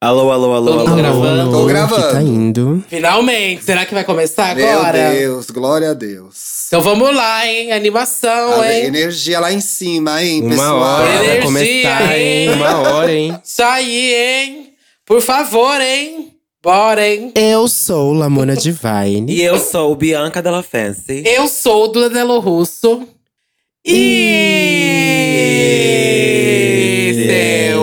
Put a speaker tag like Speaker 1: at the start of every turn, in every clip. Speaker 1: Alô, alô, alô,
Speaker 2: Todo mundo
Speaker 1: alô.
Speaker 2: gravando.
Speaker 3: Tô gravando.
Speaker 4: Que tá indo.
Speaker 2: Finalmente! Será que vai começar
Speaker 3: Meu
Speaker 2: agora?
Speaker 3: Deus, glória a Deus.
Speaker 2: Então vamos lá, hein? Animação,
Speaker 4: Tá
Speaker 3: A
Speaker 2: hein?
Speaker 3: energia lá em cima, hein,
Speaker 4: Uma
Speaker 3: pessoal?
Speaker 4: hora vai
Speaker 2: Energia,
Speaker 4: começar, hein?
Speaker 2: hein?
Speaker 4: Uma hora, hein?
Speaker 2: Isso aí, hein? Por favor, hein? Bora, hein?
Speaker 4: Eu sou Lamona Divine.
Speaker 1: E eu sou o Bianca Della Fancy.
Speaker 2: Eu sou o Danilo Russo. E.
Speaker 4: É
Speaker 2: Seu.
Speaker 4: o-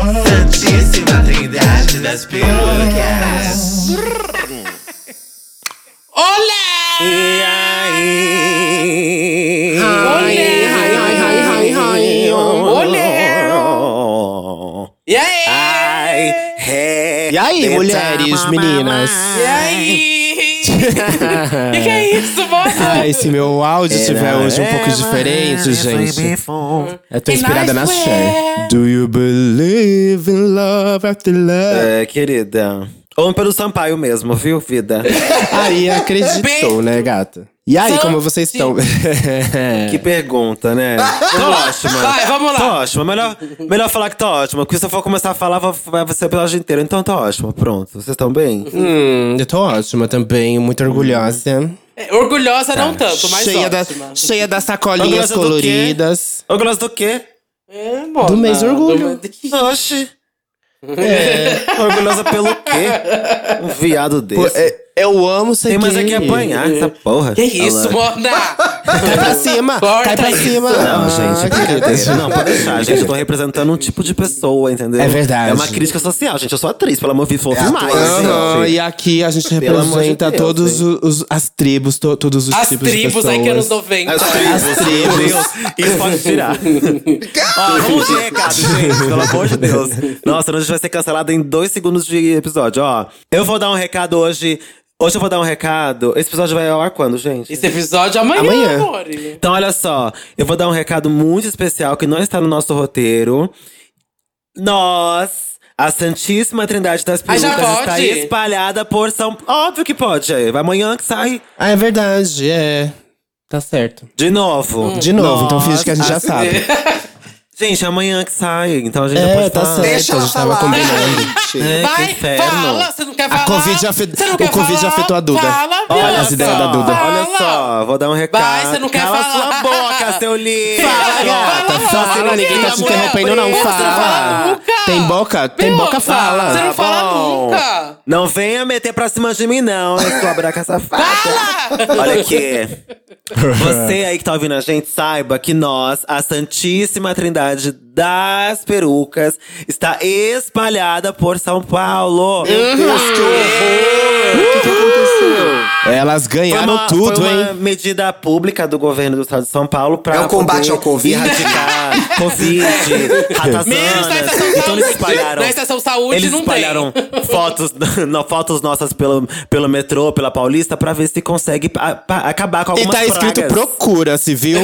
Speaker 5: Santíssima Trindade das Perucas.
Speaker 2: Olé!
Speaker 1: E aí?
Speaker 2: Olé! Ai, ai, ai, ai, ai. Olé! E aí?
Speaker 1: Ai, hey.
Speaker 4: E aí, mulheres, meninas?
Speaker 2: E aí? O que, que é isso, moça?
Speaker 4: Ai, se Ah, meu áudio estiver hoje um pouco diferente, gente. Eu tô inspirada na Cher. Do you believe in love after love?
Speaker 1: É, querida. Ou pelo Sampaio mesmo, viu, vida?
Speaker 4: Aí acreditou, né, gata? E aí, como vocês estão? É.
Speaker 1: Que pergunta, né? Tô ótima.
Speaker 2: Vai, vamos lá.
Speaker 1: Tô ótima. Melhor, melhor falar que tô ótima, porque se eu for começar a falar, vou- vai ser o episódio inteiro. Então tô ótima, pronto. Vocês estão bem?
Speaker 4: Hum, eu tô ótima também, muito orgulhosa.
Speaker 2: É, Orgulhosa não tanto, mas
Speaker 4: Tá cheia, da,
Speaker 2: ótima.
Speaker 4: cheia das sacolinhas
Speaker 1: Orgulhosa do quê?
Speaker 4: coloridas.
Speaker 1: Eu gosto do quê?
Speaker 2: É, mona,
Speaker 4: Do mês orgulho.
Speaker 2: do-
Speaker 1: Oxi. É. Orgulhosa pelo quê? Um viado
Speaker 4: Pô,
Speaker 1: desse.
Speaker 4: é- eu amo ser
Speaker 1: Tem mais é
Speaker 4: gay.
Speaker 1: que apanhar essa porra.
Speaker 2: Que é isso, Mona?
Speaker 1: tipo
Speaker 4: Cai pra cima,
Speaker 2: Corta
Speaker 4: cai pra
Speaker 2: isso.
Speaker 4: cima.
Speaker 1: Não,
Speaker 4: Ah,
Speaker 1: gente, é brincadeira. Não, pode deixar, gente. Eu tô representando um tipo de pessoa, entendeu?
Speaker 4: É verdade.
Speaker 1: É uma crítica social, gente. Eu sou atriz, pelo amor de Deus,
Speaker 3: É
Speaker 1: fosse mais.
Speaker 3: atuação.
Speaker 4: Aham,
Speaker 1: gente.
Speaker 4: e aqui a gente
Speaker 1: Pelo amor de
Speaker 4: representa
Speaker 1: Deus,
Speaker 4: todos
Speaker 1: hein.
Speaker 4: os, os- as tribos, to- todos os
Speaker 2: As
Speaker 4: tipos de
Speaker 2: tribos
Speaker 4: pessoas.
Speaker 2: aí que anos 90.
Speaker 1: As
Speaker 4: As
Speaker 1: tribos, meu
Speaker 4: tribos.
Speaker 1: Deus. Isso pode tirar. Ó, vamos de recado, gente. Pelo amor de Deus. Nossa, a gente vai ser cancelado em dois segundos de episódio, ó. Eu vou dar um recado hoje. Hoje eu vou dar um recado. Esse episódio vai ao ar quando, gente?
Speaker 2: Esse episódio é amanhã,
Speaker 4: Amanhã.
Speaker 2: amor.
Speaker 1: Então, olha só, eu vou dar um recado muito especial que não está no nosso roteiro. Nós, a Santíssima Trindade das
Speaker 2: Ah, já
Speaker 1: Perucas, está
Speaker 2: pode?
Speaker 1: espalhada por São Óbvio que pode, é. Vai amanhã que sai
Speaker 4: Ah, é verdade, é. Tá certo.
Speaker 1: de novo.
Speaker 2: Hum.
Speaker 4: De novo, então
Speaker 1: Nós-
Speaker 4: finge que a gente já sabe.
Speaker 1: Gente, é amanhã que sai, então a gente já
Speaker 4: É,
Speaker 1: pode
Speaker 4: tá
Speaker 1: falar.
Speaker 4: certo,
Speaker 3: Deixa
Speaker 4: a
Speaker 3: ela
Speaker 4: gente tava
Speaker 3: falar.
Speaker 4: combinando.
Speaker 3: Gente,
Speaker 1: É, que
Speaker 2: Vai,
Speaker 1: inferno.
Speaker 2: fala, você não quer falar.
Speaker 4: Covid afet-
Speaker 2: Você não
Speaker 4: o
Speaker 2: quer
Speaker 4: Covid
Speaker 2: falar?
Speaker 4: afetou a Duda.
Speaker 2: Fala,
Speaker 4: Olha
Speaker 2: Bianca.
Speaker 4: as ideias da Duda.
Speaker 2: Fala.
Speaker 1: Olha só, vou dar um recado.
Speaker 2: Vai, você não quer
Speaker 1: Cala
Speaker 2: falar.
Speaker 1: sua boca, seu lindo!
Speaker 2: Fala,
Speaker 4: Tá
Speaker 2: gata, fala,
Speaker 1: Você não
Speaker 2: ninguém
Speaker 1: tem
Speaker 2: tá te
Speaker 1: amor
Speaker 2: interrompendo, não,
Speaker 1: preso.
Speaker 2: fala. fala nunca.
Speaker 4: Tem boca? Tem
Speaker 2: Bianca,
Speaker 4: boca,
Speaker 2: Você
Speaker 4: fala.
Speaker 2: não fala
Speaker 1: Bom,
Speaker 2: nunca.
Speaker 1: Não venha meter pra cima de mim, não, hein, sua braca safada. Olha aqui. Você aí que tá ouvindo a gente, saiba que nós, a Santíssima Trindade das Perucas, está espalhada por São Paulo. Meu Deus, que horror! O que que aconteceu?
Speaker 4: Elas ganharam
Speaker 1: uma,
Speaker 4: tudo,
Speaker 1: foi
Speaker 4: hein?
Speaker 1: uma medida pública do governo do estado de São Paulo pra.
Speaker 3: É um combate
Speaker 1: poder
Speaker 3: ao Covid.
Speaker 1: erradicar Covid,
Speaker 2: Menos na
Speaker 1: ratazanas.
Speaker 2: estação
Speaker 1: Então eles
Speaker 2: saúde.
Speaker 1: espalharam.
Speaker 2: Na estação saúde
Speaker 1: Eles
Speaker 2: não
Speaker 1: espalharam
Speaker 2: tem.
Speaker 1: fotos, no, fotos nossas pelo, pelo metrô, pela Paulista, pra ver se consegue pa- pa- acabar com
Speaker 4: E
Speaker 1: algumas
Speaker 4: tá escrito
Speaker 1: pragas.
Speaker 4: procura-se, viu?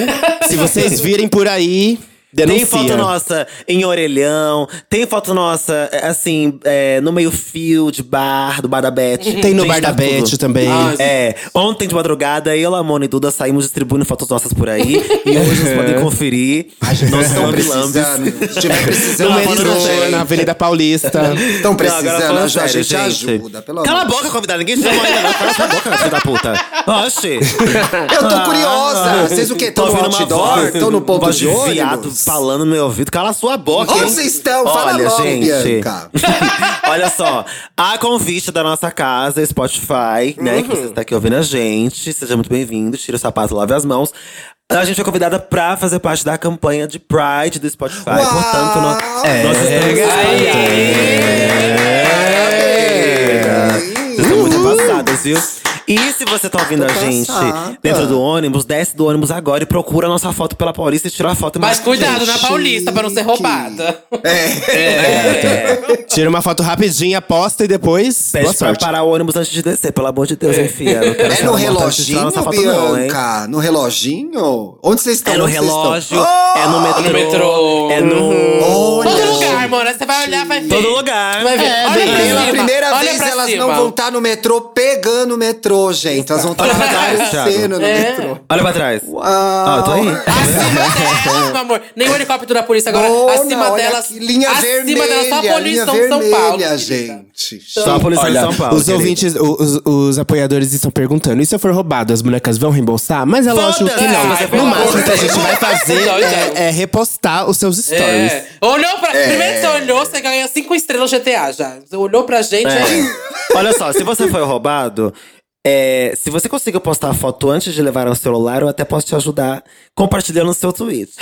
Speaker 4: se vocês virem por aí, denuncia.
Speaker 1: Tem foto nossa em orelhão, tem foto nossa, é, assim, é, no meio-fio de bar, do Bar da Beth.
Speaker 4: Tem no
Speaker 1: Gente,
Speaker 4: Bar da
Speaker 1: tá tudo.
Speaker 4: Beth também.
Speaker 2: Ah,
Speaker 1: É, ontem de madrugada, eu, Lamona e Duda saímos distribuindo fotos nossas por aí. e hoje
Speaker 4: É.
Speaker 1: vocês podem conferir. Nós
Speaker 3: estão
Speaker 1: somos lambes.
Speaker 3: precisando. Se tiver
Speaker 4: no
Speaker 3: precisando,
Speaker 1: Não,
Speaker 3: manda pra
Speaker 4: metrô,
Speaker 3: gente.
Speaker 4: na Avenida Paulista.
Speaker 3: Estão
Speaker 1: Não, agora
Speaker 3: precisando,
Speaker 1: fala
Speaker 3: a gente
Speaker 1: sério,
Speaker 3: ajuda, pelo
Speaker 1: Cala a
Speaker 3: amor.
Speaker 1: boca, convidado. Ninguém te chamou ainda, não. Cala sua boca, filho da puta. Oxi.
Speaker 3: Eu tô curiosa. Vocês o quê? Tão no
Speaker 1: Ah. ouvindo uma
Speaker 3: outdoor?
Speaker 1: voz-
Speaker 3: Tão no ponto
Speaker 1: voz
Speaker 3: de ônibus?
Speaker 1: viado falando no meu ouvido. Cala sua boca,
Speaker 3: Onde
Speaker 1: hein?
Speaker 3: vocês estão? Fala
Speaker 1: Olha,
Speaker 3: logo,
Speaker 1: gente.
Speaker 3: Bianca.
Speaker 1: Olha só, a convite da nossa casa, Spotify, né? Que
Speaker 3: Uhum.
Speaker 1: você está aqui ouvindo a gente. Seja muito bem-vindo. Tira o sapato, lave as mãos. A gente foi convidada pra fazer parte da campanha de Pride do Spotify.
Speaker 3: Uau!
Speaker 1: Portanto, né? nós,
Speaker 3: É,
Speaker 1: nós estamos
Speaker 2: Aí.
Speaker 1: Vocês estão muito avançadas, viu? E se você tá ouvindo a
Speaker 3: Tô
Speaker 1: gente
Speaker 3: cansada.
Speaker 1: dentro do ônibus, desce do ônibus agora e procura a nossa foto pela Paulista e tira a foto. e
Speaker 2: Mas
Speaker 1: mostra pra
Speaker 2: cuidado
Speaker 1: gente.
Speaker 2: na Paulista pra não ser roubada.
Speaker 4: Tira uma foto rapidinha, posta e depois.
Speaker 1: Pede
Speaker 4: boa
Speaker 1: pra
Speaker 4: sorte.
Speaker 1: parar o ônibus antes de descer, pelo amor de Deus, hein, filha. Não quero
Speaker 3: É
Speaker 1: tirar
Speaker 3: no
Speaker 1: uma foto antes de tirar nossa
Speaker 3: reloginho,
Speaker 1: foto, não, hein?
Speaker 3: Bianca? No reloginho? Onde vocês estão?
Speaker 1: É no
Speaker 3: Onde vocês estão?
Speaker 1: relógio,
Speaker 3: Oh!
Speaker 1: é no metrô,
Speaker 2: No metrô.
Speaker 1: é no…
Speaker 3: Olha,
Speaker 2: Todo lugar, Mona. Você vai olhar, vai ver.
Speaker 1: Todo lugar. É,
Speaker 2: Você vai ver. Olha pra
Speaker 3: Pela
Speaker 2: cima.
Speaker 3: primeira
Speaker 2: Olha
Speaker 3: vez
Speaker 2: pra
Speaker 3: elas
Speaker 2: cima.
Speaker 3: não vão estar no metrô pegando o metrô, gente. Elas vão tá estar
Speaker 1: pra trás, Thiago.
Speaker 3: aparecendo no
Speaker 2: É.
Speaker 3: metrô.
Speaker 1: Olha pra trás. Ah, eu tô aí.
Speaker 2: Acima delas, meu amor. Nem o helicóptero da polícia agora.
Speaker 3: Dona,
Speaker 2: acima
Speaker 3: olha
Speaker 2: delas.
Speaker 3: que linha
Speaker 2: acima
Speaker 3: vermelha,
Speaker 2: delas, só a
Speaker 3: linha
Speaker 2: poluição de São
Speaker 3: vermelha,
Speaker 2: Paulo. querida.
Speaker 3: gente.
Speaker 1: Só a Tá polícia
Speaker 4: Olha,
Speaker 1: de São Paulo,
Speaker 4: os
Speaker 1: querida.
Speaker 4: ouvintes, o- os, os apoiadores estão perguntando: e se eu for roubado, as bonecas vão reembolsar? Mas é lógico que
Speaker 1: Foda-se,
Speaker 4: não.
Speaker 1: você
Speaker 4: No
Speaker 1: foi
Speaker 4: máximo
Speaker 1: roubado.
Speaker 4: que a gente vai fazer
Speaker 2: Não, então.
Speaker 4: é, é repostar os seus stories.
Speaker 2: É. Olhou pra. Primeiro que você olhou, você ganha cinco estrelas no GTA já. Você olhou pra gente. É.
Speaker 1: É. Olha só, se você foi roubado, é, se você conseguiu postar a foto antes de levar um celular, eu até posso te ajudar compartilhando no seu Twitter.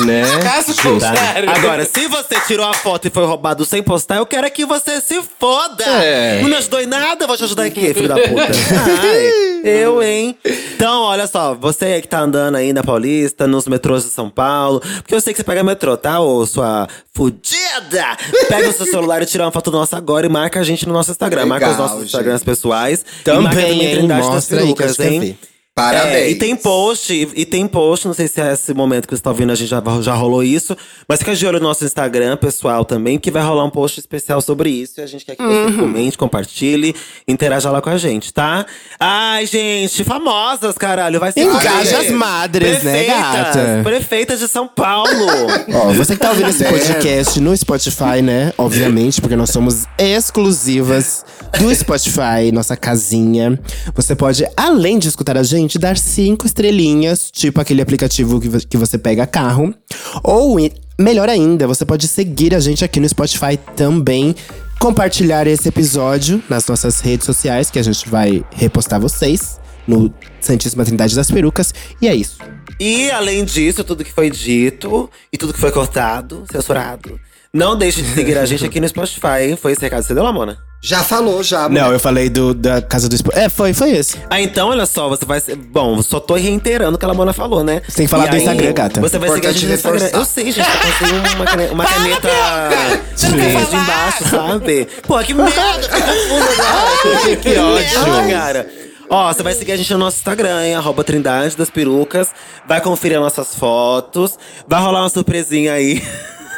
Speaker 1: É.
Speaker 4: né?
Speaker 2: Caso
Speaker 1: Tá?
Speaker 2: contrário.
Speaker 1: Agora, se você tirou a foto e foi roubado sem postar, eu quero é que você se foda!
Speaker 4: É.
Speaker 1: Não me ajudou em nada, eu vou te ajudar aqui, filho da puta. Ai, eu, hein? Então, olha só, você aí que tá andando aí na Paulista, nos metrôs de São Paulo, porque eu sei que você pega metrô, tá? Ô, sua fudida! Pega o seu celular e tira uma foto nossa agora e marca a gente no nosso Instagram. marca os
Speaker 3: Legal,
Speaker 1: nossos Instagrams
Speaker 3: gente.
Speaker 1: pessoais. e marca
Speaker 4: Também,
Speaker 1: a
Speaker 4: hein?
Speaker 1: Trindade das
Speaker 4: Mostra aí que eu
Speaker 1: Perucas,
Speaker 4: acho que é eu vi.
Speaker 3: Parabéns.
Speaker 1: é, e tem post, e- e tem post, não sei se é esse momento que você tá ouvindo, a gente já, já rolou isso. Mas fica de olho no nosso Instagram, pessoal, também, que vai rolar um post especial sobre isso. E a gente quer que
Speaker 4: Uhum.
Speaker 1: você comente, compartilhe, interaja lá com a gente, tá? Ai, gente, famosas, caralho, vai ser…
Speaker 4: Engaja
Speaker 1: Ai,
Speaker 4: as madres, né,
Speaker 1: prefeitas,
Speaker 4: gata?
Speaker 1: Prefeitas de São Paulo!
Speaker 4: Ó, você que tá ouvindo
Speaker 1: É.
Speaker 4: esse podcast no Spotify, né? Obviamente, porque nós somos exclusivas do Spotify, nossa casinha. Você pode, além de escutar a gente, dar cinco estrelinhas, tipo aquele aplicativo que, vo- que você pega carro. Ou, e- melhor ainda, você pode seguir a gente aqui no Spotify também. Compartilhar esse episódio nas nossas redes sociais, que a gente vai repostar vocês no Santíssima Trindade das Perucas. E é isso.
Speaker 1: E além disso, tudo que foi dito e tudo que foi cortado, censurado. Não deixe de seguir a gente aqui no Spotify, hein? Foi esse recado que você deu, Lamona?
Speaker 3: Já falou, já.
Speaker 4: Não, eu falei do, da casa do Expo. É, foi, foi esse.
Speaker 1: Ah, então, olha só, você vai. ser- Bom, só tô reiterando o que a Lamona falou, né? Você
Speaker 4: tem que falar do Instagram, gata.
Speaker 1: Você vai seguir a
Speaker 3: Importante
Speaker 1: gente no Instagram.
Speaker 3: reforçar.
Speaker 1: Eu sei, gente, eu consegui uma, cane uma
Speaker 2: Fala,
Speaker 1: caneta.
Speaker 2: Bianca! Você não quer
Speaker 1: verde
Speaker 2: falar?
Speaker 1: embaixo, sabe? Pô, que merda! que confuso agora. que ódio, cara. Ó, você vai seguir a gente no nosso Instagram, hein? Arroba Trindade das Perucas. Vai conferir as nossas fotos. Vai rolar uma surpresinha aí.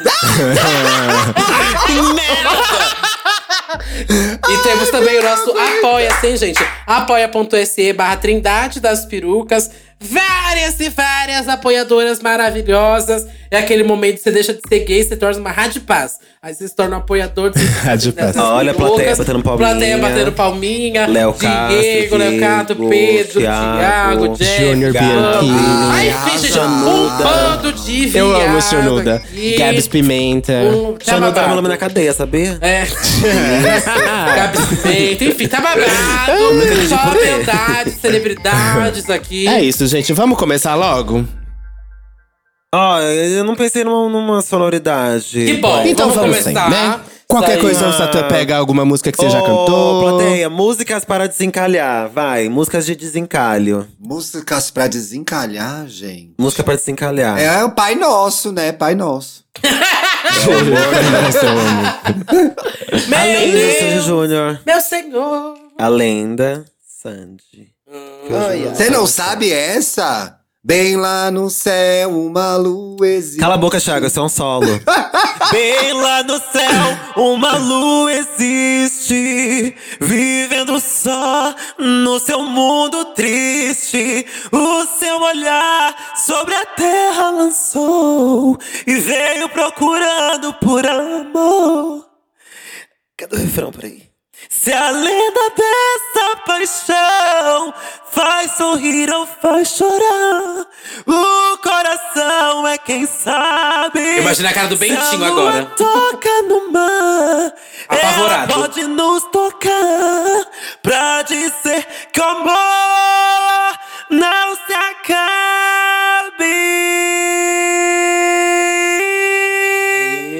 Speaker 1: Que merda!
Speaker 2: E temos também o nosso Apoia-se, hein, gente? Apoia.se barra Trindade das Perucas. Várias e várias apoiadoras maravilhosas. É aquele momento que você deixa de ser gay e se torna uma rádio paz. Aí você se torna um apoiador. de-
Speaker 4: Rádio Paz.
Speaker 2: das
Speaker 1: Olha a plateia
Speaker 2: Perucas.
Speaker 1: batendo palminha.
Speaker 2: Plateia batendo palminha.
Speaker 1: Léo
Speaker 2: Diego,
Speaker 1: Castro,
Speaker 2: Léo Castro,
Speaker 1: Diego,
Speaker 2: Pedro,
Speaker 1: Thiago,
Speaker 2: Thiago, Jeff.
Speaker 4: Junior Bianchini.
Speaker 2: Ai, enfim, gente, um
Speaker 1: Januda.
Speaker 2: bando de viado
Speaker 4: Eu amo o Sonuda.
Speaker 2: aqui.
Speaker 4: Gabs Pimenta.
Speaker 2: Um- tá
Speaker 1: Já não
Speaker 2: babado.
Speaker 1: tava meu é nome na cadeia, sabia?
Speaker 2: É. Gabi Pimenta, enfim, tá babado. Só verdade, celebridades aqui.
Speaker 4: É isso, gente. Vamos começar logo?
Speaker 1: Ó, Ah, eu não pensei numa, numa sonoridade.
Speaker 2: Que bom.
Speaker 4: então
Speaker 2: vamos
Speaker 4: vamos,
Speaker 2: começar.
Speaker 4: sim, né? Qualquer
Speaker 2: Daí-
Speaker 4: coisa, o Satã pega alguma música que você já
Speaker 1: Ô,
Speaker 4: cantou.
Speaker 1: plateia, músicas para desencalhar. Vai, músicas de desencalho.
Speaker 3: Músicas pra desencalhar, gente.
Speaker 1: Música para desencalhar.
Speaker 3: É o Pai Nosso, né? Pai Nosso.
Speaker 4: Nossa, eu amo.
Speaker 2: Meu
Speaker 1: A lenda Sandy
Speaker 2: Deus,
Speaker 1: Júnior.
Speaker 2: meu senhor.
Speaker 1: A lenda Sandy.
Speaker 3: Você não sabe essa? Bem lá no céu, uma lua existe.
Speaker 1: Cala a boca, Thiago, isso é um solo. Bem lá no céu, uma lua existe. Vivendo só no seu mundo triste. O seu olhar sobre a terra lançou. E veio procurando por amor. Cadê o refrão por aí? Se a lenda dessa paixão faz sorrir ou faz chorar, o coração é quem sabe.
Speaker 2: Imagina a cara do
Speaker 1: Se
Speaker 2: Bentinho
Speaker 1: lua
Speaker 2: agora.
Speaker 1: Toca no mar,
Speaker 2: Apavorado.
Speaker 1: ela pode nos tocar pra dizer que o amor não se acabe.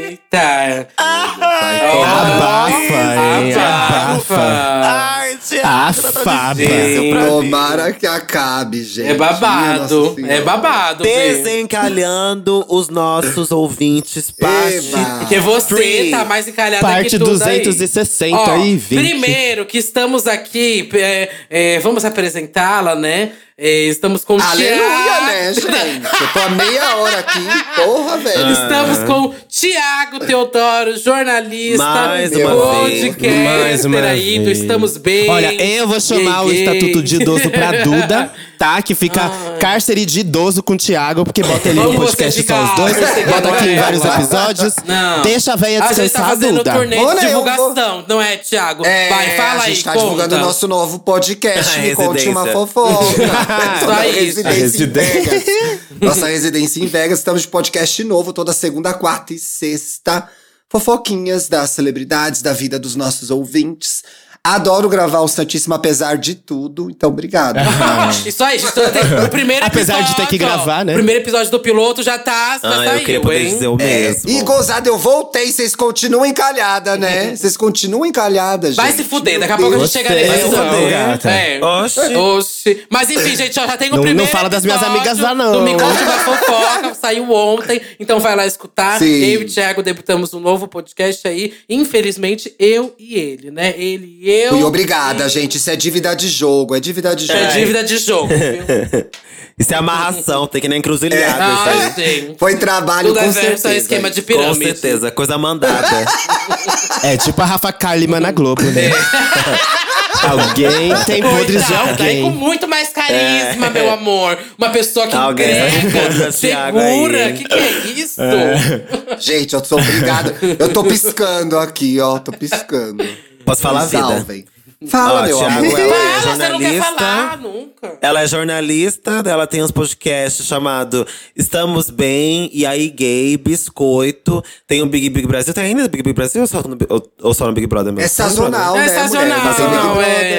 Speaker 2: Eita.
Speaker 1: Ai.
Speaker 2: Ó,
Speaker 1: É,
Speaker 4: Abafa, hein?
Speaker 2: abafa.
Speaker 4: Abafa.
Speaker 1: Ai, de
Speaker 4: A
Speaker 1: arte, tá todo
Speaker 4: Fábio.
Speaker 1: difícil pra mim.
Speaker 3: Tomara que acabe, gente.
Speaker 2: É babado.
Speaker 3: Nossa Senhora.
Speaker 2: É babado. Bê.
Speaker 1: Desencalhando os nossos ouvintes.
Speaker 3: Eba.
Speaker 1: Parte
Speaker 2: Porque você
Speaker 1: Free.
Speaker 2: tá mais encalhada
Speaker 4: Parte
Speaker 2: que tudo aí.
Speaker 4: 260
Speaker 2: Ó,
Speaker 4: aí, 20.
Speaker 2: Primeiro que estamos aqui, é, é, vamos apresentá-la, né? É, estamos com
Speaker 3: Aleluia,
Speaker 2: Tiago-
Speaker 3: né, gente? Eu tô há meia hora aqui. Porra, velho.
Speaker 4: Ah,
Speaker 1: Ah.
Speaker 4: é.
Speaker 2: Estamos com Tiago Teodoro, jornalista,
Speaker 1: Mais
Speaker 3: uma
Speaker 2: podcaster
Speaker 4: Mais uma
Speaker 2: aí do
Speaker 4: vez.
Speaker 2: Estamos Bem.
Speaker 4: Olha, eu vou chamar
Speaker 2: Gay,
Speaker 4: o
Speaker 2: gay.
Speaker 4: Estatuto de Idoso pra Duda, tá? Que fica cárcere de idoso com o Thiago, porque bota ele no
Speaker 2: Como você
Speaker 4: podcast
Speaker 2: fica-
Speaker 4: só os dois,
Speaker 2: você quer
Speaker 4: bota aqui em
Speaker 2: ela?
Speaker 4: vários episódios.
Speaker 2: Não.
Speaker 4: Deixa a véia
Speaker 2: A gente tá
Speaker 4: descansar,
Speaker 2: fazendo
Speaker 4: Duda.
Speaker 2: turnê
Speaker 3: Olha,
Speaker 2: de
Speaker 3: eu vou-
Speaker 2: divulgação, não é, Tiago?
Speaker 3: É,
Speaker 2: Vai, fala
Speaker 3: a
Speaker 2: aí,
Speaker 3: gente tá
Speaker 2: conta.
Speaker 3: divulgando o nosso novo podcast.
Speaker 1: A
Speaker 3: Me conte
Speaker 1: residência.
Speaker 3: uma fofoca.
Speaker 2: Só isso.
Speaker 3: Residência
Speaker 4: A
Speaker 3: em
Speaker 4: residência.
Speaker 3: Vegas. Nossa residência em Vegas. Estamos de podcast novo toda segunda, quarta e sexta. Fofoquinhas das celebridades, da vida dos nossos ouvintes. Adoro gravar o Santíssimo, apesar de tudo. Então, obrigado.
Speaker 2: Isso aí, gente. Então, tem- o primeiro
Speaker 4: Apesar de ter que
Speaker 2: episódio, ó,
Speaker 4: gravar, né?
Speaker 2: O primeiro episódio do piloto já tá. Já
Speaker 1: Ah,
Speaker 2: saiu,
Speaker 1: eu queria poder
Speaker 2: hein?
Speaker 1: dizer o mesmo.
Speaker 3: É, E gozada, eu voltei, vocês continuam encalhada, né? Vocês continuam encalhada, gente.
Speaker 2: Vai se fuder, daqui a pouco a gente
Speaker 4: Você
Speaker 2: chega nesse
Speaker 4: é
Speaker 2: edição.
Speaker 1: uma
Speaker 4: gata.
Speaker 2: É.
Speaker 1: Oxi.
Speaker 2: Oxi. Mas enfim, gente, ó, já tem o
Speaker 4: Não- não
Speaker 2: primeiro.
Speaker 4: fala das minhas
Speaker 2: episódio
Speaker 4: amigas lá, não.
Speaker 2: Do Me Conte da Fofoca, saiu ontem. Então vai lá escutar.
Speaker 3: Sim.
Speaker 2: Eu e o Thiago debutamos um novo podcast aí. Infelizmente, eu e ele, né? Ele e eu.
Speaker 3: E obrigada, gente. Isso é dívida de jogo, é dívida de jogo.
Speaker 2: É dívida de jogo, viu?
Speaker 1: Isso é amarração, tem que nem
Speaker 4: Tá
Speaker 1: encruzilhada. isso aí.
Speaker 2: Ai, gente.
Speaker 3: Foi trabalho
Speaker 2: Tudo é
Speaker 3: com
Speaker 2: verso,
Speaker 3: certeza.
Speaker 2: é esquema de
Speaker 1: Com
Speaker 2: pirâmide.
Speaker 1: certeza, coisa mandada.
Speaker 4: É tipo a Rafa Kalimann na Globo, né?
Speaker 2: É.
Speaker 4: alguém tem podres
Speaker 2: Coitada,
Speaker 4: de
Speaker 2: e tá com
Speaker 4: alguém.
Speaker 2: muito mais carisma,
Speaker 4: É.
Speaker 2: meu amor. Uma pessoa que
Speaker 1: Alguém tá vai
Speaker 2: entrega,
Speaker 1: encontrar Thiago
Speaker 2: segura.
Speaker 1: aí.
Speaker 2: Que que é isso?
Speaker 3: Gente, eu sou obrigada. eu tô piscando aqui, ó. Tô piscando.
Speaker 1: Posso falar a
Speaker 3: Me
Speaker 1: vida?
Speaker 3: salvem. Fala,
Speaker 1: Ó,
Speaker 3: meu
Speaker 1: Thiago,
Speaker 3: amor.
Speaker 1: ela-
Speaker 2: Fala, você não quer
Speaker 1: jornalista.
Speaker 2: falar nunca.
Speaker 1: Ela é jornalista, ela tem uns podcasts chamado Estamos Bem, e aí Gay, Biscoito. Tem o Big Big Brasil. Tem ainda o Big Big Brasil ou só no, ou- ou só no Big Brother mesmo?
Speaker 3: É
Speaker 1: Só no Big Brother.
Speaker 3: sazonal,
Speaker 2: É
Speaker 3: né?
Speaker 2: sazonal,
Speaker 3: mulher? Tem Big
Speaker 2: não,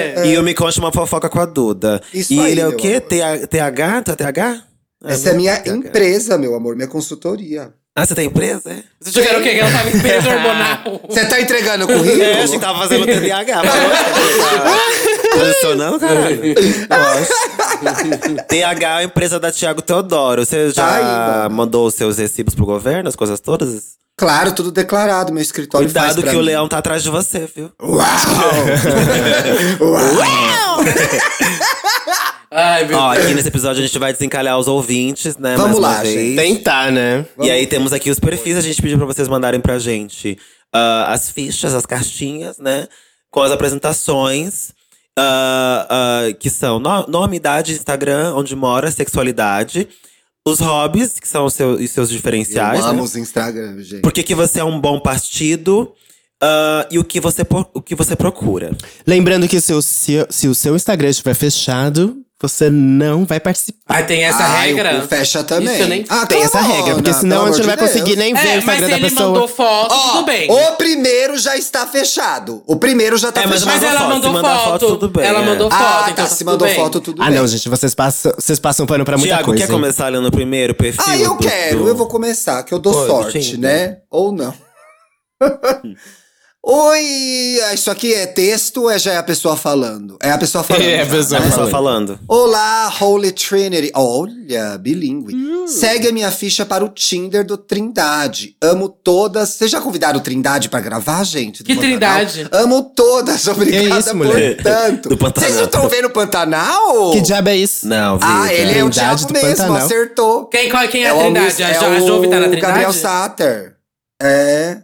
Speaker 3: Brother.
Speaker 2: é.
Speaker 1: E o Me Conte Uma Fofoca com a Duda.
Speaker 3: Isso
Speaker 1: e
Speaker 3: aí,
Speaker 1: ele é o
Speaker 3: meu
Speaker 1: quê?
Speaker 3: amor.
Speaker 1: TH? TH? Tu é TH?
Speaker 3: Essa é minha
Speaker 1: TH.
Speaker 3: empresa, meu amor. Minha consultoria.
Speaker 1: Ah, você tem empresa? é?
Speaker 2: Vocês jogaram o quê? Que ela tava em peso hormonal.
Speaker 3: Você tá entregando o currículo?
Speaker 1: É, achei que tava fazendo TDAH. mas lógico que tá Funcionando, caralho. Lógico. TH é a empresa da Tiago Teodoro. Você
Speaker 3: Tá
Speaker 1: já
Speaker 3: Ainda.
Speaker 1: mandou os seus recibos pro governo, as coisas todas?
Speaker 2: tá-
Speaker 3: Claro, tudo declarado. Meu escritório faz
Speaker 1: Cuidado
Speaker 3: pra
Speaker 1: que o
Speaker 3: mim.
Speaker 1: leão tá atrás de você, viu?
Speaker 3: Uau! Uau!
Speaker 2: Ai, meu
Speaker 1: Ó, aqui nesse episódio a gente vai desencalhar os ouvintes, né?
Speaker 3: Vamos
Speaker 1: mais uma
Speaker 3: lá,
Speaker 1: vez.
Speaker 3: gente.
Speaker 4: Tentar, né?
Speaker 1: E aí temos aqui os perfis, a gente pediu pra vocês mandarem pra gente ah, as fichas, as cartinhas, né? Com as apresentações, ah, ah, que são no- nome, idade, Instagram, onde mora, sexualidade. Os hobbies, que são os, seu- os seus diferenciais.
Speaker 3: Eu amo
Speaker 1: né?
Speaker 3: os Instagram, gente.
Speaker 1: Por que, que você é um bom partido ah, e o que, você, po- o que você procura.
Speaker 4: Lembrando que se o, se, se o seu Instagram estiver fechado, você não vai participar.
Speaker 2: Ai, tem essa
Speaker 3: Ah,
Speaker 2: regra.
Speaker 3: o fecha também.
Speaker 2: Isso eu nem-
Speaker 3: Ah,
Speaker 4: Tem essa
Speaker 3: come on,
Speaker 4: regra, porque
Speaker 3: Ana,
Speaker 4: senão a
Speaker 3: pelo
Speaker 4: gente não vai
Speaker 3: amor de
Speaker 4: conseguir
Speaker 3: Deus.
Speaker 4: nem ver o
Speaker 2: É, mas
Speaker 4: Instagram
Speaker 2: se
Speaker 4: da
Speaker 2: ele
Speaker 4: pessoa.
Speaker 2: mandou foto,
Speaker 3: Ó,
Speaker 2: tudo bem.
Speaker 3: O primeiro já está fechado. O primeiro já tá
Speaker 1: É,
Speaker 3: fechado.
Speaker 2: Mas
Speaker 1: mandou
Speaker 2: ela
Speaker 1: foto,
Speaker 2: mandou
Speaker 1: se mandar
Speaker 2: foto.
Speaker 1: foto, tudo bem,
Speaker 2: Ela
Speaker 1: é.
Speaker 2: mandou foto,
Speaker 3: ah,
Speaker 2: então
Speaker 3: tá,
Speaker 2: tá
Speaker 3: se
Speaker 2: tudo
Speaker 3: mandou
Speaker 2: bem.
Speaker 3: foto, tudo
Speaker 4: Ah,
Speaker 3: bem.
Speaker 4: não, gente, vocês passam, vocês passam pano pra muita
Speaker 1: Tiago,
Speaker 4: coisa.
Speaker 1: quer
Speaker 4: hein?
Speaker 1: começar lendo o primeiro perfil?
Speaker 3: Ah, eu
Speaker 1: do-
Speaker 3: quero,
Speaker 1: do-
Speaker 3: eu vou começar, que eu dou
Speaker 1: Oi,
Speaker 3: sorte,
Speaker 1: Tinder.
Speaker 3: né? Ou não. Oi, ah, isso aqui é texto ou é já é a pessoa falando? É a pessoa falando.
Speaker 4: É a
Speaker 3: já,
Speaker 4: pessoa
Speaker 3: né?
Speaker 1: Só falando.
Speaker 3: Olá, Holy Trinity. Olha, bilíngue.
Speaker 2: Hum.
Speaker 3: Segue a minha ficha para o Tinder do Trindade. Amo todas. Vocês já convidaram o Trindade pra gravar, gente? do
Speaker 2: Que
Speaker 3: Pantanal?
Speaker 2: Trindade?
Speaker 3: Amo todas. Obrigada
Speaker 4: isso, mulher?
Speaker 3: por tanto.
Speaker 1: Do Pantanal.
Speaker 3: Vocês não estão vendo o Pantanal?
Speaker 4: Que diabo é isso?
Speaker 1: Não, Vitor.
Speaker 3: Ah, ele é o
Speaker 4: Trindade
Speaker 3: Thiago
Speaker 4: do
Speaker 3: mesmo,
Speaker 4: Pantanal.
Speaker 3: acertou.
Speaker 2: Quem, qual- quem é, a
Speaker 3: o
Speaker 2: Trindade?
Speaker 3: Miss-
Speaker 2: a Jo- a Jove tá na
Speaker 3: o
Speaker 2: Trindade?
Speaker 3: Gabriel Satter. É.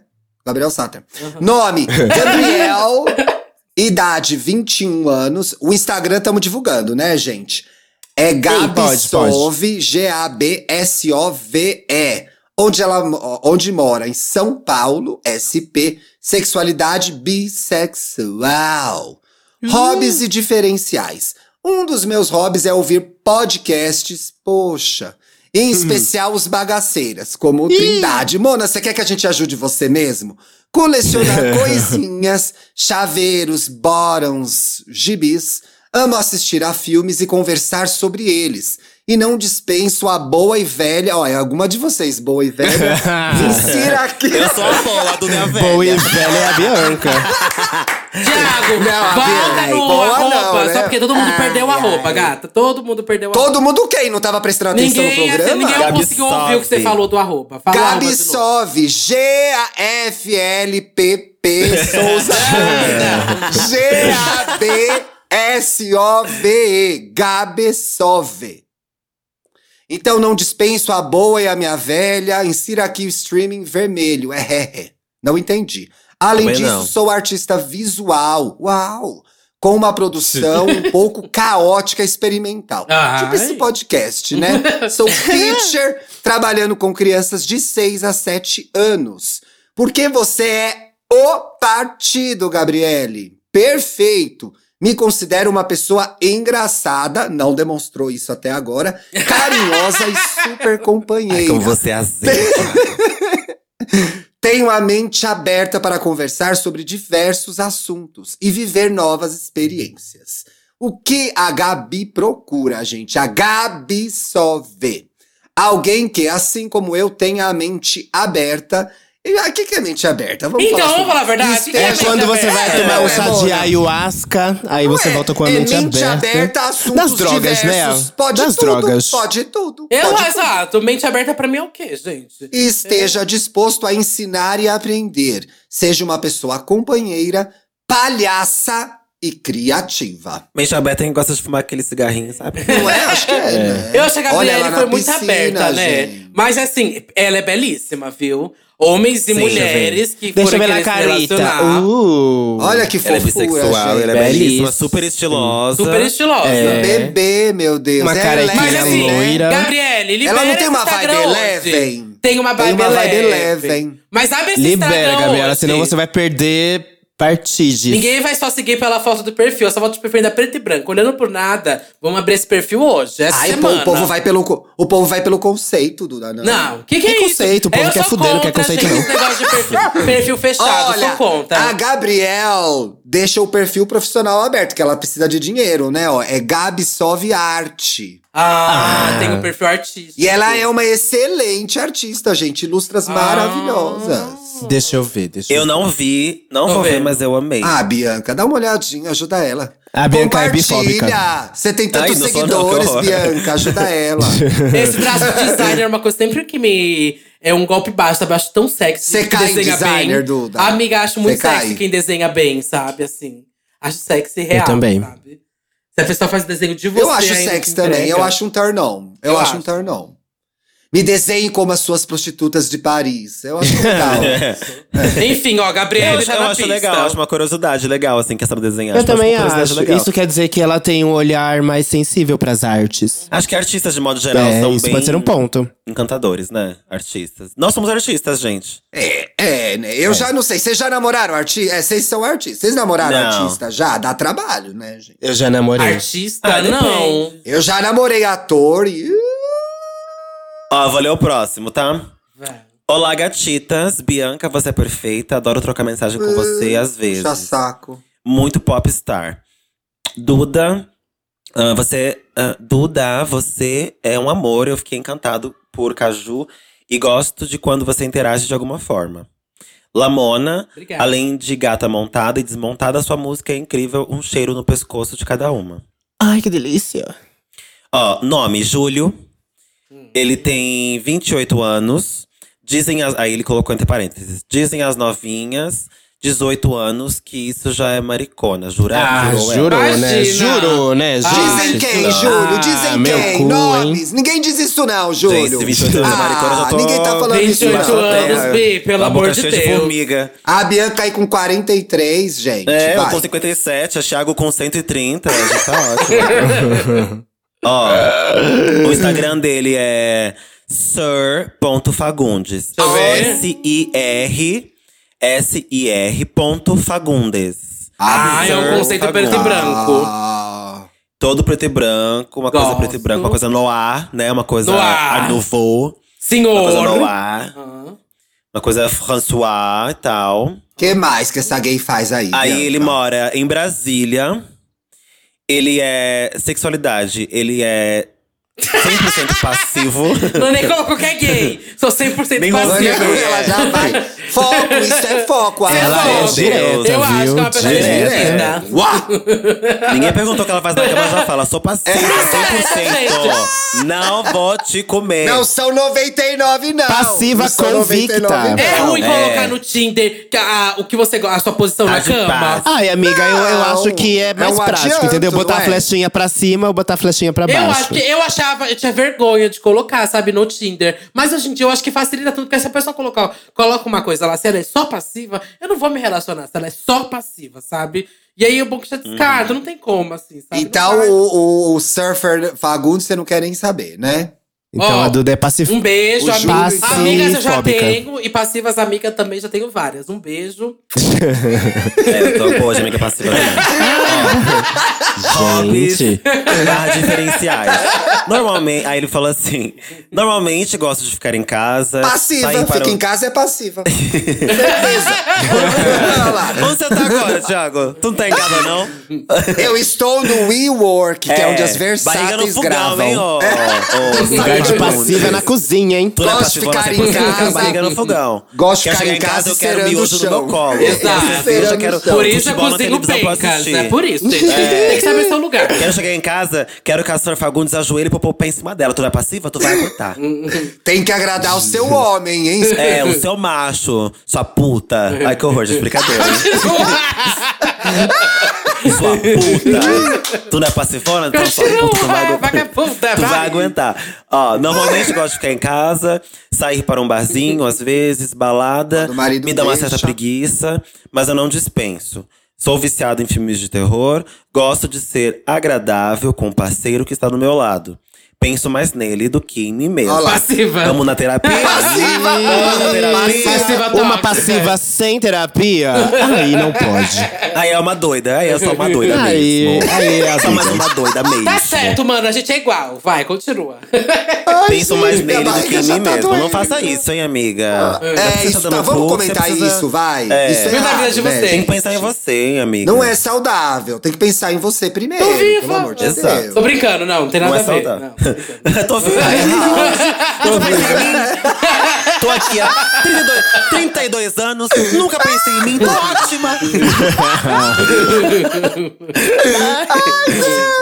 Speaker 3: Gabriel Satter.
Speaker 2: Uhum.
Speaker 3: Nome: Gabriel. idade: 21 anos. O Instagram estamos divulgando, né, gente? É
Speaker 4: pode,
Speaker 3: Gabsove, G-A-B-S-O-V-E. Onde ela mo- onde mora? Em São Paulo, SP. Sexualidade bissexual. Hobbies e diferenciais. Um dos meus hobbies é ouvir podcasts, poxa. Em especial os bagaceiras, como o Trindade. Mona, você quer que a gente ajude você mesmo? Colecionar coisinhas, chaveiros, bórons, gibis. Amo assistir a filmes e conversar sobre eles. E não dispenso a boa e velha. Olha, alguma de vocês, boa e velha, insira aqui.
Speaker 1: Eu sou a boa, a Duda Velha.
Speaker 4: Boa e velha é a Bianca.
Speaker 2: Tiago,
Speaker 3: Não,
Speaker 2: volta
Speaker 3: ai,
Speaker 2: no
Speaker 3: boa
Speaker 2: arroba.
Speaker 3: não, né?
Speaker 2: Só porque todo mundo
Speaker 1: Ai,
Speaker 2: perdeu a roupa,
Speaker 1: ai.
Speaker 2: gata. Todo mundo perdeu a
Speaker 3: Todo mundo quem? Não tava prestando atenção
Speaker 2: Ninguém,
Speaker 3: no programa?
Speaker 2: ninguém
Speaker 1: Gabi
Speaker 2: conseguiu ouvir o que você
Speaker 1: Soffi.
Speaker 2: falou do arroba. Fala o arroba de
Speaker 3: Gabi
Speaker 2: novo.
Speaker 3: Sov, G-A-F-L-P-P Souza Júnior. G-A-B-S-O-V-E, Gabi Sove. Então não dispenso a boa e a minha velha, insira aqui o streaming vermelho, é, é, é. Não entendi. Além
Speaker 1: Também
Speaker 3: disso,
Speaker 1: não.
Speaker 3: sou artista visual, uau! Com uma produção um pouco caótica e experimental.
Speaker 2: Ai.
Speaker 3: Tipo esse podcast, né? Sou teacher, trabalhando com crianças de 6 a 7 anos. Porque você é o partido, Gabriele. Perfeito. Me considero uma pessoa engraçada, não demonstrou isso até agora, carinhosa e super
Speaker 1: Ai,
Speaker 3: companheira.
Speaker 1: como você é azeite.
Speaker 3: Tenho a mente aberta para conversar sobre diversos assuntos e viver novas experiências. O que a Gabi procura, gente? A Gabi só vê. Alguém que, assim como eu, tenha a mente aberta. E ah, o que, que é mente aberta? Vamos
Speaker 2: Então,
Speaker 3: sobre
Speaker 2: vamos falar a verdade?
Speaker 3: isso.
Speaker 2: O que que
Speaker 4: É
Speaker 2: mente
Speaker 4: quando você
Speaker 2: aberta.
Speaker 4: vai tomar um chá de
Speaker 3: É, Mona?
Speaker 4: ayahuasca, aí você
Speaker 3: Ué,
Speaker 4: volta com a
Speaker 3: é
Speaker 4: mente,
Speaker 3: mente
Speaker 4: aberta.
Speaker 3: assuntos
Speaker 4: Das drogas,
Speaker 3: diversos.
Speaker 4: né?
Speaker 3: Pode
Speaker 4: Das
Speaker 3: tudo,
Speaker 4: drogas.
Speaker 3: Pode tudo.
Speaker 2: Eu,
Speaker 3: pode
Speaker 2: exato. Mente aberta pra mim é o quê, gente?
Speaker 3: e esteja disposto a ensinar e aprender. Seja uma pessoa companheira, palhaça e criativa.
Speaker 1: Mente aberta quem gosta de fumar aquele cigarrinho, sabe?
Speaker 3: Não é? Acho que é, né?
Speaker 2: Eu acho que a
Speaker 3: Olha
Speaker 2: Gabriele
Speaker 3: ela na
Speaker 2: foi muito
Speaker 3: piscina,
Speaker 2: aberta, né?
Speaker 3: gente.
Speaker 2: Mas assim, ela é belíssima, viu? Homens e
Speaker 1: Sim,
Speaker 2: mulheres que
Speaker 4: Deixa
Speaker 2: foram
Speaker 4: eu ver na
Speaker 2: querer se
Speaker 4: carita.
Speaker 2: relacionar.
Speaker 4: Uh.
Speaker 3: Olha que
Speaker 1: Ela é
Speaker 3: fofura,
Speaker 1: bissexual,
Speaker 3: gente.
Speaker 1: ela é belíssima, super estilosa.
Speaker 2: Super estilosa.
Speaker 4: É.
Speaker 3: Bebê, meu Deus.
Speaker 4: Uma
Speaker 3: é
Speaker 4: carequinha
Speaker 3: leve,
Speaker 2: Mas assim,
Speaker 3: né?
Speaker 4: loira.
Speaker 2: Gabriele, libera
Speaker 3: Ela não tem
Speaker 2: esse
Speaker 3: uma vibe
Speaker 2: Instagram hoje.
Speaker 3: leve, hein?
Speaker 2: Tem uma
Speaker 3: Tem
Speaker 2: vibe
Speaker 3: uma vibe
Speaker 2: leve.
Speaker 3: leve, hein?
Speaker 2: Mas abre esse
Speaker 4: Libera,
Speaker 2: Instagram
Speaker 4: Gabriela,
Speaker 2: hoje.
Speaker 4: senão você vai perder partidas.
Speaker 2: Ninguém vai só seguir pela foto do perfil. Essa foto do perfil ainda é preto e branco. Olhando por nada, vamos abrir esse perfil hoje. Essa
Speaker 3: Ai, pô,
Speaker 2: semana.
Speaker 3: o povo vai pelo, co- o povo vai pelo conceito, Duda. Não.
Speaker 2: Não, o que, que é isso?
Speaker 4: Preconceito, o povo
Speaker 2: Eu
Speaker 4: quer
Speaker 2: sou
Speaker 4: fuder, não quer
Speaker 2: contra,
Speaker 4: conceito
Speaker 2: gente,
Speaker 4: não.
Speaker 2: Esse negócio de perfil, perfil fechado,
Speaker 3: Olha,
Speaker 2: sou contra.
Speaker 3: a Gabriel deixa o perfil profissional aberto, que ela precisa de dinheiro, né? Ó, é Gabi Sove Arte.
Speaker 2: Ah,
Speaker 4: Ah.
Speaker 2: tem o perfil artístico.
Speaker 3: E ela é uma excelente artista, gente. Ilustras
Speaker 2: Ah.
Speaker 3: maravilhosas.
Speaker 4: Deixa eu ver, deixa eu,
Speaker 1: Eu não vi, não
Speaker 2: Tô
Speaker 1: vou ver,
Speaker 2: vendo.
Speaker 1: mas eu amei.
Speaker 3: Ah, Bianca, dá uma olhadinha, ajuda ela.
Speaker 4: A Bianca é
Speaker 3: Compartilha! Você tem
Speaker 1: Ai,
Speaker 3: tantos
Speaker 1: não sou não,
Speaker 3: seguidores,
Speaker 1: que horror.
Speaker 3: Bianca, ajuda ela.
Speaker 2: Esse traço de designer é uma coisa sempre que me. É um golpe baixo, sabe? Eu acho tão sexy.
Speaker 3: Você
Speaker 2: que
Speaker 3: cai em
Speaker 2: desenha
Speaker 3: designer,
Speaker 2: bem.
Speaker 3: Duda?
Speaker 2: Amiga, acho muito
Speaker 3: Você cai?
Speaker 2: sexy quem desenha bem, sabe? Assim. Acho sexy e real.
Speaker 4: também.
Speaker 2: Sabe? Se a pessoa faz desenho de você.
Speaker 3: Eu acho
Speaker 2: ainda
Speaker 3: sexy
Speaker 2: que entrega.
Speaker 3: também, eu acho um turn on. Eu,
Speaker 2: é Eu
Speaker 3: acho, um
Speaker 2: acho.
Speaker 3: turn on. Me desenhe como as suas prostitutas de Paris. Eu acho legal.
Speaker 2: Enfim, ó,
Speaker 1: Eu
Speaker 2: Gabriele
Speaker 1: acho,
Speaker 2: já
Speaker 1: eu
Speaker 2: na
Speaker 1: acho
Speaker 2: pista.
Speaker 1: legal, acho uma curiosidade legal, assim, quer saber desenhar.
Speaker 4: Eu
Speaker 1: uma
Speaker 4: também
Speaker 1: curiosidade
Speaker 4: acho.
Speaker 1: legal.
Speaker 4: Isso quer dizer que ela tem um olhar mais sensível pras artes.
Speaker 1: Acho que artistas, de modo geral,
Speaker 4: É,
Speaker 1: são
Speaker 4: isso
Speaker 1: bem
Speaker 4: pode ser um ponto.
Speaker 1: encantadores, né? Artistas. Nós somos artistas, gente.
Speaker 3: é, né? Eu já não sei. Vocês já namoraram artista? É, vocês são artistas. Vocês namoraram
Speaker 1: Não.
Speaker 3: artista já? Dá trabalho, né, gente?
Speaker 4: Eu já namorei.
Speaker 2: Artista,
Speaker 1: Ah, depende.
Speaker 2: não.
Speaker 3: Eu já namorei ator e.
Speaker 1: Ó, valeu o próximo, tá?
Speaker 2: Vai.
Speaker 1: Olá, gatitas. Bianca, você é perfeita. Adoro trocar mensagem com você às vezes.
Speaker 3: Puxa saco.
Speaker 1: Muito popstar. Duda, ah, você. ah, Duda, você é um amor. Eu fiquei encantado por Caju e gosto de quando você interage de alguma forma. Lamona,
Speaker 2: Obrigada.
Speaker 1: além de gata montada e desmontada, sua música é incrível, um cheiro no pescoço de cada uma.
Speaker 4: Ai, que delícia.
Speaker 1: Ó, nome, Júlio. Ele tem 28 anos. Dizem as. Aí ele colocou entre parênteses. Dizem as novinhas, 18 anos, que isso já é maricona. Jura? é.
Speaker 4: Ah,
Speaker 1: Jurou ela.
Speaker 4: jurou, né?
Speaker 2: Imagina.
Speaker 4: Jurou, né?
Speaker 2: Ai,
Speaker 3: Dizem
Speaker 4: gente?
Speaker 3: quem,
Speaker 4: Ah,
Speaker 3: Júlio? Dizem
Speaker 4: meu
Speaker 3: quem?
Speaker 4: cu,
Speaker 3: Nomes.
Speaker 4: hein?
Speaker 3: Ninguém diz isso, não,
Speaker 1: Gente,
Speaker 3: Júlio. Ah,
Speaker 1: se 28 anos é maricona, eu já tô…
Speaker 3: ninguém tá falando isso,
Speaker 2: 28
Speaker 3: não.
Speaker 2: anos, Bi, pelo
Speaker 1: A boca
Speaker 2: amor de
Speaker 1: cheia
Speaker 2: Deus.
Speaker 1: formiga.
Speaker 3: A Bianca aí com 43, gente.
Speaker 1: É, eu
Speaker 3: vai.
Speaker 1: com 57, a Thiago com 130, já tá ótimo. Ó, o Instagram dele é sir.fagundes.
Speaker 2: eu ver.
Speaker 1: S-I-R, S-I-R ponto Fagundes.
Speaker 3: Ah,
Speaker 2: Ah, é um
Speaker 1: Sir
Speaker 2: conceito preto e
Speaker 1: Fagundes.
Speaker 2: branco.
Speaker 3: Ah.
Speaker 1: Todo preto e branco, uma coisa
Speaker 2: Gosto.
Speaker 1: preto e branco, uma coisa noir, né? Uma coisa
Speaker 2: Noir.
Speaker 1: Art Nouveau, Tá uma coisa
Speaker 2: Senhor.
Speaker 1: noir,
Speaker 2: Ah.
Speaker 1: uma coisa François e tal.
Speaker 3: que mais que essa gay faz aí?
Speaker 1: Aí
Speaker 3: Bianca?
Speaker 1: ele mora em Brasília. Ele é. Sexualidade. Ele é 100% passivo.
Speaker 2: Não nem colocou que é gay. Sou 100%
Speaker 1: Nem colocou que é
Speaker 2: passiva.
Speaker 1: gay.
Speaker 3: Ela já vai. Foco, isso é foco. É. Ah,
Speaker 1: Ela
Speaker 3: foco.
Speaker 1: é
Speaker 2: Pô,
Speaker 1: direta,
Speaker 2: Eu acho que é uma pessoa
Speaker 1: Direta.
Speaker 2: direta.
Speaker 1: Uá! Ninguém perguntou o que ela faz na cama, ela já fala. Sou passiva,
Speaker 3: É.
Speaker 1: 100%. Não vou te comer.
Speaker 3: Não são 99, não.
Speaker 4: Passiva
Speaker 3: Não são
Speaker 4: convicta.
Speaker 3: 99,
Speaker 2: É
Speaker 3: não.
Speaker 2: ruim
Speaker 1: É.
Speaker 2: colocar no Tinder que a- a- o que você gosta, a sua posição na
Speaker 1: As de
Speaker 2: cama.
Speaker 1: paz.
Speaker 4: Ai, amiga, eu, eu
Speaker 3: Não,
Speaker 4: acho que é
Speaker 3: é
Speaker 4: mais
Speaker 3: um
Speaker 4: prático,
Speaker 3: adianto,
Speaker 4: entendeu? Botar
Speaker 3: não
Speaker 4: a
Speaker 3: é?
Speaker 4: flechinha pra cima ou botar a flechinha pra
Speaker 2: Eu,
Speaker 4: baixo.
Speaker 2: acho que, eu achava, eu tinha vergonha de colocar, sabe, no Tinder. Mas hoje em dia eu acho que facilita tudo, porque se a pessoa colocar, coloca uma coisa lá, se ela é só passiva, eu não vou me relacionar, se ela é só passiva, sabe? E aí o bom que já descarta, não tem como, assim, sabe?
Speaker 3: Então,
Speaker 2: Não vai.
Speaker 3: o, o- o surfer Fagundes, você não quer nem saber, né?
Speaker 4: Então
Speaker 2: Ó,
Speaker 4: a Duda é pacifista.
Speaker 2: Um beijo,
Speaker 3: o
Speaker 2: amiga.
Speaker 3: júri-
Speaker 2: amigas eu já
Speaker 4: Passifóbica.
Speaker 2: tenho, e passivas amigas também já tenho várias. Um beijo.
Speaker 1: É, eu tô boa de amiga passiva. né? Hobbies,
Speaker 4: Gente.
Speaker 1: barra diferenciais. Normalmente, aí ele falou assim: normalmente gosto de ficar em casa.
Speaker 3: Passiva,
Speaker 1: sair para
Speaker 3: fica
Speaker 1: o-
Speaker 3: em casa é passiva. Certeza. Olha lá.
Speaker 1: Onde você tá agora, Thiago? Tu não tá em casa, não?
Speaker 3: Eu estou no WeWork, que é, onde as
Speaker 1: Barriga no
Speaker 3: versáteis
Speaker 1: fogão,
Speaker 3: gravam. É.
Speaker 1: hein, ó. ó,
Speaker 4: Lugar de
Speaker 1: vagabundo.
Speaker 4: passiva na cozinha, hein?
Speaker 1: Tu não é
Speaker 3: Gosto de
Speaker 1: passivona, você
Speaker 3: ficar
Speaker 1: é
Speaker 3: em
Speaker 1: tipo assim, passiva,
Speaker 3: casa.
Speaker 1: Barriga no fogão.
Speaker 3: Gosto de
Speaker 1: Quer
Speaker 3: ficar
Speaker 1: chegar
Speaker 3: em casa
Speaker 1: eu quero
Speaker 3: cerando o
Speaker 1: miojo no
Speaker 3: chão.
Speaker 1: meu colo.
Speaker 2: Exato.
Speaker 1: Eu já quero
Speaker 3: Então,
Speaker 2: por isso eu
Speaker 1: futebol na
Speaker 2: cozinho
Speaker 1: televisão
Speaker 2: bem,
Speaker 1: pra
Speaker 2: cara.
Speaker 1: assistir.
Speaker 2: É por isso. Tem, tem que saber seu lugar.
Speaker 1: Quero chegar em casa, quero que a senhora Fagundes ajoelhe pra pôr o pé em cima dela. Tu não é passiva? Tu vai aguentar.
Speaker 3: Tem que agradar o seu homem, hein?
Speaker 1: É, o seu macho, sua puta. Ai, que horror de explicador. hein? sua puta. Tu não é passifona? Então, sua puta, tu vai
Speaker 2: Continua,
Speaker 1: aguentar.
Speaker 2: vagabunda,
Speaker 1: Tu vai
Speaker 2: vai.
Speaker 1: aguentar. Ó, normalmente gosto de ficar em casa, sair para um barzinho, às vezes, balada.
Speaker 3: Quando o marido
Speaker 1: Me dá uma certa
Speaker 3: deixa.
Speaker 1: preguiça, mas eu não dispenso. Sou viciado em filmes de terror, gosto de ser agradável com o parceiro que está do meu lado. Penso mais nele do que em mim mesmo.
Speaker 3: Olha lá.
Speaker 2: Passiva.
Speaker 1: Vamos na terapia?
Speaker 3: Passiva!
Speaker 1: Vamos na terapia?
Speaker 2: Passiva
Speaker 4: Uma
Speaker 2: tóxica.
Speaker 4: passiva sem terapia? Aí não pode.
Speaker 1: Aí é uma doida, aí eu sou uma doida
Speaker 4: Aí-
Speaker 1: mesmo.
Speaker 4: aí é a
Speaker 1: sou mais
Speaker 4: vida.
Speaker 1: uma doida mesmo.
Speaker 2: Tá certo, mano. A gente é igual. Vai, continua.
Speaker 1: Penso mais
Speaker 3: minha
Speaker 1: nele do que
Speaker 3: barriga
Speaker 1: em
Speaker 3: já
Speaker 1: mim
Speaker 3: tá
Speaker 1: mesmo. Não
Speaker 3: doendo.
Speaker 1: faça isso, hein, amiga. Já
Speaker 3: É,
Speaker 1: precisa
Speaker 3: isso,
Speaker 1: dar
Speaker 3: tá,
Speaker 1: no
Speaker 3: vamos
Speaker 1: cu, você
Speaker 3: comentar
Speaker 1: precisa-
Speaker 3: isso, vai.
Speaker 1: É.
Speaker 3: Isso é
Speaker 2: Viva a vida
Speaker 3: errado,
Speaker 2: de
Speaker 3: velho.
Speaker 2: vocês.
Speaker 1: Tem que pensar em você, hein, amiga.
Speaker 3: Não é saudável, tem que pensar em você primeiro,
Speaker 2: Tô viva.
Speaker 3: pelo amor de
Speaker 1: Exato.
Speaker 3: Deus.
Speaker 2: Tô brincando, não. Não tem
Speaker 1: Não
Speaker 2: nada
Speaker 1: é
Speaker 2: a ver.
Speaker 1: saudável.
Speaker 2: não, tô brincando.
Speaker 1: Tô viva. Tô viva. Tô aqui há 32, 32 anos, nunca pensei em mim, tô ótima.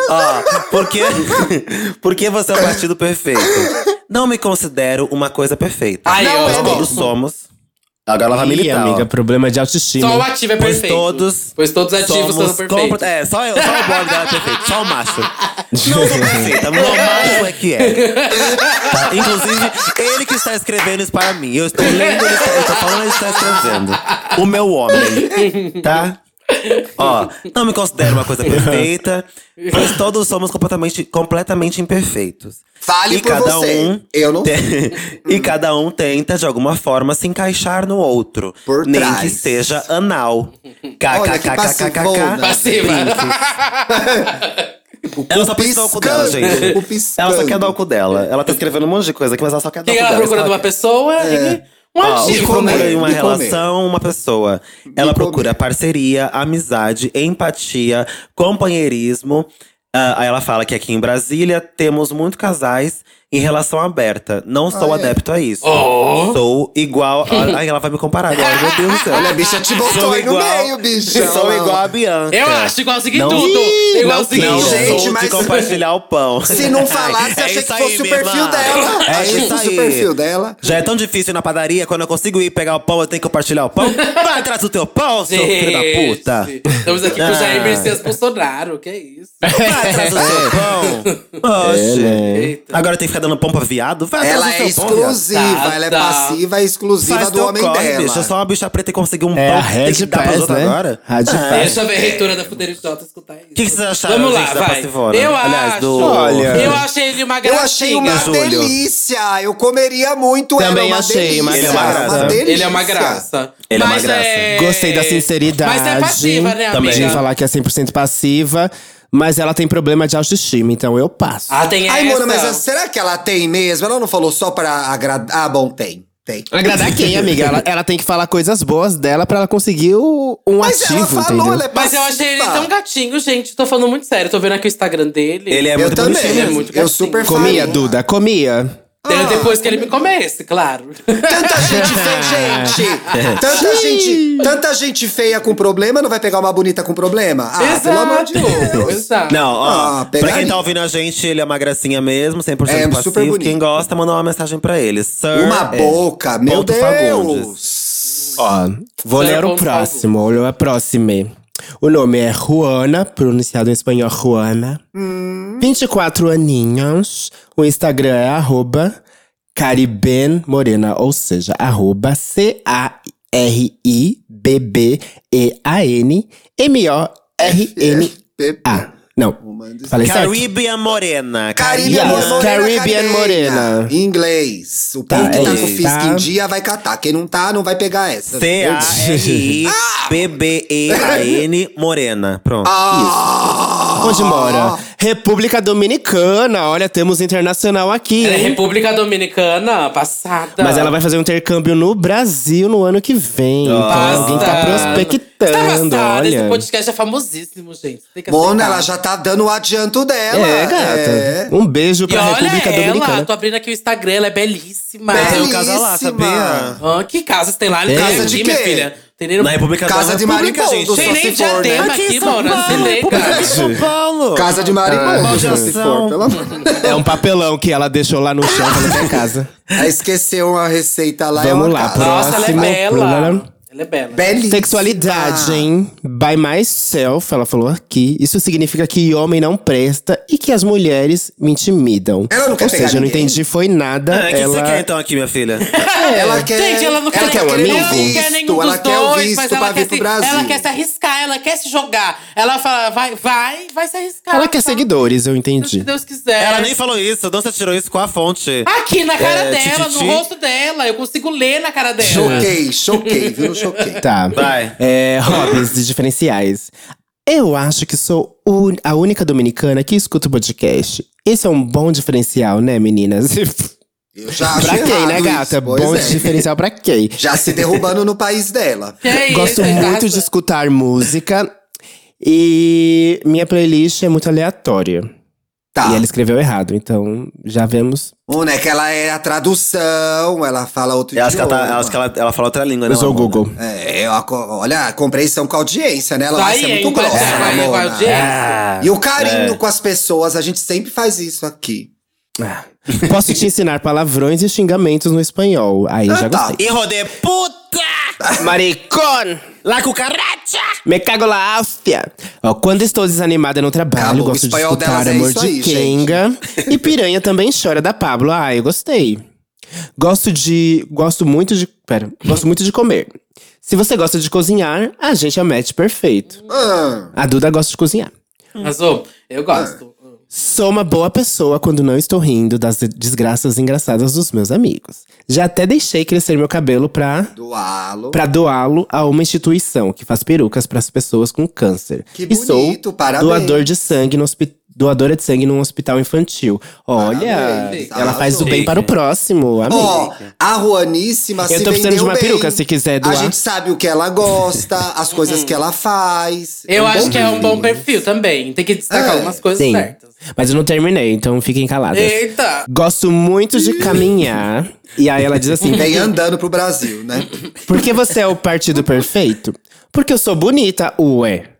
Speaker 1: Ó, porque, porque você é o partido perfeito. Não me considero uma coisa perfeita.
Speaker 2: Ai,
Speaker 3: é
Speaker 2: eu
Speaker 1: Nós
Speaker 2: amo.
Speaker 1: todos somos. Agora ela vai
Speaker 4: Ih,
Speaker 1: militar. ó.
Speaker 4: amiga, problema de
Speaker 2: Só o
Speaker 4: autoestima.
Speaker 2: ativo é
Speaker 1: Pois
Speaker 2: perfeito.
Speaker 1: todos
Speaker 2: Pois todos ativos
Speaker 1: somos
Speaker 2: são perfeitos.
Speaker 1: compro- É, só, eu, só o blog dela é perfeito, só o macho. Não sou perfeita, mas o macho é que é. Tá? Inclusive, ele que está escrevendo isso para mim. Eu estou lendo, ele está, eu estou falando, ele está escrevendo. O meu homem, tá? Ó, não me considero uma coisa perfeita, pois todos somos completamente, completamente imperfeitos.
Speaker 3: Fale
Speaker 1: e
Speaker 3: por
Speaker 1: cada
Speaker 3: você.
Speaker 1: um
Speaker 3: Eu não
Speaker 1: te- e cada um tenta, de alguma forma, se encaixar no outro.
Speaker 3: Por
Speaker 1: nem
Speaker 3: trás.
Speaker 1: que seja anal.
Speaker 3: Olha que
Speaker 1: KKKKKK.
Speaker 3: passivona.
Speaker 2: Passiva.
Speaker 1: Ela só pensa no cu dela,
Speaker 3: piscando,
Speaker 1: gente.
Speaker 3: o piscando.
Speaker 1: Ela só quer dar o cu dela. Ela tá escrevendo um monte de coisa aqui, mas ela só quer dar
Speaker 2: Quem
Speaker 1: o cu
Speaker 2: ela
Speaker 1: dela.
Speaker 2: procurando uma pessoa?
Speaker 1: É.
Speaker 2: e- Um
Speaker 1: Ó,
Speaker 2: ativo,
Speaker 1: procura
Speaker 3: comer,
Speaker 1: em Ah, uma
Speaker 3: me comer.
Speaker 1: relação, uma pessoa. Ela procura parceria, amizade, empatia, companheirismo. Ah, aí ela fala que aqui em Brasília temos muito casais em relação aberta. Não sou
Speaker 3: Ah, é?
Speaker 1: adepto a isso.
Speaker 2: Oh.
Speaker 1: Sou igual. a- Ai, ela vai me comparar agora, meu Deus do céu.
Speaker 3: Olha, a bicha te botou
Speaker 1: Sou
Speaker 3: aí no
Speaker 1: igual-
Speaker 3: meio, bicha.
Speaker 1: Sou igual a Bianca.
Speaker 2: Eu acho igualzinho em
Speaker 1: Não.
Speaker 2: tudo.
Speaker 1: Ih,
Speaker 2: Igualzinho.
Speaker 1: Não,
Speaker 3: Gente,
Speaker 1: gente,
Speaker 3: mas-
Speaker 1: de compartilhar o pão.
Speaker 3: Se não falasse,
Speaker 2: É
Speaker 1: Ai,
Speaker 3: achei
Speaker 1: isso
Speaker 3: que
Speaker 1: aí,
Speaker 3: fosse o
Speaker 1: minha
Speaker 3: perfil
Speaker 1: irmã.
Speaker 3: dela.
Speaker 1: É
Speaker 3: Achei que
Speaker 1: isso
Speaker 3: fosse
Speaker 1: aí.
Speaker 3: o perfil dela.
Speaker 1: Já é tão difícil na padaria, quando eu consigo ir pegar o pão, eu tenho que compartilhar o pão. Vai atrás do teu pão, seu filho
Speaker 2: Gente,
Speaker 1: da puta.
Speaker 2: Estamos aqui com o Jair
Speaker 1: Ah.
Speaker 2: Mercedes Bolsonaro, que é isso.
Speaker 1: Vai atrás do
Speaker 3: É.
Speaker 1: seu pão. Oxe.
Speaker 2: Eita.
Speaker 1: Agora tem que ficar dando pão pra viado? Vai atrás
Speaker 3: né? Ela
Speaker 1: do seu
Speaker 3: é
Speaker 1: pão, viado.
Speaker 3: exclusiva,
Speaker 2: viado.
Speaker 3: ela é
Speaker 2: Tá.
Speaker 3: passiva e exclusiva
Speaker 1: Faz
Speaker 3: do
Speaker 1: teu
Speaker 3: homem
Speaker 1: corre,
Speaker 3: dela.
Speaker 1: bicho. Eu sou uma bicha preta e conseguir um
Speaker 4: É
Speaker 1: pão.
Speaker 4: a
Speaker 1: tem que
Speaker 4: Red
Speaker 1: dar pros
Speaker 4: Pass,
Speaker 1: outros
Speaker 4: né?
Speaker 1: agora?
Speaker 4: Red Pass.
Speaker 2: Deixa a verreitura da Fuderijota escutar isso. O
Speaker 1: É. que vocês acharam,
Speaker 2: Vamos lá,
Speaker 1: gente, da
Speaker 2: vai.
Speaker 1: Passivona?
Speaker 2: Eu
Speaker 1: Aliás,
Speaker 2: acho.
Speaker 1: do-
Speaker 4: Olha.
Speaker 2: Eu achei ele uma
Speaker 3: Eu
Speaker 2: gracinha.
Speaker 3: achei uma
Speaker 1: assim, Júlio.
Speaker 3: delícia! Eu comeria muito ela.
Speaker 4: Também
Speaker 3: é uma
Speaker 4: achei,
Speaker 3: delícia.
Speaker 4: uma
Speaker 1: graça.
Speaker 3: delícia.
Speaker 2: Ele é uma graça.
Speaker 1: Ele é uma
Speaker 2: Mas
Speaker 1: graça.
Speaker 4: Gostei da sinceridade.
Speaker 2: Mas é passiva, né,
Speaker 1: Também.
Speaker 4: De
Speaker 2: amiga?
Speaker 4: falar que é 100% passiva, mas ela tem problema de autoestima, então eu passo.
Speaker 2: Ah, tem
Speaker 3: Ai,
Speaker 2: essa.
Speaker 3: Mona, mas será que ela tem mesmo? Ela não falou só pra agradar? Ah, bom, tem. Tem.
Speaker 4: Agradar quem, amiga? Ela, ela tem que falar coisas boas dela pra ela conseguir o- um
Speaker 3: Mas
Speaker 4: ativo,
Speaker 3: ela falou,
Speaker 4: entendeu?
Speaker 3: ela é
Speaker 2: Mas eu achei ele
Speaker 3: passiva.
Speaker 2: tão gatinho, gente. Tô falando muito sério. Tô vendo aqui o Instagram dele.
Speaker 1: Ele é
Speaker 3: Eu
Speaker 1: muito
Speaker 3: também.
Speaker 1: bonitinho.
Speaker 2: é muito
Speaker 3: eu
Speaker 2: gatinho.
Speaker 3: super
Speaker 4: Comia,
Speaker 3: faria.
Speaker 4: Duda, comia.
Speaker 1: Ah.
Speaker 2: Tem- Depois que ele me comesse, claro.
Speaker 3: Tanta gente feia, gente! Tanta gente, tanta gente feia com problema não vai pegar uma bonita com problema? Ah, pelo amor de
Speaker 2: Exato.
Speaker 3: Deus!
Speaker 2: Exato.
Speaker 1: Não, ó,
Speaker 3: Ah,
Speaker 1: pra quem
Speaker 3: pegaria.
Speaker 1: tá ouvindo a gente, ele é uma gracinha mesmo, 100%
Speaker 3: É,
Speaker 1: passivo.
Speaker 3: super bonito.
Speaker 1: Quem gosta, manda uma mensagem pra ele. Sir,
Speaker 3: Uma
Speaker 1: é,
Speaker 3: boca, meu
Speaker 1: ponto
Speaker 3: Deus!
Speaker 1: Fagundes.
Speaker 4: Ó, vou
Speaker 2: Zero
Speaker 4: ler o
Speaker 2: ponto
Speaker 4: próximo, vou ler a próxima. O nome é Juana, pronunciado em espanhol Juana.
Speaker 3: Hum.
Speaker 4: 24 aninhos. O Instagram é arroba Cariben Morena, ou seja, arroba C-A-R-I-B-B-E-A-N M-O-R-N-A. Não, falei certo?
Speaker 1: Caribbean Morena.
Speaker 3: Caribbean
Speaker 4: Yes,
Speaker 3: Morena.
Speaker 4: Caribbean
Speaker 3: Cadeira.
Speaker 4: Morena.
Speaker 3: Em inglês. O
Speaker 4: Tá,
Speaker 3: povo que tá
Speaker 4: é
Speaker 3: com o
Speaker 4: isso,
Speaker 3: Fisk
Speaker 4: tá?
Speaker 3: em dia vai catar. Quem não tá, não vai pegar essa.
Speaker 1: C-A-R-I-B-B-E-A-N Morena. Pronto.
Speaker 3: Ah!
Speaker 4: Onde mora? República Dominicana. Olha, temos internacional aqui.
Speaker 2: Ele é
Speaker 4: hein?
Speaker 2: República Dominicana, passada.
Speaker 4: Mas ela vai fazer um intercâmbio no Brasil no ano que vem. Então
Speaker 2: Passada.
Speaker 4: alguém tá
Speaker 2: Tá
Speaker 4: prospectando,
Speaker 2: passada, Esse
Speaker 4: olha.
Speaker 2: podcast é famosíssimo, gente. Tem que
Speaker 3: Mona,
Speaker 2: aceitar.
Speaker 3: ela já tá dando o adianto dela.
Speaker 4: É, gata.
Speaker 3: É.
Speaker 4: Um beijo
Speaker 2: E
Speaker 4: pra
Speaker 2: olha
Speaker 4: República
Speaker 2: ela,
Speaker 4: Dominicana.
Speaker 2: tô abrindo aqui o Instagram, ela é belíssima. é
Speaker 1: Tem um
Speaker 3: Belíssima.
Speaker 1: casal lá, sabia?
Speaker 2: Ah, que casas tem lá? Não
Speaker 4: Casa
Speaker 2: tem
Speaker 3: de
Speaker 2: aqui, minha
Speaker 3: quê?
Speaker 2: filha. Tem nem no-
Speaker 1: Na República é
Speaker 3: Casa
Speaker 1: da
Speaker 3: de
Speaker 1: República,
Speaker 3: Maricondo,
Speaker 2: Tem
Speaker 3: só
Speaker 2: nem
Speaker 3: se for, né?
Speaker 2: diadema aqui, Mona. Se liga.
Speaker 1: São Paulo.
Speaker 3: Casa de
Speaker 1: Ah,
Speaker 3: Maricondo, só se
Speaker 1: maldição.
Speaker 3: for, pelo amor.
Speaker 4: É um papelão que ela deixou lá no chão falando que é casa.
Speaker 3: Ela esqueceu a receita lá.
Speaker 4: Vamos
Speaker 3: é uma
Speaker 4: lá,
Speaker 3: casa.
Speaker 2: Nossa, ela é
Speaker 4: Próximo
Speaker 2: bela.
Speaker 4: programa.
Speaker 2: Ela é bela.
Speaker 3: Belíssima.
Speaker 4: Sexualidade, hein? By myself, ela falou aqui. Isso significa que homem não presta e que as mulheres me intimidam.
Speaker 3: Ela não quer
Speaker 4: Ou
Speaker 3: pegar
Speaker 4: seja, eu não
Speaker 3: ninguém.
Speaker 4: entendi, foi nada.
Speaker 1: Ah, O que
Speaker 4: ela...
Speaker 1: você quer então aqui, minha filha?
Speaker 4: É.
Speaker 3: Ela quer,
Speaker 2: Gente, ela não quer,
Speaker 3: quer,
Speaker 2: ela
Speaker 3: o
Speaker 2: não
Speaker 3: visto,
Speaker 2: quer nenhum
Speaker 3: ela
Speaker 2: dos
Speaker 3: quer o
Speaker 2: dois,
Speaker 3: visto
Speaker 2: mas
Speaker 3: pra
Speaker 2: ela
Speaker 3: vir
Speaker 2: quer,
Speaker 3: pro
Speaker 2: se,
Speaker 3: Brasil.
Speaker 2: ela quer se arriscar, ela quer se jogar. Ela fala, vai, vai, vai se arriscar.
Speaker 4: Ela quer
Speaker 2: fala,
Speaker 4: seguidores, eu
Speaker 2: Se
Speaker 4: entendi.
Speaker 2: Deus quiser.
Speaker 3: É.
Speaker 1: Ela nem falou isso, não você tirou isso com a
Speaker 3: Ah,
Speaker 1: fonte.
Speaker 2: Aqui na cara
Speaker 1: É,
Speaker 2: dela,
Speaker 1: tititi.
Speaker 2: no rosto dela. Eu consigo ler na cara dela.
Speaker 3: Choquei, choquei, viu? Choquei.
Speaker 4: Tá.
Speaker 1: Vai.
Speaker 4: É, hobbies de diferenciais. Eu acho que sou un- a única dominicana que escuta o podcast. Esse é um bom diferencial, né, meninas?
Speaker 3: Eu já acho
Speaker 4: pra quem,
Speaker 3: errado
Speaker 4: né,
Speaker 3: isso,
Speaker 4: gata?
Speaker 3: pois
Speaker 4: Bom
Speaker 3: é.
Speaker 4: diferencial pra quem?
Speaker 3: Já se derrubando no país dela.
Speaker 2: Que é
Speaker 4: Gosto
Speaker 2: isso,
Speaker 4: muito de
Speaker 2: Itaça?
Speaker 4: escutar música e minha playlist é muito aleatória.
Speaker 3: Tá.
Speaker 4: E ela escreveu errado, então já vemos.
Speaker 3: Um, né? Que ela é a tradução, ela fala outro
Speaker 1: Eu acho que ela,
Speaker 3: idioma.
Speaker 1: tá, eu acho que ela, ela fala outra língua, né?
Speaker 4: Usou o
Speaker 1: Lamona?
Speaker 4: Google.
Speaker 3: É, eu aco- olha, a compreensão com a audiência, né? Ela
Speaker 4: é
Speaker 3: vai
Speaker 2: Vai,
Speaker 3: ser
Speaker 2: hein,
Speaker 3: muito grossa,
Speaker 2: vai, vai,
Speaker 3: Ramona.
Speaker 2: vai, audiência.
Speaker 3: E o carinho com as pessoas, a gente sempre faz isso aqui.
Speaker 4: Posso te ensinar palavrões e xingamentos no espanhol. Aí
Speaker 3: Ah,
Speaker 4: já
Speaker 3: tá.
Speaker 4: gostei.
Speaker 1: Hijo de puta!
Speaker 4: Maricón!
Speaker 1: La cucaracha!
Speaker 4: Me cago la áfia. Ó, quando estou desanimada no trabalho,
Speaker 3: Acabou.
Speaker 4: gosto
Speaker 3: O
Speaker 4: de
Speaker 3: espanhol
Speaker 4: escutar
Speaker 3: delas é
Speaker 4: Amor
Speaker 3: isso
Speaker 4: de
Speaker 3: aí,
Speaker 4: Kenga. E Piranha também chora da Pablo. Ah, eu gostei. Gosto de. Gosto muito de. Pera, gosto muito de comer. Se você gosta de cozinhar, a gente é o match perfeito.
Speaker 2: Hum.
Speaker 3: Ah,
Speaker 4: A Duda gosta de cozinhar.
Speaker 2: Mas, ô, eu gosto.
Speaker 4: Sou uma boa pessoa quando não estou rindo das desgraças engraçadas dos meus amigos. Já até deixei crescer meu cabelo pra
Speaker 3: doá-lo.
Speaker 4: Pra doá-lo a uma instituição que faz perucas pras pessoas com câncer.
Speaker 3: Que
Speaker 4: e sou
Speaker 3: bonito, parabéns.
Speaker 4: doador de sangue no hospi- doadora de sangue num hospital infantil. Olha,
Speaker 3: Parabéns,
Speaker 4: ela faz o
Speaker 1: arrasou.
Speaker 4: bem para o próximo, amém.
Speaker 3: Ó, a Juaníssima
Speaker 4: Eu
Speaker 3: se
Speaker 4: tô precisando de
Speaker 3: vendeu
Speaker 4: uma
Speaker 3: bem.
Speaker 4: peruca, se quiser doar.
Speaker 3: A gente sabe o que ela gosta, as coisas que ela faz.
Speaker 2: Hum. Eu
Speaker 3: Um
Speaker 2: acho
Speaker 3: bom
Speaker 2: que é um bom
Speaker 3: perfil.
Speaker 2: perfil também. Tem que destacar
Speaker 3: É,
Speaker 2: algumas coisas
Speaker 4: Sim.
Speaker 2: certas.
Speaker 4: Mas eu não terminei, então fiquem caladas.
Speaker 2: Eita!
Speaker 4: Gosto muito de caminhar. e aí ela diz assim:
Speaker 3: Vem andando pro Brasil, né?
Speaker 4: Por que você é o partido perfeito? Porque eu sou bonita, ué.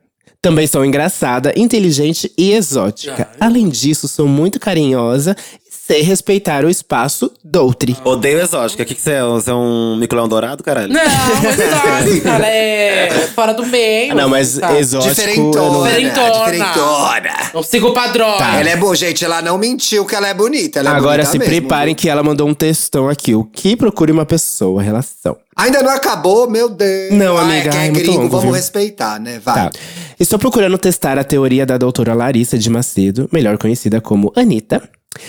Speaker 4: Também sou engraçada, inteligente e exótica. Além disso, sou muito carinhosa e sei respeitar o espaço doutri.
Speaker 1: Odeio exótica. O que, que você é? Você é um micolão dourado, caralho?
Speaker 2: Não, mas lógico, ela é fora do meio.
Speaker 4: Ah, não, É mas
Speaker 2: tá?
Speaker 4: exótico. eu não-
Speaker 3: Diferentona.
Speaker 2: Diferentona.
Speaker 3: Diferentona.
Speaker 2: Não siga o padrão.
Speaker 4: Tá.
Speaker 3: Ela é boa, gente. Ela não mentiu que ela é bonita. Ela é
Speaker 4: Agora
Speaker 3: bonita
Speaker 4: se
Speaker 3: mesmo,
Speaker 4: preparem
Speaker 3: viu?
Speaker 4: que ela mandou um textão aqui. O que procure uma pessoa, relação.
Speaker 3: Ainda não acabou, meu Deus.
Speaker 4: Não,
Speaker 3: Ai,
Speaker 4: amiga,
Speaker 3: quem
Speaker 4: ai,
Speaker 3: é
Speaker 4: muito
Speaker 3: gringo,
Speaker 4: longo,
Speaker 3: vamos
Speaker 4: viu?
Speaker 3: respeitar, né? Vai.
Speaker 4: Tá. Estou procurando testar a teoria da doutora Larissa de Macedo, melhor conhecida como Anitta.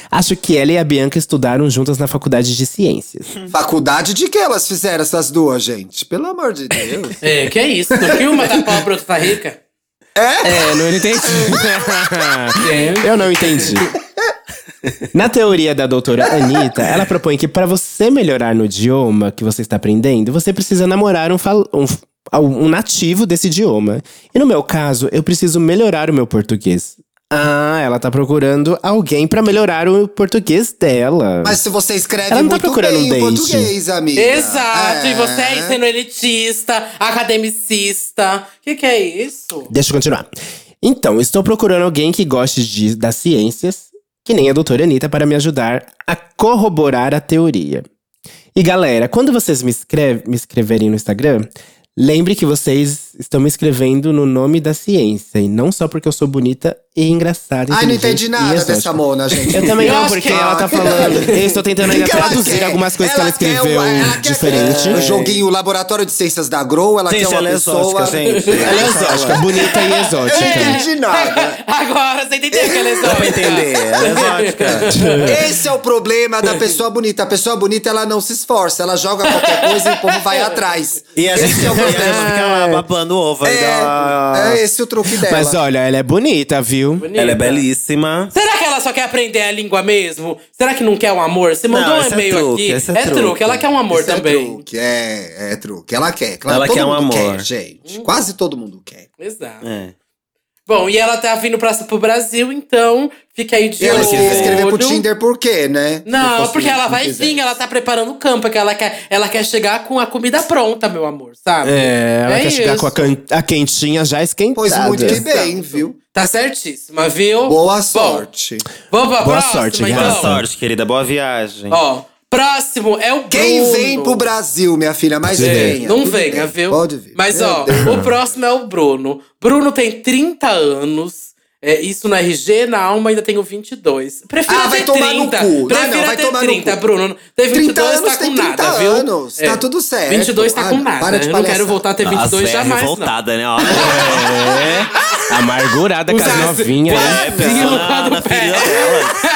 Speaker 4: Acho que ela e a Bianca estudaram juntas na faculdade de ciências.
Speaker 2: Hum.
Speaker 3: Faculdade de que elas fizeram essas duas, gente? Pelo amor de Deus.
Speaker 2: É, que é isso? Não que uma tá pobre, outra tá rica?
Speaker 4: É, não entendi. Eu não entendi. Na teoria da doutora Anitta, ela propõe que para você melhorar no idioma que você está aprendendo, você precisa namorar um, fal- um, f- um nativo desse idioma. E no meu caso, eu preciso melhorar o meu português. Ah, ela tá procurando alguém para melhorar o português dela.
Speaker 3: Mas se você escreve
Speaker 4: Ela não tá
Speaker 3: muito
Speaker 4: procurando
Speaker 3: bem
Speaker 4: um
Speaker 3: o
Speaker 4: date.
Speaker 3: português, amiga.
Speaker 2: Exato,
Speaker 3: É.
Speaker 2: e você aí sendo elitista, academicista. O que, que é isso?
Speaker 4: Deixa eu continuar. Então, estou procurando alguém que goste de- das ciências, que nem a doutora Anitta, para me ajudar a corroborar a teoria. E galera, quando vocês me, escreve, me escreverem no Instagram, lembre que vocês estão me escrevendo no nome da ciência. E não só porque eu sou bonita e engraçada.
Speaker 3: Ai, não
Speaker 4: inteligente
Speaker 3: entendi
Speaker 4: e
Speaker 3: nada
Speaker 4: exótica.
Speaker 3: dessa mona, gente.
Speaker 4: Eu também
Speaker 2: Eu
Speaker 4: não,
Speaker 2: acho
Speaker 4: porque
Speaker 2: que-
Speaker 4: ela tá
Speaker 3: Ah, que
Speaker 4: falando.
Speaker 3: ela-
Speaker 4: Eu estou tentando ainda
Speaker 3: Que que ela
Speaker 4: traduzir
Speaker 3: quer?
Speaker 4: algumas coisas
Speaker 3: Ela
Speaker 4: que ela escreveu
Speaker 3: quer o- ela quer
Speaker 4: diferente.
Speaker 3: O joguinho, o laboratório de ciências da Grow, ela
Speaker 1: Gente,
Speaker 3: quer uma
Speaker 1: ela é
Speaker 3: pessoa.
Speaker 1: exótica, gente.
Speaker 4: Ela é exótica, bonita e
Speaker 3: Eu não
Speaker 4: exótica.
Speaker 3: entendi nada.
Speaker 2: Agora você entendeu que ela é
Speaker 1: Dá pra
Speaker 2: zoica.
Speaker 1: entender, ela é exótica.
Speaker 3: Esse é o problema da pessoa bonita. A pessoa bonita, ela não se esforça. Ela joga qualquer coisa e o povo vai atrás.
Speaker 1: É. E a gente,
Speaker 3: Esse é o
Speaker 1: e a gente
Speaker 3: problema.
Speaker 1: fica lá babando ovo.
Speaker 3: É,
Speaker 1: ainda.
Speaker 3: é esse o truque dela.
Speaker 4: Mas olha, ela é bonita, viu?
Speaker 1: Ela é belíssima.
Speaker 2: Será que ela só quer aprender a língua mesmo? Será que não quer um amor? Você mandou
Speaker 1: Não,
Speaker 2: um
Speaker 1: esse é
Speaker 2: e-mail
Speaker 1: truque,
Speaker 2: aqui.
Speaker 1: esse é
Speaker 2: é
Speaker 1: truque.
Speaker 2: truque, ela quer um amor
Speaker 3: Esse É,
Speaker 2: também.
Speaker 3: truque, é, é truque. Ela quer, claro.
Speaker 1: Ela
Speaker 3: todo
Speaker 1: quer um
Speaker 3: mundo
Speaker 1: amor.
Speaker 3: Quer, gente. Quase todo mundo quer.
Speaker 2: Exato.
Speaker 1: É.
Speaker 2: Bom, e ela tá vindo pra, pro Brasil, então fica aí de
Speaker 3: E ela
Speaker 2: olho.
Speaker 3: se inscrever pro Tinder por quê, né? Se
Speaker 2: Não,
Speaker 3: fosse
Speaker 2: porque
Speaker 3: um
Speaker 2: ela
Speaker 3: que
Speaker 2: vai
Speaker 3: quisesse.
Speaker 2: vir, ela tá preparando o campo, que ela quer, ela quer chegar com a comida pronta, meu amor, sabe?
Speaker 4: É, ela quer chegar com a,
Speaker 2: isso.
Speaker 4: can- a quentinha já esquentada.
Speaker 1: Tá
Speaker 3: Pois muito que bem,
Speaker 2: Exato.
Speaker 3: viu?
Speaker 2: Tá certíssima, viu?
Speaker 3: Boa sorte.
Speaker 2: Bom, vamos pra
Speaker 4: Boa
Speaker 2: próxima,
Speaker 4: sorte,
Speaker 2: então.
Speaker 1: Boa
Speaker 4: Não.
Speaker 1: sorte, querida. Boa viagem.
Speaker 2: Ó, próximo é o
Speaker 3: Quem
Speaker 2: Bruno.
Speaker 3: vem pro Brasil, minha filha, mas
Speaker 2: É,
Speaker 3: venha.
Speaker 2: Não
Speaker 3: Tudo
Speaker 2: venha,
Speaker 3: bem,
Speaker 2: viu?
Speaker 3: Pode vir.
Speaker 2: Mas,
Speaker 3: Meu
Speaker 2: ó,
Speaker 3: Deus.
Speaker 2: o próximo é o Bruno. Bruno tem 30 anos. É, isso na RG, na alma, ainda tenho 22. Prefiro
Speaker 3: Ah, vai
Speaker 2: ter
Speaker 3: tomar
Speaker 2: 30.
Speaker 3: no cu.
Speaker 2: Prefiro
Speaker 3: Ah, não, vai
Speaker 2: ter
Speaker 3: tomar no
Speaker 2: 30,
Speaker 3: cu.
Speaker 2: Bruno. Ter 22
Speaker 3: 30 anos
Speaker 2: tá com
Speaker 3: tem 30
Speaker 2: nada, viu? É.
Speaker 3: anos, tá tudo certo.
Speaker 2: 22 tá
Speaker 3: Ah,
Speaker 2: com
Speaker 3: não,
Speaker 2: nada.
Speaker 3: para de
Speaker 2: Eu não é quero
Speaker 3: palhaçada.
Speaker 2: voltar a ter
Speaker 1: Nossa,
Speaker 2: 22
Speaker 1: véia
Speaker 2: jamais, não.
Speaker 1: revoltada, né? Ó.
Speaker 4: É, amargurada com as
Speaker 2: Usar-
Speaker 4: novinhas. né?
Speaker 1: É, pensando na, na filha dela.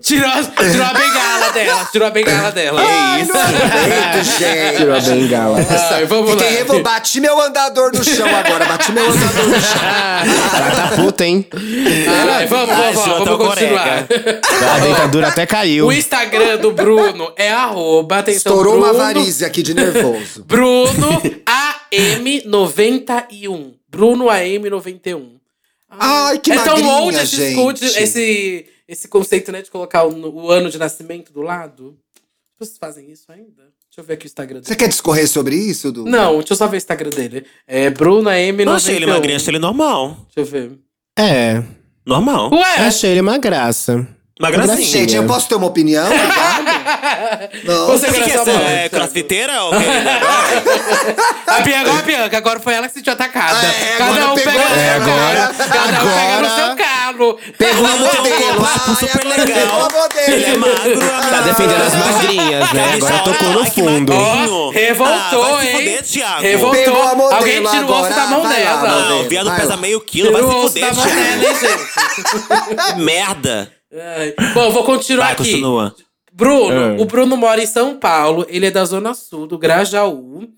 Speaker 2: Tirou, tirou a bengala dela, tirou a bengala dela. É isso.
Speaker 3: Eita, gente.
Speaker 4: Tirou a bengala.
Speaker 2: Ai, vamos
Speaker 3: Fiquei
Speaker 2: lá.
Speaker 3: revol- Bati meu andador no chão agora. Bati meu andador no chão.
Speaker 4: Ela tá puta, hein?
Speaker 2: Ai, vamos,
Speaker 1: Ai,
Speaker 2: vamos,
Speaker 1: tirou até
Speaker 2: vamos,
Speaker 1: o
Speaker 2: continuar.
Speaker 4: A dentadura até caiu.
Speaker 2: O Instagram do Bruno é arroba, atenção,
Speaker 3: Estourou uma
Speaker 2: Bruno,
Speaker 3: varize aqui de nervoso.
Speaker 2: Bruno AM91. Bruno AM91.
Speaker 3: Ai, que
Speaker 2: é tão
Speaker 3: magrinha,
Speaker 2: old esse,
Speaker 3: gente.
Speaker 2: escudo, esse, esse conceito, né, de colocar o, o ano de nascimento do lado. As pessoas fazem isso ainda? Deixa eu ver aqui o Instagram
Speaker 3: Você
Speaker 2: dele.
Speaker 3: quer discorrer sobre isso, Du?
Speaker 2: Não, deixa eu só ver o Instagram dele. É Bruno AM91.
Speaker 1: Não achei ele é magrinho, achei ele normal.
Speaker 2: Deixa eu ver.
Speaker 4: É,
Speaker 1: Normal.
Speaker 4: eu
Speaker 2: Ué!
Speaker 4: achei ele uma graça.
Speaker 1: Magracinha.
Speaker 3: Gente, eu posso ter uma opinião? Não.
Speaker 2: Você
Speaker 1: O que que é
Speaker 2: graçou
Speaker 1: essa?
Speaker 2: a
Speaker 1: É
Speaker 2: Deus.
Speaker 1: crossfiteira ou querida?
Speaker 2: A Bianca, ó, a Bianca, agora foi ela que se sentiu atacada.
Speaker 3: Tá É, agora
Speaker 2: Cada um
Speaker 3: pegou
Speaker 2: pega no seu
Speaker 3: ela. É,
Speaker 2: agora,
Speaker 3: agora-
Speaker 2: Cada um pega no
Speaker 4: agora-
Speaker 2: seu calo.
Speaker 3: Pegou a
Speaker 1: Não,
Speaker 3: modelo.
Speaker 1: um corpo
Speaker 3: Ai,
Speaker 1: super
Speaker 3: agora
Speaker 1: legal.
Speaker 3: Pegou a modelo.
Speaker 1: Ele é magro,
Speaker 4: Tá
Speaker 1: amiga.
Speaker 4: defendendo as magrinhas, né? Agora tocou no
Speaker 1: Ai, que
Speaker 4: fundo.
Speaker 1: magrinho.
Speaker 2: Ó, revoltou,
Speaker 1: ah, vai
Speaker 2: hein?
Speaker 1: Se fuder, Thiago.
Speaker 2: Revoltou.
Speaker 3: Pegou a modelo
Speaker 2: Alguém tira o osso
Speaker 3: agora.
Speaker 2: da mão
Speaker 3: Vai lá,
Speaker 2: dela.
Speaker 3: modelo.
Speaker 1: Não, o viado
Speaker 3: Vai
Speaker 1: pesa
Speaker 3: lá.
Speaker 1: meio quilo,
Speaker 2: Tira
Speaker 1: vai se
Speaker 2: o osso da
Speaker 1: fuder,
Speaker 2: mão
Speaker 1: Thiago.
Speaker 2: dela, hein, gente?
Speaker 1: Que merda.
Speaker 2: Ai. Bom, vou continuar
Speaker 1: Vai,
Speaker 2: aqui.
Speaker 1: continua.
Speaker 2: Bruno,
Speaker 4: É.
Speaker 2: o Bruno mora em São Paulo. Ele é da Zona Sul, do Grajaú.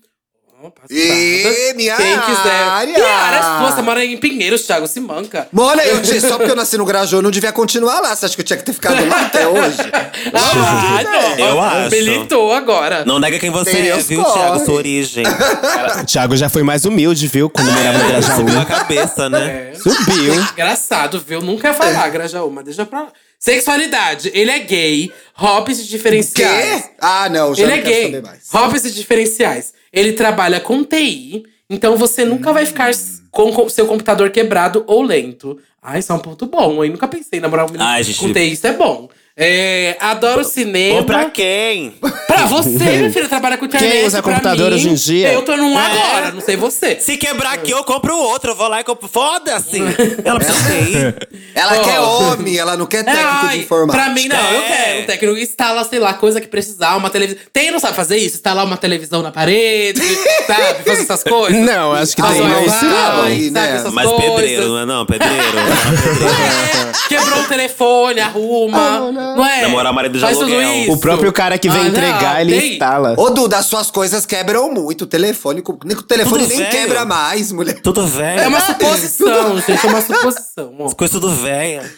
Speaker 2: Ó, passada.
Speaker 3: Ih, minha
Speaker 2: Quem quiser.
Speaker 3: área.
Speaker 2: E a área, você mora em Pinheiros, Thiago, se manca.
Speaker 3: Mona, eu te- só porque eu nasci no Grajaú, eu não devia continuar lá. Você acha que eu tinha que ter ficado lá até hoje?
Speaker 2: Ah, não.
Speaker 1: Eu acho.
Speaker 2: Militou agora.
Speaker 1: Não nega quem você
Speaker 3: Tem
Speaker 1: é,
Speaker 3: os
Speaker 1: viu,
Speaker 3: corre.
Speaker 1: Thiago? Sua origem.
Speaker 4: O Thiago já foi mais humilde, viu? Quando morava no Grajaú.
Speaker 1: Subiu a cabeça, né?
Speaker 2: É.
Speaker 4: Subiu.
Speaker 2: Engraçado, viu? Nunca ia falar, Grajaú, mas deixa pra lá. Sexualidade. Ele é gay. Hobbies e diferenciais.
Speaker 3: Quê? Ah, não, já
Speaker 2: Ele
Speaker 3: não
Speaker 2: é
Speaker 3: quero
Speaker 2: gay.
Speaker 3: saber mais.
Speaker 2: Hobbies e diferenciais. Ele trabalha com TI, então você nunca vai ficar s- com o seu computador quebrado ou lento. Ai, isso é um ponto bom, hein? Nunca pensei em namorar um menino
Speaker 1: Ai, gente.
Speaker 2: com TI, isso é bom. É, adoro cinema.
Speaker 1: Ou pra quem?
Speaker 2: Pra você, meu filho, trabalha com internet.
Speaker 4: Quem usa
Speaker 2: pra
Speaker 4: computador
Speaker 2: mim,
Speaker 4: hoje em dia?
Speaker 2: Eu tô num
Speaker 1: É.
Speaker 2: agora, não sei você.
Speaker 1: Se quebrar aqui, eu compro outro. Eu vou lá e compro. Foda-se! Ela precisa ter.
Speaker 3: Ela
Speaker 2: Ó.
Speaker 3: quer homem, ela não quer
Speaker 2: É,
Speaker 3: técnico
Speaker 2: ai,
Speaker 3: de informática.
Speaker 2: Pra mim, não, eu
Speaker 1: É.
Speaker 2: quero. O técnico instala, sei lá, coisa que precisar, uma televisão. Tem, não sabe fazer isso? Instalar uma televisão na parede, sabe? Fazer essas coisas.
Speaker 4: Não, acho que
Speaker 2: Ah,
Speaker 4: tem
Speaker 2: vai,
Speaker 4: mais
Speaker 2: vai,
Speaker 4: não.
Speaker 3: Aí,
Speaker 2: sabe,
Speaker 3: né?
Speaker 2: essas
Speaker 1: Mas
Speaker 2: coisas.
Speaker 1: pedreiro, não é não? Pedreiro.
Speaker 2: É, Quebrou o telefone, arruma. não. é?
Speaker 1: Namorar marido de
Speaker 2: Faz tudo
Speaker 1: aluguel.
Speaker 2: isso.
Speaker 4: O próprio cara que vem
Speaker 2: Ah, não,
Speaker 4: entregar, ele
Speaker 2: tem-
Speaker 4: instala.
Speaker 3: Ô, Duda, as suas coisas quebram muito. O telefone. com- nem- O telefone
Speaker 1: Tudo
Speaker 3: nem
Speaker 1: velho.
Speaker 3: quebra mais, mulher.
Speaker 1: Tudo velho.
Speaker 2: É uma suposição, gente. É uma suposição. é ó.
Speaker 1: Coisa tudo velha.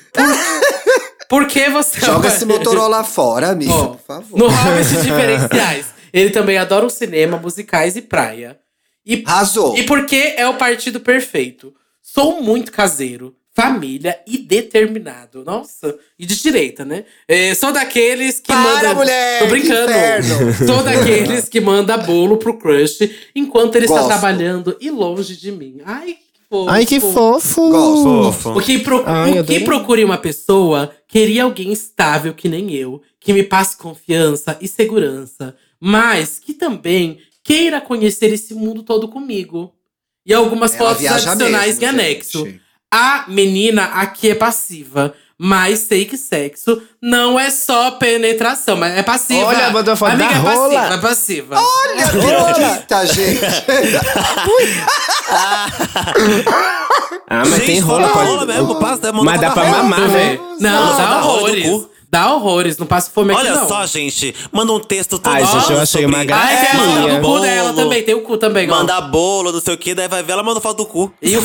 Speaker 2: Por que você.
Speaker 3: Joga esse Motorola fora, amigo,
Speaker 2: Ó,
Speaker 3: por favor.
Speaker 2: No Hobbies Diferenciais. Ele também adora o cinema, musicais e praia. E,
Speaker 3: Arrasou.
Speaker 2: e porque é o partido perfeito. Sou muito caseiro, família e determinado. Nossa, e de direita, né? É, sou daqueles que
Speaker 3: Para,
Speaker 2: manda.
Speaker 3: mulher,
Speaker 2: Tô
Speaker 3: que
Speaker 2: brincando.
Speaker 3: inferno.
Speaker 2: Sou daqueles que manda bolo pro crush enquanto ele está
Speaker 3: Gosto.
Speaker 2: trabalhando e longe de mim. Ai, que fofo.
Speaker 4: Ai, que fofo!
Speaker 3: Gosto.
Speaker 1: Fofo.
Speaker 2: O que, pro-
Speaker 4: Ai,
Speaker 2: o que
Speaker 4: adorei.
Speaker 2: procure uma pessoa, queria alguém estável que nem eu, que me passe confiança e segurança, mas que também queira conhecer esse mundo todo comigo. E algumas
Speaker 3: Ela
Speaker 2: fotos
Speaker 3: viaja
Speaker 2: adicionais
Speaker 3: mesmo,
Speaker 2: em anexo.
Speaker 3: gente.
Speaker 2: A menina aqui é passiva, mas sei que sexo não é só penetração, mas é passiva.
Speaker 4: Olha, mandou a foto
Speaker 2: Amiga,
Speaker 4: da
Speaker 2: é passiva,
Speaker 4: rola.
Speaker 2: é passiva.
Speaker 3: Olha que bonita, gente.
Speaker 4: Ah, mas tem rola,
Speaker 1: rola,
Speaker 4: pode.
Speaker 1: rola mesmo, passa, é manda
Speaker 4: mas dá pra
Speaker 1: rola.
Speaker 4: mamar, velho.
Speaker 2: Não,
Speaker 1: Nossa,
Speaker 4: tá
Speaker 2: dá
Speaker 1: dá rola no
Speaker 2: horrores.
Speaker 1: cu.
Speaker 2: Dá horrores, não passa fome aqui
Speaker 1: Olha
Speaker 2: não.
Speaker 1: só, gente. Manda um texto todo
Speaker 4: Ai, gente, eu
Speaker 1: sobre-
Speaker 4: achei uma
Speaker 2: Ah, é,
Speaker 4: Sim,
Speaker 2: ela manda
Speaker 4: é.
Speaker 2: o cu dela também, tem o cu também. ó.
Speaker 1: Mandar bolo, não sei o que, daí vai ver, ela manda foto do cu.
Speaker 2: E o...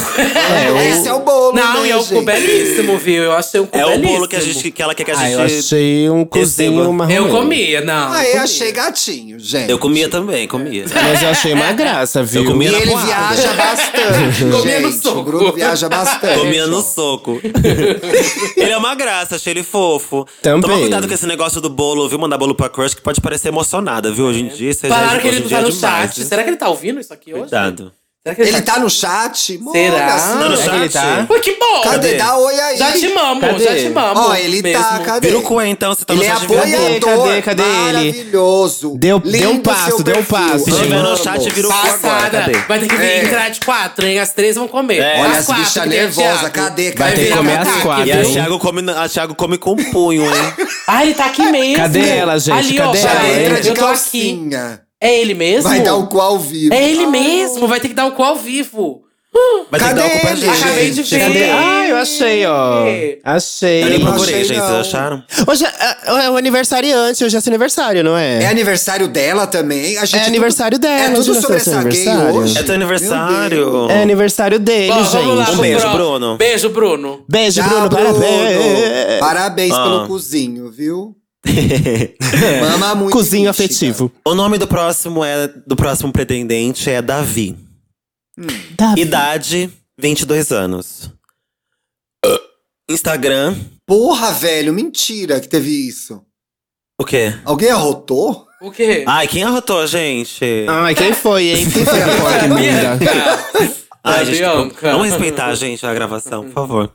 Speaker 3: Esse é o bolo,
Speaker 2: Não,
Speaker 3: né,
Speaker 2: e é um cu
Speaker 3: gente?
Speaker 2: belíssimo, viu? Eu achei um cu
Speaker 1: É o
Speaker 2: belíssimo.
Speaker 1: bolo que, a gente, que ela quer que a
Speaker 4: Ah, eu
Speaker 1: gente.
Speaker 4: achei um cozinho
Speaker 1: Receba.
Speaker 4: marrom.
Speaker 2: Eu comia, não.
Speaker 3: Ah,
Speaker 2: eu
Speaker 3: eu
Speaker 2: comia.
Speaker 3: achei gatinho, gente.
Speaker 1: Eu comia também, comia.
Speaker 4: Mas eu achei uma graça, viu?
Speaker 3: E
Speaker 1: comia na-
Speaker 3: ele
Speaker 1: porrada. né?
Speaker 3: viaja bastante.
Speaker 2: Comia no
Speaker 3: gente.
Speaker 2: soco.
Speaker 3: O Bruno viaja bastante.
Speaker 1: Comia no
Speaker 3: ó.
Speaker 1: soco. ele é uma graça, achei ele fofo.
Speaker 4: Também.
Speaker 1: Toma cuidado com esse negócio do bolo, viu? Mandar bolo pra crush, que pode parecer emocionada, viu? Hoje em dia, você
Speaker 2: Falaram
Speaker 1: já,
Speaker 2: que ele
Speaker 1: hoje
Speaker 2: não
Speaker 1: em
Speaker 2: tá
Speaker 1: dia
Speaker 2: no
Speaker 1: é demais,
Speaker 2: chat.
Speaker 1: né?
Speaker 2: Será que ele tá ouvindo isso aqui hoje?
Speaker 1: Cuidado.
Speaker 2: Será que ele,
Speaker 3: Ele tá no chat? Mona,
Speaker 2: Será?
Speaker 3: assim,
Speaker 1: Tá no
Speaker 4: Será que ele
Speaker 1: chat?
Speaker 4: tá?
Speaker 2: Pô, que bom!
Speaker 3: Cadê? Dá oi aí.
Speaker 2: Já te mamo,
Speaker 4: Cadê?
Speaker 2: já te mamo.
Speaker 3: Ó, ele tá,
Speaker 2: mesmo.
Speaker 3: cadê?
Speaker 1: Vira o cu aí, então, se tá
Speaker 3: Ele é
Speaker 1: no chat. vira o cu.
Speaker 4: apoia-
Speaker 3: apoiador.
Speaker 4: Cadê, cadê ele?
Speaker 3: Maravilhoso.
Speaker 4: Deu- deu
Speaker 3: Lindo
Speaker 4: um passo,
Speaker 3: seu
Speaker 4: deu um
Speaker 3: perfil.
Speaker 4: passo,
Speaker 1: Se tiver no
Speaker 3: Amamos.
Speaker 1: chat, vira o cu agora.
Speaker 2: Passada.
Speaker 1: Cadê?
Speaker 2: Vai ter que vir
Speaker 3: É.
Speaker 2: entrar de quatro, hein? As três vão comer.
Speaker 3: Olha as
Speaker 2: quatro
Speaker 3: bichas
Speaker 2: que tem o
Speaker 3: nervosas,
Speaker 2: Thiago.
Speaker 3: cadê,
Speaker 2: Vai
Speaker 3: cadê?
Speaker 2: ter
Speaker 4: Vai comer
Speaker 2: um
Speaker 4: as
Speaker 2: ataque,
Speaker 4: quatro,
Speaker 1: E
Speaker 4: hein?
Speaker 1: a
Speaker 2: viu?
Speaker 4: Thiago-
Speaker 1: Thiago come, a Thiago come com punho, hein?
Speaker 2: Ah, ele tá aqui mesmo.
Speaker 4: Cadê ela, gente?
Speaker 2: Ali, ó,
Speaker 4: Cadê
Speaker 2: já
Speaker 4: ela?
Speaker 2: entra,
Speaker 3: Entra de
Speaker 2: eu tô aqui.
Speaker 3: calcinha.
Speaker 2: É ele mesmo?
Speaker 3: Vai dar o cu ao vivo.
Speaker 2: É ele mesmo, vai ter que dar o cu ao vivo.
Speaker 1: Vai ter que dar
Speaker 3: Cadê
Speaker 1: o cu pra
Speaker 3: ele?
Speaker 1: gente.
Speaker 2: Acabei de ver.
Speaker 4: Cadê? Ah, eu achei,
Speaker 1: é Eu
Speaker 4: ó.
Speaker 1: nem
Speaker 4: Achei.
Speaker 3: não
Speaker 1: procurei,
Speaker 3: achei,
Speaker 1: gente.
Speaker 3: não.
Speaker 1: Vocês acharam?
Speaker 4: Hoje é, é o aniversariante, hoje é seu aniversário, não é?
Speaker 3: É aniversário dela também. A gente
Speaker 4: É aniversário dela.
Speaker 3: É
Speaker 4: hoje
Speaker 3: tudo
Speaker 4: não
Speaker 3: sobre
Speaker 4: seu
Speaker 3: essa gay
Speaker 4: aniversário.
Speaker 3: hoje.
Speaker 1: É teu
Speaker 3: Meu
Speaker 1: aniversário.
Speaker 4: É aniversário dele,
Speaker 2: Ó,
Speaker 4: gente.
Speaker 2: vamos lá,
Speaker 1: Um
Speaker 2: pro
Speaker 1: beijo,
Speaker 2: pró-
Speaker 1: Bruno.
Speaker 2: Beijo, Bruno.
Speaker 4: Beijo,
Speaker 3: Tchau,
Speaker 4: Bruno. Parabéns.
Speaker 3: Tá Parabéns
Speaker 1: Ah.
Speaker 3: pelo cozinho, viu? Mama muito.
Speaker 4: Cozinho
Speaker 3: nítida.
Speaker 4: afetivo.
Speaker 1: O nome do próximo é do próximo pretendente é Davi.
Speaker 4: Davi.
Speaker 1: Idade 22 anos. Instagram,
Speaker 3: Porra, velho, mentira que teve isso.
Speaker 1: o quê?
Speaker 3: Alguém arrotou?
Speaker 2: O quê?
Speaker 1: Ai, quem arrotou, gente?
Speaker 4: Ai, quem foi, hein? Quem foi a porra que
Speaker 2: Bianca.
Speaker 4: muda?
Speaker 1: Ai,
Speaker 2: da
Speaker 1: gente, vamos,
Speaker 2: Bianca.
Speaker 1: vamos respeitar, gente, a gravação, por favor.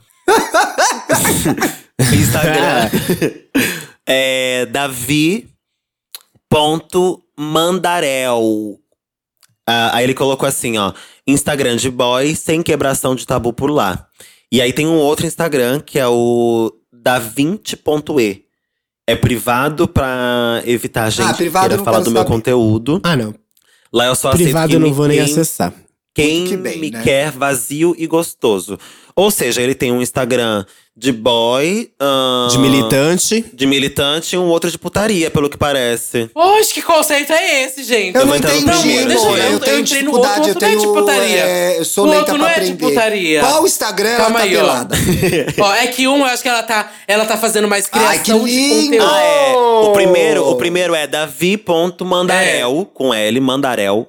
Speaker 1: Instagram. é Davi.mandarel. Ah, aí ele colocou assim, ó. Instagram de boy sem quebração de tabu por lá. E aí tem um outro Instagram que é o da20.e. É privado pra evitar a gente que
Speaker 3: Ah, privado eu
Speaker 1: queira
Speaker 3: não
Speaker 1: falar
Speaker 3: quero
Speaker 1: do meu
Speaker 3: saber.
Speaker 1: conteúdo.
Speaker 4: Ah, não.
Speaker 1: Lá eu só aceito
Speaker 4: Privado
Speaker 1: quem
Speaker 4: eu não
Speaker 1: me-
Speaker 4: vou nem
Speaker 1: quem-
Speaker 4: acessar.
Speaker 1: quem
Speaker 3: Muito que bem,
Speaker 1: me
Speaker 3: né?
Speaker 1: quer vazio e gostoso. Ou seja, ele tem um Instagram de boy, ahn,
Speaker 4: De militante.
Speaker 1: de militante e um outro de putaria, pelo que parece.
Speaker 2: Oxe, que conceito é esse, gente?
Speaker 3: Eu não
Speaker 1: Também tá
Speaker 3: entendi.
Speaker 1: Não, deixa eu- eu
Speaker 3: amor. eu
Speaker 2: né? entrei
Speaker 3: tenho
Speaker 2: no
Speaker 3: dificuldade,
Speaker 2: outro,
Speaker 3: eu tenho.
Speaker 2: não é de putaria.
Speaker 3: é, eu sou
Speaker 2: O
Speaker 3: lenta
Speaker 2: outro
Speaker 3: pra
Speaker 2: não é de
Speaker 3: aprender.
Speaker 2: putaria.
Speaker 3: Qual Instagram ela
Speaker 2: Calma
Speaker 3: tá
Speaker 2: aí, ó.
Speaker 3: pelada?
Speaker 2: Ó, é que um, eu acho que ela tá, ela tá fazendo mais criação
Speaker 3: Ai, que
Speaker 2: de
Speaker 3: lindo!
Speaker 2: conteúdo.
Speaker 1: Ah, é. O
Speaker 3: Oh!
Speaker 1: primeiro, o primeiro é Davi.mandarel,
Speaker 3: É.
Speaker 1: com L, Mandarel.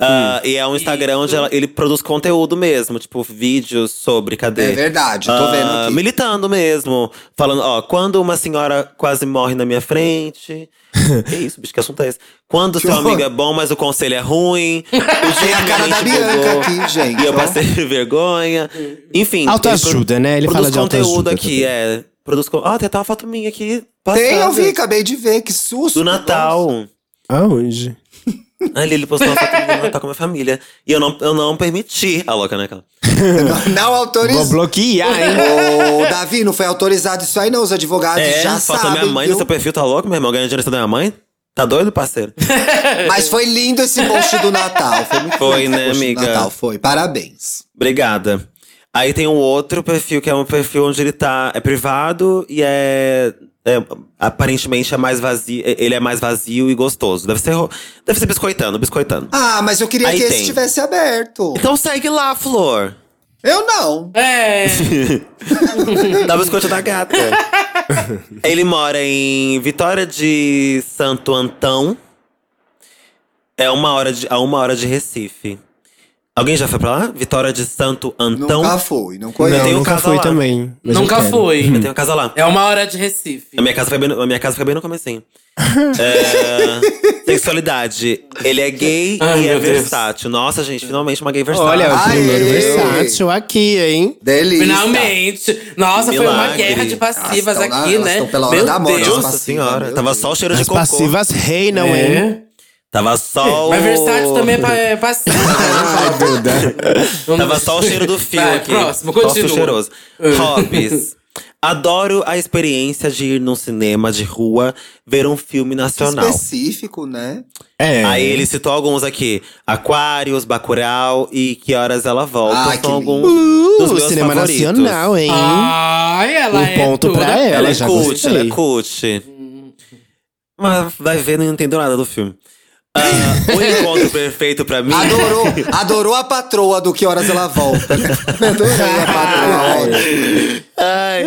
Speaker 3: Hum.
Speaker 1: Ah, e é um Instagram
Speaker 2: Isso.
Speaker 1: onde ela- ele produz conteúdo mesmo, tipo vídeos sobre cadê?
Speaker 3: É verdade, tô
Speaker 1: Ah,
Speaker 3: vendo aqui.
Speaker 1: Militando mesmo. Falando, ó, quando uma senhora quase morre na minha frente. que isso, bicho, que assunto é esse? Quando seu
Speaker 3: horror.
Speaker 1: amigo é bom, mas o conselho é ruim. O
Speaker 3: Tem É a cara da
Speaker 1: gente
Speaker 3: Bianca
Speaker 1: pegou
Speaker 3: aqui, gente,
Speaker 1: E eu
Speaker 3: ó.
Speaker 1: passei vergonha. Enfim.
Speaker 4: Autoajuda,
Speaker 1: ele pro-
Speaker 4: né? Ele
Speaker 1: produz
Speaker 4: fala de
Speaker 1: conteúdo
Speaker 4: autoajuda
Speaker 1: aqui,
Speaker 4: também.
Speaker 1: é. Produz con- Ah, tem até uma foto minha aqui.
Speaker 3: Tem, eu
Speaker 1: passada.
Speaker 3: vi, acabei de ver, que susto.
Speaker 1: Do Natal.
Speaker 4: Aonde?
Speaker 1: Ali ele postou uma foto do Natal com a minha família. E eu não, eu não permiti. A louca, né? aquela?
Speaker 3: Não, Não
Speaker 4: Vou
Speaker 3: autorizou.
Speaker 4: bloquear, hein?
Speaker 3: Ô, Davi, não foi autorizado isso aí, não. Os advogados
Speaker 1: É,
Speaker 3: já
Speaker 1: foto
Speaker 3: sabem.
Speaker 1: da minha mãe
Speaker 3: viu?
Speaker 1: no seu perfil, tá louco, meu irmão? Ganhando dinheiro da minha mãe? Tá doido, parceiro?
Speaker 3: Mas foi lindo esse post do Natal. Foi, muito
Speaker 1: Foi,
Speaker 3: lindo esse
Speaker 1: né,
Speaker 3: post do
Speaker 1: amiga?
Speaker 3: Natal, foi. Parabéns.
Speaker 1: Obrigada. Aí tem um outro perfil, que é um perfil onde ele tá. É privado e é. é, aparentemente é mais vazio. é- Ele é mais vazio e gostoso. Deve ser. ro- Deve ser biscoitando, biscoitando.
Speaker 3: Ah, mas eu queria
Speaker 1: Aí
Speaker 3: que esse
Speaker 1: tem.
Speaker 3: estivesse aberto.
Speaker 1: Então segue lá, Flor.
Speaker 3: Eu não.
Speaker 2: É.
Speaker 1: Dá biscoito da gata. Ele mora em Vitória de Santo Antão. É uma hora de, a uma hora de Recife. Alguém já foi pra lá? Vitória de Santo Antão?
Speaker 3: Nunca fui, não
Speaker 4: Não,
Speaker 3: conheço.
Speaker 1: tenho
Speaker 4: nunca
Speaker 1: casa
Speaker 4: fui
Speaker 1: lá.
Speaker 4: também. mas eu
Speaker 2: Nunca
Speaker 4: quero.
Speaker 2: foi.
Speaker 1: Eu tenho casa lá.
Speaker 2: É uma hora de Recife.
Speaker 1: A minha casa foi bem no, a minha casa foi bem no comecinho. É, sexualidade. Ele é gay
Speaker 2: Ai,
Speaker 1: e é
Speaker 2: meu Deus.
Speaker 1: versátil. Nossa, gente, finalmente uma gay versátil.
Speaker 4: Olha, o
Speaker 3: Aê!
Speaker 4: primeiro versátil aqui, hein?
Speaker 3: Delícia.
Speaker 2: Finalmente! Nossa, foi uma
Speaker 1: Milagre.
Speaker 2: guerra de passivas
Speaker 3: Elas tão na-
Speaker 2: aqui,
Speaker 3: elas
Speaker 2: né?
Speaker 3: tão pela hora
Speaker 2: Meu
Speaker 3: da morte,
Speaker 2: Deus.
Speaker 3: elas
Speaker 1: Nossa senhora,
Speaker 3: meu
Speaker 1: tava
Speaker 3: Deus.
Speaker 1: só o cheiro de
Speaker 4: As
Speaker 1: cocô. Né?
Speaker 4: passivas reinam, hein?
Speaker 2: É.
Speaker 1: Tava só o…
Speaker 2: Mas versátil também é pa- é passivo.
Speaker 4: Ai, Duda.
Speaker 1: Tava só o cheiro do fio
Speaker 2: Vai,
Speaker 1: aqui.
Speaker 2: próximo,
Speaker 1: Só o fio
Speaker 2: continua. Uh.
Speaker 1: cheiroso. Hobbies. Adoro a experiência de ir num cinema de rua ver um filme nacional.
Speaker 3: Específico, né?
Speaker 4: É.
Speaker 1: Aí ele citou alguns aqui: Aquários, Bacurau e Que Horas Ela Volta.
Speaker 3: Ah, que
Speaker 1: são
Speaker 3: lindo.
Speaker 1: alguns dos
Speaker 4: Uh,
Speaker 1: meus
Speaker 4: cinema
Speaker 1: favoritos. Ah,
Speaker 4: nacional, hein?
Speaker 2: Ai, ela
Speaker 4: Um
Speaker 2: é
Speaker 4: ponto
Speaker 2: toda-
Speaker 4: pra ela.
Speaker 1: Ela é
Speaker 4: já
Speaker 1: cult,
Speaker 4: gostei.
Speaker 1: ela é cult. Mas vai ver, não entendeu nada do filme. Ah, o encontro perfeito pra mim.
Speaker 3: Adorou, adorou a patroa do Que Horas Ela Volta. Adorei a patroa. olha.
Speaker 1: Ai.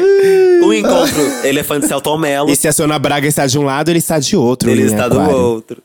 Speaker 1: O encontro Elefante Celton Mello.
Speaker 4: E se a Sônia Braga está de um lado, ele está de outro.
Speaker 1: Ele
Speaker 4: né,
Speaker 1: está do
Speaker 4: Aquário?
Speaker 1: outro.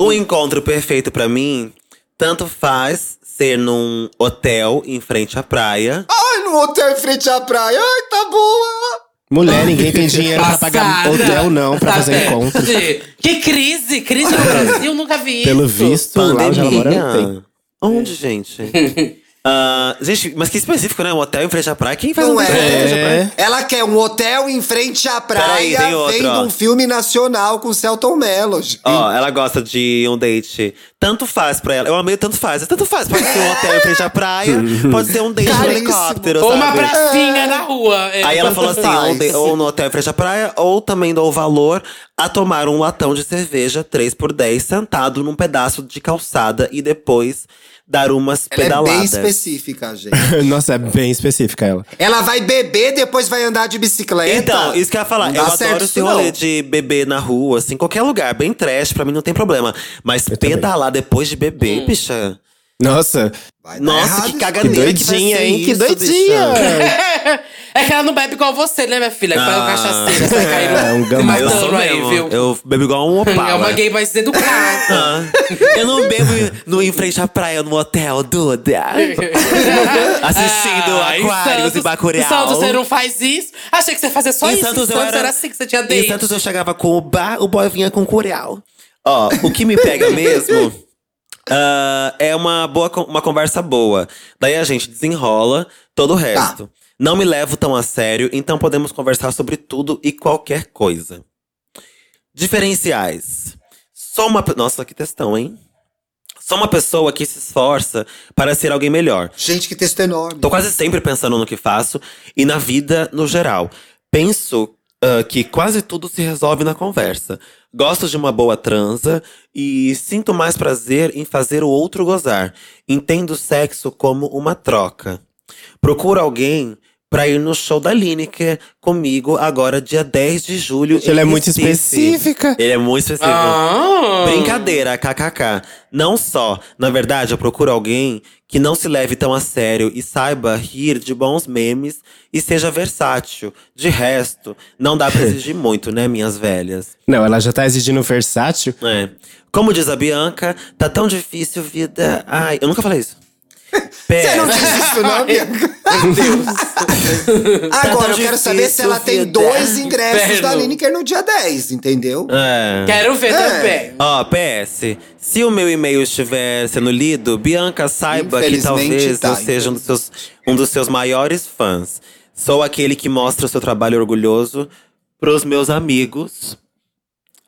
Speaker 1: um encontro perfeito pra mim, tanto faz ser num hotel em frente à praia.
Speaker 3: Ai, no hotel em frente à praia. Ai, tá boa.
Speaker 4: Mulher, ninguém tem dinheiro pra pagar
Speaker 2: Passada.
Speaker 4: hotel, não, pra
Speaker 2: Tá
Speaker 4: fazer
Speaker 2: vendo?
Speaker 4: encontro.
Speaker 2: Que crise! Crise no Brasil, nunca vi
Speaker 4: Pelo
Speaker 2: isso.
Speaker 4: visto, lá onde ela mora, não tem.
Speaker 1: Pandemia. Onde, gente? Ah, gente, mas que específico, né? Um hotel em frente à praia. Quem faz
Speaker 3: Não
Speaker 1: um hotel em frente à praia?
Speaker 4: É.
Speaker 3: Ela quer um hotel em frente à
Speaker 1: Peraí,
Speaker 3: praia
Speaker 1: tem outra,
Speaker 3: vendo
Speaker 1: ó.
Speaker 3: um filme nacional com Celton Mello. gente.
Speaker 1: Ó, ela gosta de um date. Tanto faz pra ela. Eu amei o tanto faz. É Tanto faz. Pode ser um hotel em frente à praia. pode ser um date no
Speaker 3: Caríssimo.
Speaker 1: helicóptero,
Speaker 2: Ou
Speaker 1: sabe?
Speaker 2: uma pracinha na rua. é.
Speaker 1: Aí ela falou assim, ou, de-
Speaker 3: faz.
Speaker 1: ou no hotel em frente à praia, ou também dou o valor a tomar um latão de cerveja 3 por 10 sentado num pedaço de calçada e depois dar umas
Speaker 3: Ela é bem
Speaker 1: pedaladas.
Speaker 3: específica, gente.
Speaker 4: Nossa, é bem específica ela.
Speaker 3: Ela vai beber, depois vai andar de
Speaker 2: É,
Speaker 3: bicicleta.
Speaker 2: tá.
Speaker 1: então, isso que eu ia falar.
Speaker 3: Não
Speaker 1: Eu
Speaker 3: dá
Speaker 1: adoro
Speaker 3: certo
Speaker 1: esse
Speaker 3: isso,
Speaker 1: rolê
Speaker 3: não.
Speaker 1: de beber na rua, assim, qualquer lugar. Bem trash, pra mim não tem problema. Mas pedalar depois de
Speaker 2: Hum.
Speaker 1: beber, bicha…
Speaker 4: Nossa,
Speaker 3: Vai dar
Speaker 1: Nossa,
Speaker 3: errado.
Speaker 1: que caganeira que vai
Speaker 4: doidinha,
Speaker 1: ser
Speaker 4: hein? Que
Speaker 1: isso,
Speaker 4: doidinha!
Speaker 1: bicha.
Speaker 2: É que ela não bebe igual você, né, minha filha? Que
Speaker 1: Ah.
Speaker 2: ah, cachaceira, sai caindo.
Speaker 4: É, um
Speaker 2: se
Speaker 4: gambá.
Speaker 1: Eu
Speaker 2: Tá matando
Speaker 1: sou
Speaker 2: aí,
Speaker 1: mesmo.
Speaker 2: viu?
Speaker 1: Eu bebo igual um opala.
Speaker 2: É uma gay mais educada.
Speaker 1: Ah, eu não bebo no, em frente à praia, no hotel, Duda. Assistindo
Speaker 2: Ah, em
Speaker 1: Aquários e
Speaker 2: Santos-
Speaker 1: Bacurau.
Speaker 2: Em Santos você não faz isso. Achei que você fazia só
Speaker 1: Em
Speaker 2: isso.
Speaker 1: Santos
Speaker 2: em
Speaker 1: eu
Speaker 2: Santos
Speaker 1: era-
Speaker 2: era... assim que você tinha
Speaker 1: Em
Speaker 2: dente.
Speaker 1: Santos eu chegava com o bar, o boy vinha com o Curial. Ó, o que me pega mesmo ah, é uma, boa, con- uma conversa boa. Daí a gente desenrola todo o resto. Não me levo tão a sério, então podemos conversar sobre tudo e qualquer coisa. Diferenciais. Sou uma. pe- Nossa, que textão, hein? Sou uma pessoa que se esforça para ser alguém melhor.
Speaker 3: Gente, que texto enorme.
Speaker 1: Tô quase sempre pensando no que faço e na vida no geral. Penso ah, que quase tudo se resolve na conversa. Gosto de uma boa transa e sinto mais prazer em fazer o outro gozar. Entendo o sexo como uma troca. Procuro alguém pra ir no show da Lineker comigo agora, dia 10 de julho.
Speaker 4: ela
Speaker 1: em
Speaker 4: é muito
Speaker 1: Recife.
Speaker 4: específica.
Speaker 1: Ele é muito específico.
Speaker 2: Ah.
Speaker 1: Brincadeira, kkk. Não só. Na verdade, eu procuro alguém que não se leve tão a sério e saiba rir de bons memes e seja versátil. De resto, não dá pra exigir muito, né, minhas velhas?
Speaker 4: Não, ela já tá exigindo versátil.
Speaker 1: É. Como diz a Bianca, tá tão difícil, vida. Ai, eu nunca falei isso.
Speaker 3: Você não
Speaker 1: Pera.
Speaker 3: disse isso, não, Bianca? Agora, eu quero saber se ela tem
Speaker 1: Tá Difícil,
Speaker 3: dois
Speaker 1: vida.
Speaker 3: ingressos da
Speaker 2: Inferno.
Speaker 3: Lineker no dia 10, entendeu?
Speaker 1: É.
Speaker 2: Quero ver
Speaker 3: É.
Speaker 2: também.
Speaker 1: Ó, PS, se o meu e-mail estiver sendo lido, Bianca saiba que
Speaker 3: Infelizmente
Speaker 1: talvez
Speaker 3: tá,
Speaker 1: eu seja um dos, seus, um dos seus maiores fãs. Sou aquele que mostra o seu trabalho orgulhoso pros meus amigos.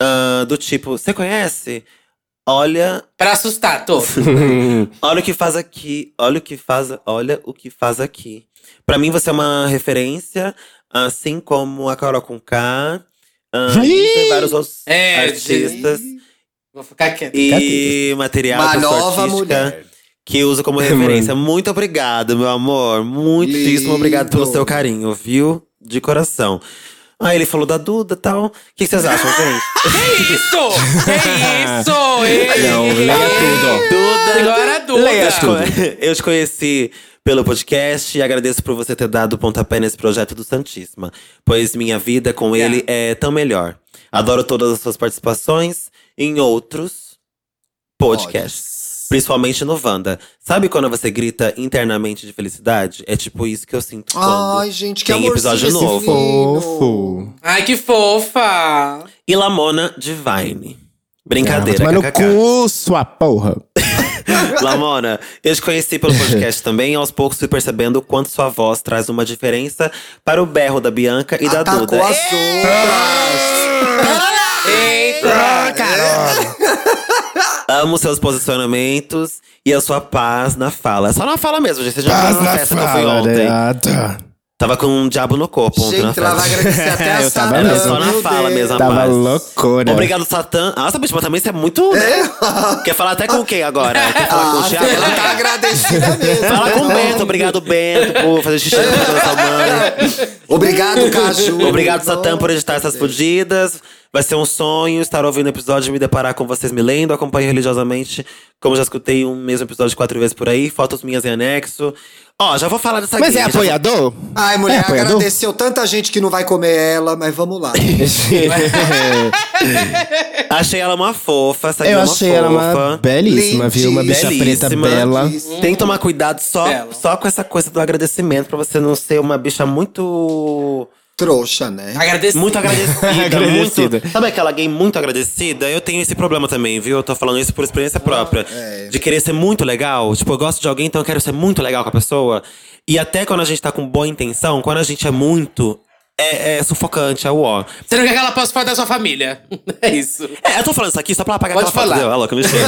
Speaker 1: Ah, do tipo, você conhece? Olha,
Speaker 2: Pra assustar todo.
Speaker 1: olha o que faz aqui, olha o que faz, olha o que faz aqui. Pra mim você é uma referência, assim como a Carol com K, ah,
Speaker 4: Ih!
Speaker 1: e vários outros
Speaker 2: É, de-
Speaker 1: artistas
Speaker 2: Vou ficar quieta.
Speaker 1: e material
Speaker 3: Uma
Speaker 1: pessoa
Speaker 3: nova
Speaker 1: artística
Speaker 3: mulher.
Speaker 1: que uso
Speaker 2: É,
Speaker 1: como referência. Muito obrigado, meu amor. Muitíssimo
Speaker 3: Lindo.
Speaker 1: obrigado pelo seu carinho, viu? De coração. Aí ele falou da Duda e tal. O que que vocês acham, gente?
Speaker 2: Que isso? Que isso? Ei,
Speaker 6: Não, leia tudo.
Speaker 1: Duda!
Speaker 2: Agora a Duda.
Speaker 1: Leia, eu te con- eu te conheci pelo podcast e agradeço por você ter dado pontapé nesse projeto do Santíssima. Pois minha vida com
Speaker 2: Yeah.
Speaker 1: ele é tão melhor. Adoro todas as suas participações em outros podcasts. Principalmente no Wanda. Sabe quando você grita internamente de felicidade? É tipo isso que eu sinto quando…
Speaker 3: Ai, gente, que
Speaker 1: tem
Speaker 3: amorzinho
Speaker 1: episódio
Speaker 3: esse
Speaker 1: novo.
Speaker 3: menino.
Speaker 4: Fofo.
Speaker 2: Ai, que fofa!
Speaker 1: E Lamona Divine.
Speaker 4: Vai
Speaker 1: Brincadeira,
Speaker 4: tomar no
Speaker 1: kkk.
Speaker 4: cu, sua porra.
Speaker 1: Lamona, eu te conheci pelo podcast também, e aos poucos fui percebendo o quanto sua voz traz uma diferença para o berro da Bianca e da
Speaker 3: Atacou
Speaker 1: Duda.
Speaker 3: Tá as outras. É,
Speaker 2: Eita!
Speaker 1: Amo seus posicionamentos e a sua paz na fala. Só na fala mesmo, gente. Você já
Speaker 4: Paz
Speaker 1: viu na
Speaker 4: na
Speaker 1: festa que eu fui
Speaker 4: fala,
Speaker 1: ontem.
Speaker 4: né? Ah, tá.
Speaker 1: Tava com um diabo no corpo ontem na
Speaker 3: Gente, ela vai
Speaker 1: festa.
Speaker 3: agradecer até a
Speaker 4: Eu tava
Speaker 3: Satã,
Speaker 1: Era só na
Speaker 3: meu
Speaker 1: fala
Speaker 3: Deus.
Speaker 1: mesmo,
Speaker 4: Tava
Speaker 1: rapaz.
Speaker 4: loucura.
Speaker 1: Obrigado, Satã. Nossa, bicho, mas também você é muito… Quer falar até com quem agora? Quer falar com o
Speaker 3: Ah,
Speaker 1: Thiago?
Speaker 3: ela tá agradecida mesmo.
Speaker 1: Fala com o Bento. Obrigado, Bento, por fazer xixi na boca da sua mãe.
Speaker 3: Obrigado, Caju.
Speaker 1: Obrigado, Satã, por editar essas fodidas. Vai ser um sonho estar ouvindo o episódio e me deparar com vocês me lendo. Acompanho religiosamente, como já escutei um mesmo episódio quatro vezes por aí. Fotos minhas em anexo. Ó, já vou falar dessa
Speaker 4: Mas é
Speaker 1: gringa, já vou-
Speaker 4: apoiador?
Speaker 3: tá- Ai, mulher,
Speaker 4: É apoiador?
Speaker 3: agradeceu tanta gente que não vai comer ela, mas vamos lá.
Speaker 1: Achei ela uma fofa, essa
Speaker 4: Eu
Speaker 3: Tá
Speaker 1: gringa
Speaker 4: achei
Speaker 1: uma
Speaker 4: ela
Speaker 1: fofa.
Speaker 4: uma belíssima, viu? Uma bicha
Speaker 1: Belíssima.
Speaker 4: preta bela.
Speaker 1: Tem que tomar cuidado só,
Speaker 2: Bela.
Speaker 1: só com essa coisa do agradecimento, pra você não ser uma bicha muito.
Speaker 3: Trouxa, né?
Speaker 2: Agradeço.
Speaker 1: Muito agradecida,
Speaker 4: Agradecida.
Speaker 1: muito. Sabe aquela gay muito agradecida? Eu tenho esse problema também, viu? Eu tô falando isso por experiência própria. De querer ser muito legal. Tipo, eu gosto de alguém, então eu quero ser muito legal com a pessoa. E até quando a gente tá com boa intenção, quando a gente é muito. É, é sufocante, é uó.
Speaker 2: Você não quer que ela possa falar da sua família. É isso.
Speaker 1: É, eu tô falando isso aqui só pra apagar
Speaker 2: Pode
Speaker 1: aquela foto,
Speaker 2: falar.
Speaker 1: entendeu? Ah, louca, me chega.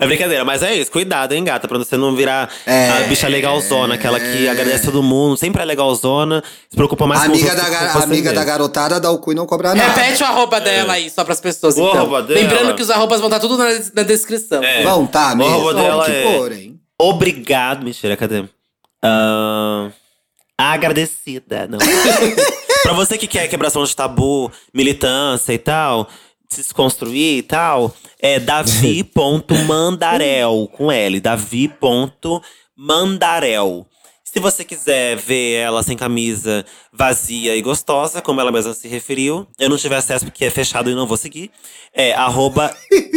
Speaker 1: é brincadeira, mas é isso. Cuidado, hein, gata, pra você não virar
Speaker 3: É.
Speaker 1: a bicha legalzona. Aquela que agradece todo mundo, sempre é legalzona. Se preocupa mais com os
Speaker 3: Amiga,
Speaker 1: outros
Speaker 3: da,
Speaker 1: que com
Speaker 3: gar-
Speaker 1: você
Speaker 3: amiga da
Speaker 1: mesmo.
Speaker 3: garotada dá o cu e não cobra nada.
Speaker 2: Repete o arroba dela aí, só pras pessoas.
Speaker 1: O
Speaker 2: então.
Speaker 1: arroba dela.
Speaker 2: Lembrando que os arrobas vão estar tudo na, na descrição.
Speaker 1: É.
Speaker 3: Vão, tá,
Speaker 1: O
Speaker 3: mesmo.
Speaker 1: arroba dela
Speaker 3: que
Speaker 1: é-
Speaker 3: forem.
Speaker 1: Obrigado. Mentira, cadê? Ah, agradecida. Não. pra você que quer quebração de tabu, militância e tal, se desconstruir e tal, é davi.mandarel, com L. Davi.mandarel. Se você quiser ver ela sem camisa, vazia e gostosa, como ela mesma se referiu, eu não tive acesso porque é fechado e não vou seguir. É arroba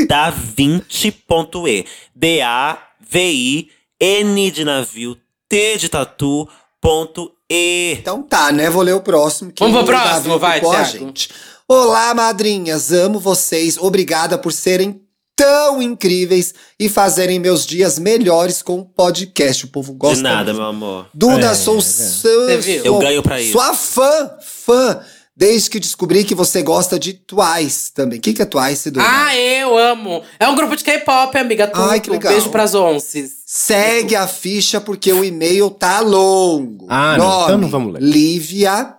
Speaker 1: da20.e. D-A-V-I-N de navio, T de tatu, ponto E.
Speaker 3: Então tá, né? Vou ler o próximo. que
Speaker 2: Vamos pro
Speaker 3: o Davi
Speaker 2: próximo, vai,
Speaker 3: ocupou a
Speaker 2: Thiago.
Speaker 3: gente. Olá, madrinhas. Amo vocês. Obrigada por serem tão incríveis e fazerem meus dias melhores com o podcast. O povo gosta
Speaker 1: de nada,
Speaker 3: mesmo.
Speaker 1: meu amor.
Speaker 3: Duda,
Speaker 4: É,
Speaker 3: sou
Speaker 4: é.
Speaker 3: seu.
Speaker 2: Você viu?
Speaker 1: Eu ganho pra isso.
Speaker 3: Sua fã, fã. Desde que descobri que você gosta de Twice também. O que, que é Twice, Duda?
Speaker 2: Ah, eu amo. É um grupo de K-pop, amiga. Tudo.
Speaker 3: Ai, que legal.
Speaker 2: Beijo pras onces.
Speaker 3: Segue a ficha porque o e-mail tá longo.
Speaker 4: Ah, não. Então não vamos ler.
Speaker 3: Lívia.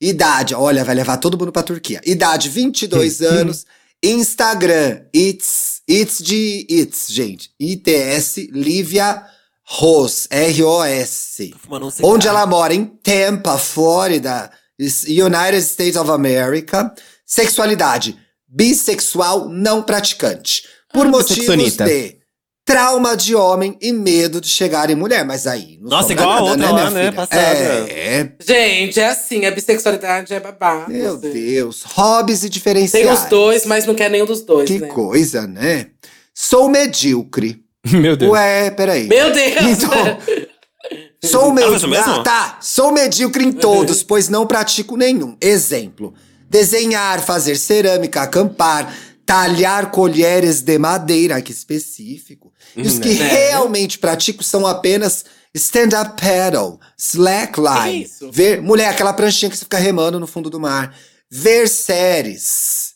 Speaker 3: Idade, olha, vai levar todo mundo pra Turquia. Idade, 22 anos. Instagram, it's, it's de it's, gente. ITS, Lívia Ros, R-O-S.
Speaker 1: Fumando um cigarro.
Speaker 3: Onde ela mora, em Tampa, Flórida, is- United States of America. Sexualidade, bissexual não praticante. Por
Speaker 4: Ah,
Speaker 3: motivos
Speaker 4: bissexualita.
Speaker 3: de trauma de homem e medo de chegar em mulher. Mas aí, não
Speaker 1: Nossa,
Speaker 3: sobra
Speaker 1: igual a
Speaker 3: nada,
Speaker 1: outra
Speaker 3: né,
Speaker 1: lá,
Speaker 3: minha
Speaker 1: né,
Speaker 3: filha?
Speaker 1: passada.
Speaker 3: É, é,
Speaker 2: Gente, é assim. A bissexualidade é babado.
Speaker 3: meu Deus. Hobbies e diferenciais.
Speaker 2: Tem os dois, mas não quer nenhum dos dois,
Speaker 3: Que
Speaker 2: né?
Speaker 3: coisa, né? Sou medíocre.
Speaker 4: Meu Deus.
Speaker 3: Ué, peraí.
Speaker 2: Meu Deus!
Speaker 3: Então, Sou
Speaker 1: mas é
Speaker 3: medíocre.
Speaker 1: mesmo?
Speaker 3: Ah, tá. Sou medíocre em todos, pois não pratico nenhum. Exemplo: desenhar, fazer cerâmica, acampar, talhar colheres de madeira. Ai, Que específico. E os que
Speaker 2: né?
Speaker 3: realmente pratico são apenas stand-up paddle,
Speaker 2: Que
Speaker 3: slackline.
Speaker 2: isso?
Speaker 3: Ver, mulher, aquela pranchinha que você fica remando no fundo do mar. Ver séries.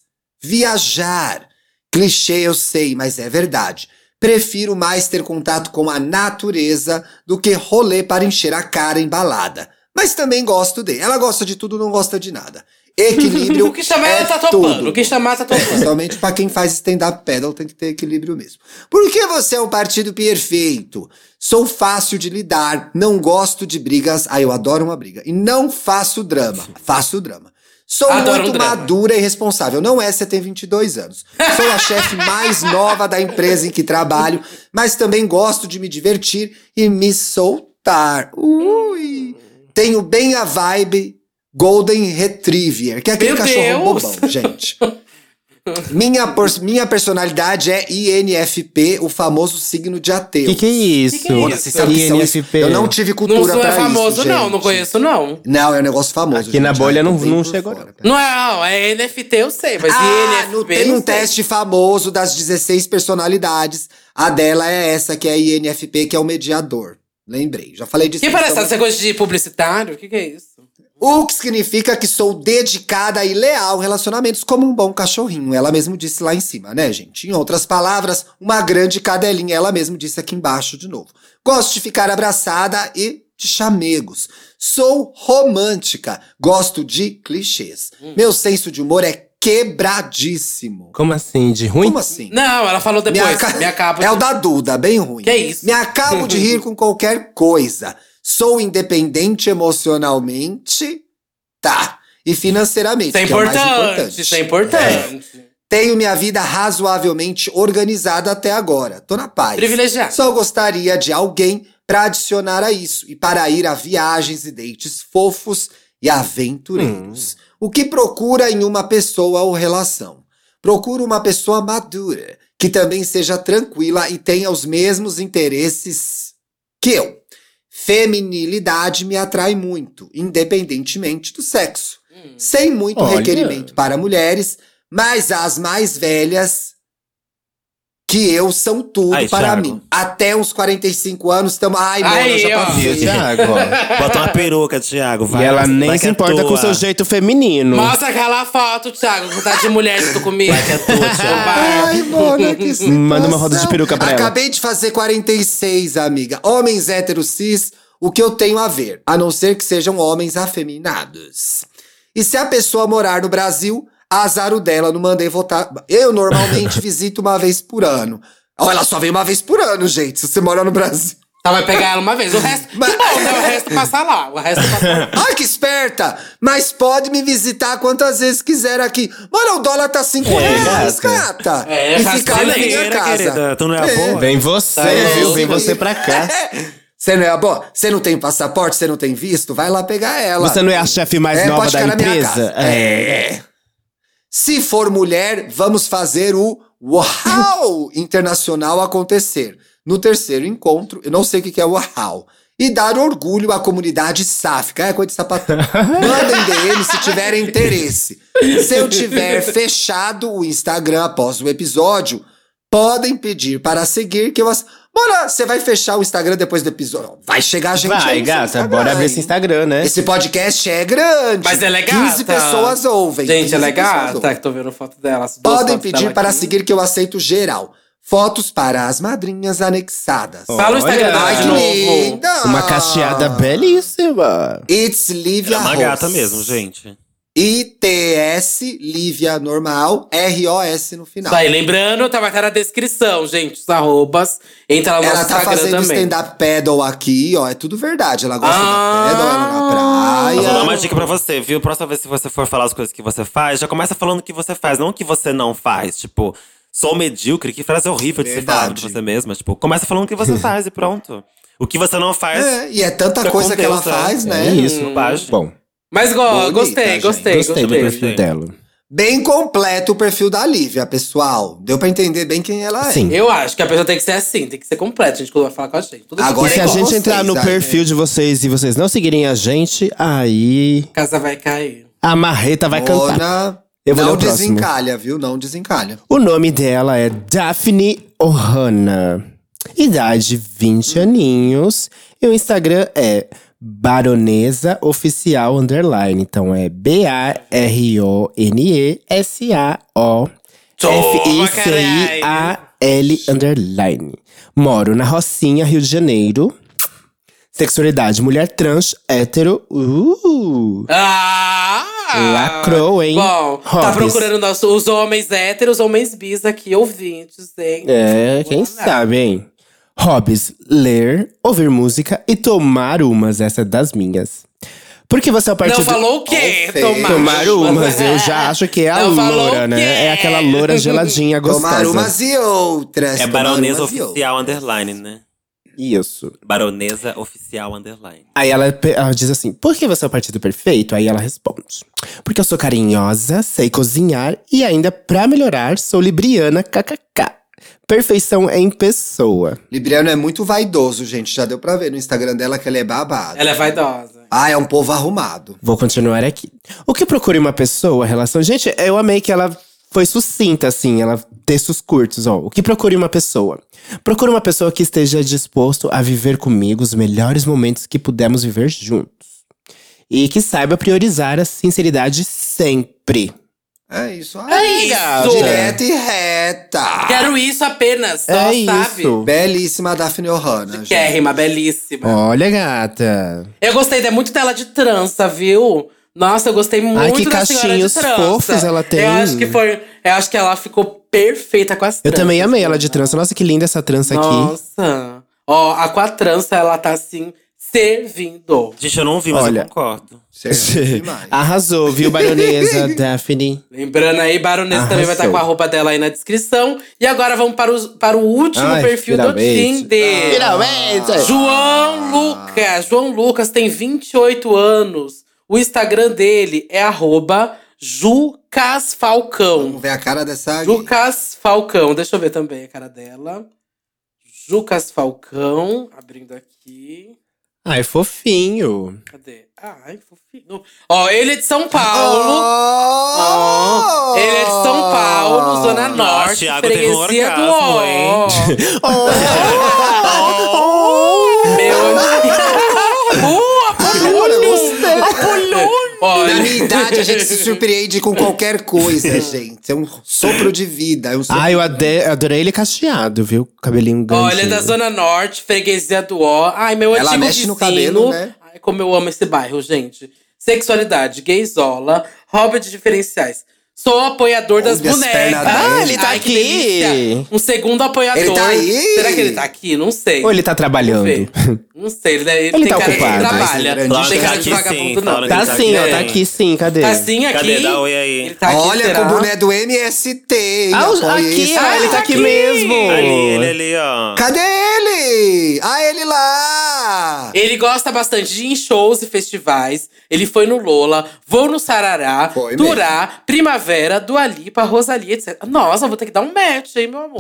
Speaker 3: Viajar. Clichê, eu sei, mas é verdade. Prefiro mais ter contato com a natureza do que rolê para encher a cara em balada. Mas também gosto de. Ela gosta de tudo, não gosta de nada. Equilíbrio.
Speaker 2: O que chamar,
Speaker 3: é
Speaker 2: ela tá
Speaker 3: tudo. É
Speaker 2: topando. O que chamar, tá topando.
Speaker 3: Principalmente pra quem faz stand-up paddle, tem que ter equilíbrio mesmo. Por que você é o partido perfeito? Sou fácil de lidar, não gosto de brigas. Ah, eu adoro uma briga. E não faço drama. Faço drama. Sou
Speaker 2: Adoro
Speaker 3: muito
Speaker 2: um drama.
Speaker 3: madura e responsável. Não é, você tem 22 anos. Sou a chefe mais nova da empresa em que trabalho, mas também gosto de me divertir e me soltar. Ui! Tenho bem a vibe Golden Retriever, que é aquele
Speaker 2: Meu
Speaker 3: cachorro
Speaker 2: Deus!
Speaker 3: bobão, gente. Minha, por- minha personalidade é INFP, o famoso signo de ateu.
Speaker 4: Que que é isso?
Speaker 2: Que que é
Speaker 3: Mona, vocês sabem que são isso?
Speaker 4: INFP.
Speaker 3: Eu não tive
Speaker 2: Não
Speaker 3: cultura
Speaker 2: sou
Speaker 3: pra
Speaker 2: é famoso,
Speaker 3: isso,
Speaker 2: não.
Speaker 3: gente.
Speaker 2: Não conheço, não.
Speaker 3: Não, é um negócio famoso.
Speaker 4: Aqui na
Speaker 3: gente.
Speaker 4: bolha
Speaker 3: Ai, tô
Speaker 4: não-
Speaker 3: bem
Speaker 4: não
Speaker 3: por
Speaker 4: chegou,
Speaker 3: fora.
Speaker 2: Não, é NFT, eu sei. Mas
Speaker 3: Ah,
Speaker 2: INFP,
Speaker 3: não tem um
Speaker 2: sei.
Speaker 3: teste famoso das 16 personalidades. A dela é essa, que é a INFP, que é o mediador. Lembrei, já falei disso.
Speaker 2: Que parece
Speaker 3: então-
Speaker 2: essa coisa de publicitário? O que, que é isso?
Speaker 3: O que significa que sou dedicada e leal a relacionamentos como um bom cachorrinho. Ela mesmo disse lá em cima, né, gente? Em outras palavras, uma grande cadelinha. Ela mesmo disse aqui embaixo de novo. Gosto de ficar abraçada e de chamegos. Sou romântica. Gosto de clichês. Meu senso de humor é quebradíssimo.
Speaker 4: Como assim? De ruim?
Speaker 3: Como assim?
Speaker 2: Não, ela falou depois. Me,
Speaker 3: ca-
Speaker 2: acabo.
Speaker 3: É
Speaker 2: de-
Speaker 3: o da Duda, bem ruim.
Speaker 2: Que é isso?
Speaker 3: Me acabo de rir com qualquer coisa. Sou independente emocionalmente, tá. E financeiramente.
Speaker 2: Isso é
Speaker 3: que o mais
Speaker 2: importante. Isso é importante.
Speaker 3: Tenho minha vida razoavelmente organizada até agora. Tô na paz.
Speaker 2: Privilegiado.
Speaker 3: Só gostaria de alguém pra adicionar a isso e para ir a viagens e dates fofos e aventureiros. O que procura em uma pessoa ou relação? Procura uma pessoa madura, que também seja tranquila e tenha os mesmos interesses que eu. Feminilidade me atrai muito, independentemente do sexo.
Speaker 2: Hum.
Speaker 3: Sem muito
Speaker 4: Olha.
Speaker 3: requerimento para mulheres, mas as mais velhas que eu são tudo
Speaker 1: Aí,
Speaker 3: para
Speaker 1: Thiago.
Speaker 3: mim. Até uns 45 anos estamos. Ai, mano,
Speaker 2: Aí,
Speaker 3: assim? já
Speaker 2: ó.
Speaker 4: E o
Speaker 3: passei.
Speaker 4: Thiago, ó.
Speaker 1: Bota é. uma peruca, Thiago. Vai,
Speaker 4: E ela nem
Speaker 1: vai que
Speaker 4: se
Speaker 1: é
Speaker 4: importa com
Speaker 1: tua.
Speaker 4: o seu jeito feminino.
Speaker 2: Mostra aquela foto, Thiago, com tá de mulher que tu comigo.
Speaker 1: Vai que é tua, Thiago.
Speaker 3: Ai, mano, que situação.
Speaker 4: Manda uma roda de peruca pra ela.
Speaker 3: Acabei de fazer 46, amiga. Homens héteros cis, o que eu tenho a ver? A não ser que sejam homens afeminados. E se a pessoa morar no Brasil, azar o dela, não mandei votar. Eu normalmente visito uma vez por ano. Ó, ela só vem uma vez por ano, gente, se você mora no Brasil.
Speaker 2: Tá, vai pegar ela uma vez. O resto.
Speaker 3: Mas-
Speaker 2: Que bom, né? O resto passa lá. O resto passa lá.
Speaker 3: Ai, que esperta! Mas pode me visitar quantas vezes quiser aqui. Mano, o dólar tá 5
Speaker 4: É,
Speaker 3: reais, gata!
Speaker 2: É,
Speaker 3: e
Speaker 2: faz
Speaker 3: ficar Tá na minha
Speaker 2: brasileira,
Speaker 3: casa.
Speaker 1: querida, tu não é a boa?
Speaker 4: Vem você,
Speaker 2: Tá
Speaker 4: viu?
Speaker 2: louco.
Speaker 4: Vem você pra cá.
Speaker 3: Você não é a boa? Você não tem passaporte? Você não tem visto? Vai lá pegar ela.
Speaker 4: Você não é a chefe mais
Speaker 3: É,
Speaker 4: nova
Speaker 3: pode
Speaker 4: da
Speaker 3: ficar na minha
Speaker 4: empresa?
Speaker 3: casa. É. Se for mulher, vamos fazer o Uau Internacional acontecer. No terceiro encontro, eu não sei o que que é Uau. E dar orgulho à comunidade sáfica. É coisa de sapatão. Mandem DM se tiverem interesse. Se eu tiver fechado o Instagram após o episódio, podem pedir para seguir que eu... As... Bora, você vai fechar o Instagram depois do episódio. Vai chegar gente aí
Speaker 4: Vai,
Speaker 3: no seu
Speaker 4: gata, bora abrir esse
Speaker 3: hein?
Speaker 4: Instagram, né?
Speaker 3: Esse podcast é grande.
Speaker 2: Mas ela é gata.
Speaker 3: 15 pessoas ouvem.
Speaker 2: Gente,
Speaker 3: 15
Speaker 2: ela é
Speaker 3: pessoas
Speaker 2: gata.
Speaker 3: ouvem.
Speaker 2: Que tô vendo foto dela. as duas
Speaker 3: Podem
Speaker 2: fotos
Speaker 3: pedir
Speaker 2: dela
Speaker 3: para
Speaker 2: aqui.
Speaker 3: seguir que eu aceito geral. Fotos para as madrinhas anexadas.
Speaker 2: Fala o Instagram
Speaker 4: Olha.
Speaker 2: dela
Speaker 3: Ai,
Speaker 2: de
Speaker 3: que
Speaker 2: novo.
Speaker 3: linda!
Speaker 4: Uma
Speaker 3: Ah.
Speaker 4: cacheada belíssima.
Speaker 3: It's Lívia
Speaker 1: É uma
Speaker 3: Ross.
Speaker 1: gata mesmo, gente.
Speaker 3: ITS, Lívia normal, ROS no final.
Speaker 2: Isso aí, lembrando, tá, vai estar na descrição, gente, os arrobas. Entra lá no
Speaker 3: Ela
Speaker 2: é nosso
Speaker 3: tá
Speaker 2: Instagram
Speaker 3: fazendo
Speaker 2: também.
Speaker 3: stand-up paddle aqui, ó. É tudo verdade. Ela gosta
Speaker 2: Ah.
Speaker 3: da paddle, ela
Speaker 1: Eu
Speaker 3: na
Speaker 1: vou dar
Speaker 3: praia.
Speaker 1: uma dica pra você, viu? Próxima vez que você for falar as coisas que você faz, já começa falando o que você faz, não o que você não faz. Tipo, sou medíocre, que frase horrível de
Speaker 3: Verdade.
Speaker 1: você falar de você mesma. Tipo, começa falando o que você faz e pronto. O que você não faz.
Speaker 3: É, e é tanta
Speaker 1: Fica
Speaker 3: coisa
Speaker 1: com
Speaker 3: que
Speaker 1: Deus,
Speaker 3: ela faz,
Speaker 1: é.
Speaker 3: né?
Speaker 1: É isso, bobagem.
Speaker 4: Bom,
Speaker 2: Mas go-
Speaker 3: Bonita,
Speaker 2: gostei,
Speaker 3: gente.
Speaker 2: gostei,
Speaker 4: gostei
Speaker 2: gostei,
Speaker 4: do perfil dela.
Speaker 3: Bem completo o perfil da Lívia, pessoal. Deu pra entender bem quem ela é.
Speaker 4: Sim.
Speaker 2: Eu acho que a pessoa tem que ser assim, tem que ser completa. A gente vai falar com a gente. Tudo assim, né,
Speaker 3: Agora
Speaker 4: e se
Speaker 3: é
Speaker 4: a
Speaker 3: igual
Speaker 4: gente
Speaker 3: vocês,
Speaker 4: entrar no
Speaker 3: aí.
Speaker 4: perfil de vocês e vocês não seguirem a gente, aí
Speaker 2: que a casa vai cair.
Speaker 4: a marreta vai cantar.
Speaker 3: Mona,
Speaker 4: Eu vou
Speaker 3: não
Speaker 4: ler o próximo.
Speaker 3: desencalha, viu? Não desencalha.
Speaker 4: O nome dela é Daphne Ohana. Idade 20 aninhos. E o Instagram é Baronesa Oficial Underline. Então é B-A-R-O-N-E-S-A-O. F-I-C-I-A-L Underline. Moro na Rocinha, Rio de Janeiro. Sexualidade. Mulher trans, hétero. Uh!
Speaker 2: Ah!
Speaker 4: Lacrou, hein?
Speaker 2: Bom, tá
Speaker 4: Hobbes.
Speaker 2: procurando nosso- os homens héteros, homens bis aqui, ouvintes, hein?
Speaker 4: É, quem
Speaker 2: Vamos lá.
Speaker 4: sabe, hein? Hobbies: ler, ouvir música e tomar umas. Essa é das minhas. Porque você é o partido.
Speaker 2: Não falou o quê?
Speaker 3: Ou
Speaker 2: Tomar,
Speaker 4: Tomar umas, eu já acho que é a
Speaker 2: Não falou
Speaker 4: loura,
Speaker 2: o quê?
Speaker 4: né? É aquela loura geladinha, gostosa.
Speaker 3: Tomar umas e outras.
Speaker 1: É
Speaker 3: tomar
Speaker 1: baronesa
Speaker 3: umas e outras.
Speaker 1: oficial underline, né?
Speaker 4: Isso.
Speaker 1: Baronesa oficial underline.
Speaker 4: Aí ela, pe- ela diz assim: por que você é o partido perfeito? Aí ela responde: porque eu sou carinhosa, sei cozinhar e ainda, pra melhorar, sou libriana, kkk. Perfeição é em pessoa.
Speaker 3: Libriano é muito vaidoso, gente. Já deu pra ver no Instagram dela que ela é babada.
Speaker 2: Ela é vaidosa.
Speaker 3: Ah, é um povo arrumado.
Speaker 4: Vou continuar aqui. O que procura em uma pessoa, relação. Gente, eu amei que ela foi sucinta, assim, ela textos curtos, ó. O que procura em uma pessoa? Procura uma pessoa que esteja disposto a viver comigo os melhores momentos que pudermos viver juntos. E que saiba priorizar a sinceridade sempre.
Speaker 3: É isso aí.
Speaker 2: É isso!
Speaker 3: Direta e reta.
Speaker 2: Quero isso apenas, só,
Speaker 4: é
Speaker 2: sabe?
Speaker 4: isso.
Speaker 3: Belíssima Daphne Ohana, gente.
Speaker 2: Quérrima, belíssima.
Speaker 4: Olha, gata.
Speaker 2: Eu gostei, é muito dela de trança, viu? Nossa, eu gostei muito
Speaker 4: que
Speaker 2: da senhora de
Speaker 4: cachinhos
Speaker 2: trança.
Speaker 4: fofos ela tem.
Speaker 2: Eu acho que foi. Eu acho que ela ficou perfeita com as
Speaker 4: Eu
Speaker 2: tranças,
Speaker 4: também amei ela
Speaker 2: né?
Speaker 4: de trança. Nossa, que linda essa trança aqui.
Speaker 2: Nossa. Ó, a com a trança, ela tá assim, servindo.
Speaker 1: Gente, eu não vi, mas
Speaker 4: Olha.
Speaker 1: eu concordo.
Speaker 3: Certo, é demais.
Speaker 2: Ah,
Speaker 4: Arrasou, viu, baronesa Daphne?
Speaker 2: Lembrando aí, Baronesa também vai estar
Speaker 4: Arrasou.
Speaker 2: com a roupa dela aí na descrição. E agora vamos para, os, para o último
Speaker 4: Ai,
Speaker 2: perfil do
Speaker 4: finalmente.
Speaker 3: Ah,
Speaker 2: Tinder.
Speaker 4: Finalmente!
Speaker 2: João Lucas. João Lucas tem 28 anos. O Instagram dele é arroba Jucas
Speaker 3: Vamos
Speaker 2: Falcão.
Speaker 3: ver a cara dessa.
Speaker 2: Jucas Falcão. Deixa eu ver também a cara dela. Jucas Falcão. Abrindo aqui.
Speaker 4: Ai, fofinho.
Speaker 2: Cadê? Ah, Ai, fofinho. Ó, ele é de São Paulo.
Speaker 1: Oh!
Speaker 3: Oh!
Speaker 2: Ó, ele é de São Paulo, Zona Norte,
Speaker 1: Thiago teve um
Speaker 2: freguesia do
Speaker 1: orgasmo,
Speaker 2: O. Meu Uh, Apolônio! Apolônio!
Speaker 3: Na
Speaker 2: Olha,
Speaker 3: minha idade, a gente se surpreende com qualquer coisa, gente. É um sopro de vida. É um sopro
Speaker 4: Ai, eu ade- adorei ele cacheado, viu? Cabelinho grande.
Speaker 2: Olha, tá da Zona Norte, freguesia do O. Ai, meu
Speaker 3: Ela
Speaker 2: antigo
Speaker 3: mexe no
Speaker 2: vizinho.
Speaker 3: cabelo, né?
Speaker 2: Ai, como eu amo esse bairro, gente. Sexualidade, gaysola, hobby de diferenciais. Sou apoiador das
Speaker 3: Olha as
Speaker 2: bonecas.
Speaker 3: pernas dele. Ah,
Speaker 4: ele tá
Speaker 2: Ai, que
Speaker 4: aqui.
Speaker 2: delícia. Um segundo apoiador.
Speaker 3: Ele tá aí.
Speaker 2: Será que ele tá aqui? Não sei.
Speaker 4: Ou ele tá
Speaker 2: Vamos
Speaker 4: trabalhando?
Speaker 2: ver. Não sei, né? ele, ele,
Speaker 4: Ele
Speaker 2: tem
Speaker 4: tá
Speaker 2: cara de que
Speaker 4: ocupado.
Speaker 2: trabalha.
Speaker 3: Mas ele é
Speaker 2: Não
Speaker 3: grande.
Speaker 2: tem
Speaker 3: Claro
Speaker 2: cara
Speaker 1: que
Speaker 2: de
Speaker 1: Tá sim,
Speaker 2: vagabundo, não.
Speaker 1: claro
Speaker 4: Tá
Speaker 1: Ele tá
Speaker 4: sim, ó,
Speaker 1: aqui.
Speaker 4: tá aqui sim, cadê?
Speaker 2: Tá sim aqui.
Speaker 1: Cadê? Dá um oi aí.
Speaker 2: Ele tá aqui,
Speaker 3: Olha
Speaker 2: será?
Speaker 3: com o boné do MST. hein?
Speaker 4: Ah, os-
Speaker 3: Apoia
Speaker 4: aqui,
Speaker 3: isso. Ah,
Speaker 4: ó, ele tá aqui,
Speaker 2: aqui.
Speaker 4: mesmo.
Speaker 1: Ali, ele ali, ó.
Speaker 3: Cadê ele? Ah, ele lá!
Speaker 2: Ele gosta bastante de ir em shows e festivais. Ele foi no Lola, vou no Sarará,
Speaker 3: Foi
Speaker 2: Durá, Primavera, Dua Lipa, Rosalia, etc. Nossa, vou ter que dar um match, hein, meu amor.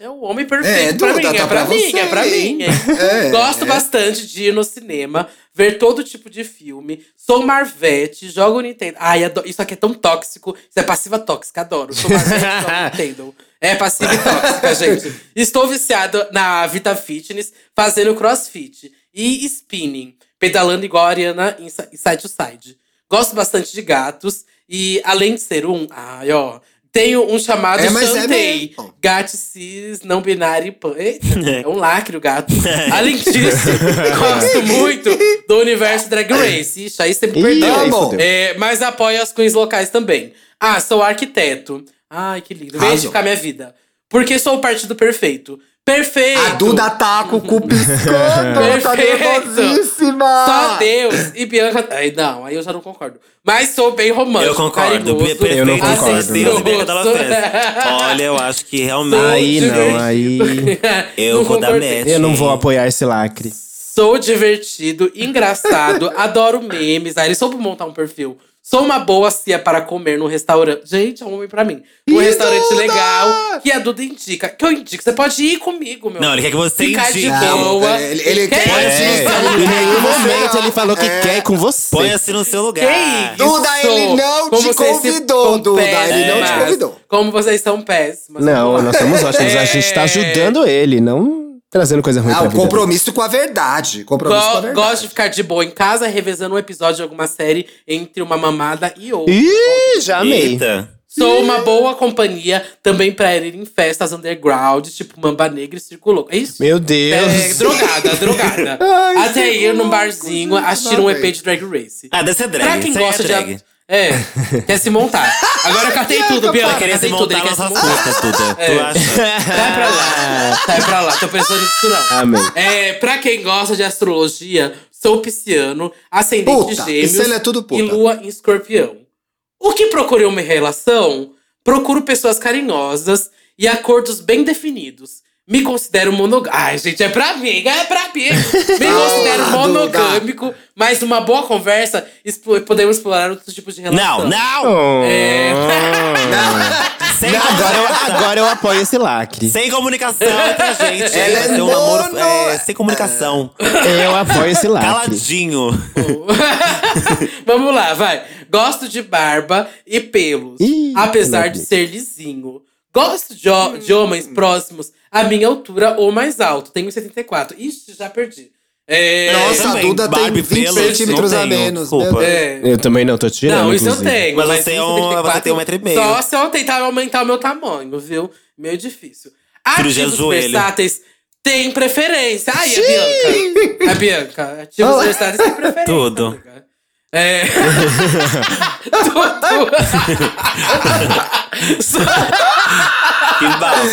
Speaker 2: é o homem perfeito
Speaker 3: É,
Speaker 2: pra
Speaker 3: Duda,
Speaker 2: mim, é
Speaker 3: tá
Speaker 2: pra
Speaker 3: pra
Speaker 2: mim,
Speaker 3: você,
Speaker 2: é pra mim.
Speaker 3: hein?
Speaker 2: hein.
Speaker 3: É.
Speaker 2: Gosto bastante de ir no cinema, ver todo tipo de filme. Sou Marvete, jogo Nintendo. Ai, adoro- isso aqui é tão tóxico. Isso é passiva tóxica, adoro. Sou Marvete, jogo Nintendo. É passiva e tóxica, gente. Estou viciado na Vita Fitness, fazendo crossfit e spinning, pedalando igual a Ariana em si- em side to side. Gosto bastante de gatos e, além de ser um, ai, ó, tenho um chamado
Speaker 3: É, mas é
Speaker 2: Shantei.
Speaker 3: mesmo.
Speaker 2: gato cis, não binário e pan. Eita, é um lacre o gato. Além disso, gosto muito do universo Drag Race. Ixi, aí você me
Speaker 4: Ih, aí
Speaker 2: perdeu.
Speaker 4: fodeu.
Speaker 2: É, mas apoio as queens locais também. Ah, sou arquiteto. Ai, que lindo. Veio
Speaker 3: Arrasou.
Speaker 2: edificar minha vida. Porque sou o partido perfeito. Perfeito!
Speaker 3: A Duda tá com o cu piscando, tá
Speaker 2: Perfeito.
Speaker 3: nervosíssima!
Speaker 2: Só Deus e Bianca. Ai, não, aí eu já não concordo. Mas sou bem romântico.
Speaker 1: Eu concordo.
Speaker 2: carinhoso,
Speaker 1: Perfeito. é um
Speaker 4: Eu não concordo.
Speaker 1: Deus e Bianca Della
Speaker 2: afetuoso.
Speaker 1: Fence. Olha, eu acho que
Speaker 4: Aí
Speaker 1: realmente.
Speaker 4: não, aí.
Speaker 1: Eu
Speaker 2: Não
Speaker 1: vou dar
Speaker 2: concordei.
Speaker 1: match.
Speaker 4: Eu não vou apoiar esse lacre.
Speaker 2: Sou divertido, engraçado, adoro memes. Aí ele soube montar um perfil. Sou uma boa cia para comer num restaurante. Gente, é um homem pra mim. Um
Speaker 3: Ih,
Speaker 2: restaurante
Speaker 3: Duda!
Speaker 2: legal que a Duda indica. Que eu indico. Você pode ir comigo, meu.
Speaker 1: Não, ele quer que você
Speaker 2: Ficar de
Speaker 1: indique.
Speaker 3: Não, é,
Speaker 2: boa.
Speaker 3: ele- ele quer
Speaker 2: Quer
Speaker 3: isso.
Speaker 2: isso?
Speaker 4: É, Em nenhum momento ele falou que
Speaker 3: É.
Speaker 4: quer com você.
Speaker 1: Põe-se no seu lugar.
Speaker 2: Que isso?
Speaker 3: Duda, ele não
Speaker 2: Como
Speaker 3: te
Speaker 2: vocês
Speaker 3: convidou,
Speaker 2: são
Speaker 3: Duda, ele não te
Speaker 2: péssimas.
Speaker 3: convidou.
Speaker 2: Como vocês são péssimas.
Speaker 4: Não,
Speaker 2: Vamos lá.
Speaker 4: nós somos ótimos. A gente tá
Speaker 2: É.
Speaker 4: ajudando ele, não trazendo coisa ruim
Speaker 3: Ah,
Speaker 4: pra
Speaker 3: o
Speaker 4: vida. dele.
Speaker 3: compromisso com a verdade. Compromisso com a
Speaker 2: Go-
Speaker 3: é verdade.
Speaker 2: gosto de ficar de boa em casa, revezando um episódio de alguma série entre uma mamada e outra.
Speaker 4: Ih, já amei.
Speaker 1: Eita.
Speaker 2: Sou uma boa companhia também pra ir em festas underground, tipo Mamba Negra e Circo Louco. É isso?
Speaker 4: Meu Deus.
Speaker 2: É, drogada, drogada.
Speaker 3: Ai,
Speaker 2: Até
Speaker 3: Circo
Speaker 2: ir num
Speaker 3: Louco,
Speaker 2: barzinho,
Speaker 3: gente,
Speaker 2: assistir um
Speaker 3: nada a
Speaker 2: EP
Speaker 3: ver.
Speaker 2: de Drag Race.
Speaker 1: Ah, deve ser drag.
Speaker 2: pra quem
Speaker 1: isso aí
Speaker 2: gosta
Speaker 1: é drag.
Speaker 2: de. É, quer se montar. Agora eu catei tudo, Bianca.
Speaker 1: Vai querer se
Speaker 2: catei tudo,
Speaker 1: montar
Speaker 2: ele quer
Speaker 1: nas
Speaker 2: se
Speaker 1: nossas
Speaker 2: montar.
Speaker 1: custas, Duda.
Speaker 2: É.
Speaker 1: Tu acha?
Speaker 2: Sai pra lá, sai pra lá. Tô pensando nisso não.
Speaker 4: Amém.
Speaker 2: É, pra quem gosta de astrologia, sou pisciano, ascendente
Speaker 3: Puta,
Speaker 2: de gêmeos
Speaker 3: isso ele é tudo puta.
Speaker 2: e lua em escorpião. O que procurei uma relação? Procuro pessoas carinhosas e acordos bem definidos. Me considero monogâmico. Ai, gente, é pra mim, é pra mim. Me considero
Speaker 3: Duda.
Speaker 2: monogâmico, mas uma boa conversa, explo- podemos explorar outros tipos de
Speaker 1: Não,
Speaker 2: relação.
Speaker 1: não!
Speaker 4: Oh.
Speaker 2: É.
Speaker 1: Sem,
Speaker 4: Não, agora, eu,
Speaker 1: comunicação.
Speaker 4: agora eu apoio esse lacre.
Speaker 1: sem comunicação entre a gente. Vai
Speaker 3: Ela é Ah, tá,
Speaker 1: ser um namoro
Speaker 3: mono-
Speaker 1: é, sem comunicação.
Speaker 4: Eu apoio esse lacre.
Speaker 1: Caladinho.
Speaker 2: Vamos lá, vai. Gosto de barba e pelos,
Speaker 4: Ih,
Speaker 2: apesar de
Speaker 4: Felipe.
Speaker 2: ser lisinho. Gosto de, ho- de homens próximos à minha altura ou mais alto. Tenho 74. Ixi, já perdi. É,
Speaker 1: Eu
Speaker 3: Nossa, a
Speaker 1: também,
Speaker 3: Duda tem
Speaker 1: Barbie
Speaker 3: 20
Speaker 1: pelos,
Speaker 3: centímetros
Speaker 1: não
Speaker 3: a
Speaker 1: tenho,
Speaker 3: menos.
Speaker 1: desculpa.
Speaker 3: meu Deus.
Speaker 2: é.
Speaker 4: Eu também não, tô tirando.
Speaker 2: Não, isso eu
Speaker 4: né, inclusive.
Speaker 2: tenho.
Speaker 1: Mas você é um-
Speaker 2: 1,74,
Speaker 1: você tem um metro e meio.
Speaker 2: Só se eu tentar aumentar o meu tamanho, viu? Meio difícil.
Speaker 1: Cirurgia
Speaker 2: Ativos
Speaker 1: do joelho.
Speaker 2: versáteis têm preferência. Ai, a Bianca. A Bianca. Ativos
Speaker 3: Olá.
Speaker 2: versáteis têm preferência.
Speaker 1: Tudo.
Speaker 2: amiga. É. Tudo.
Speaker 1: Que bafo.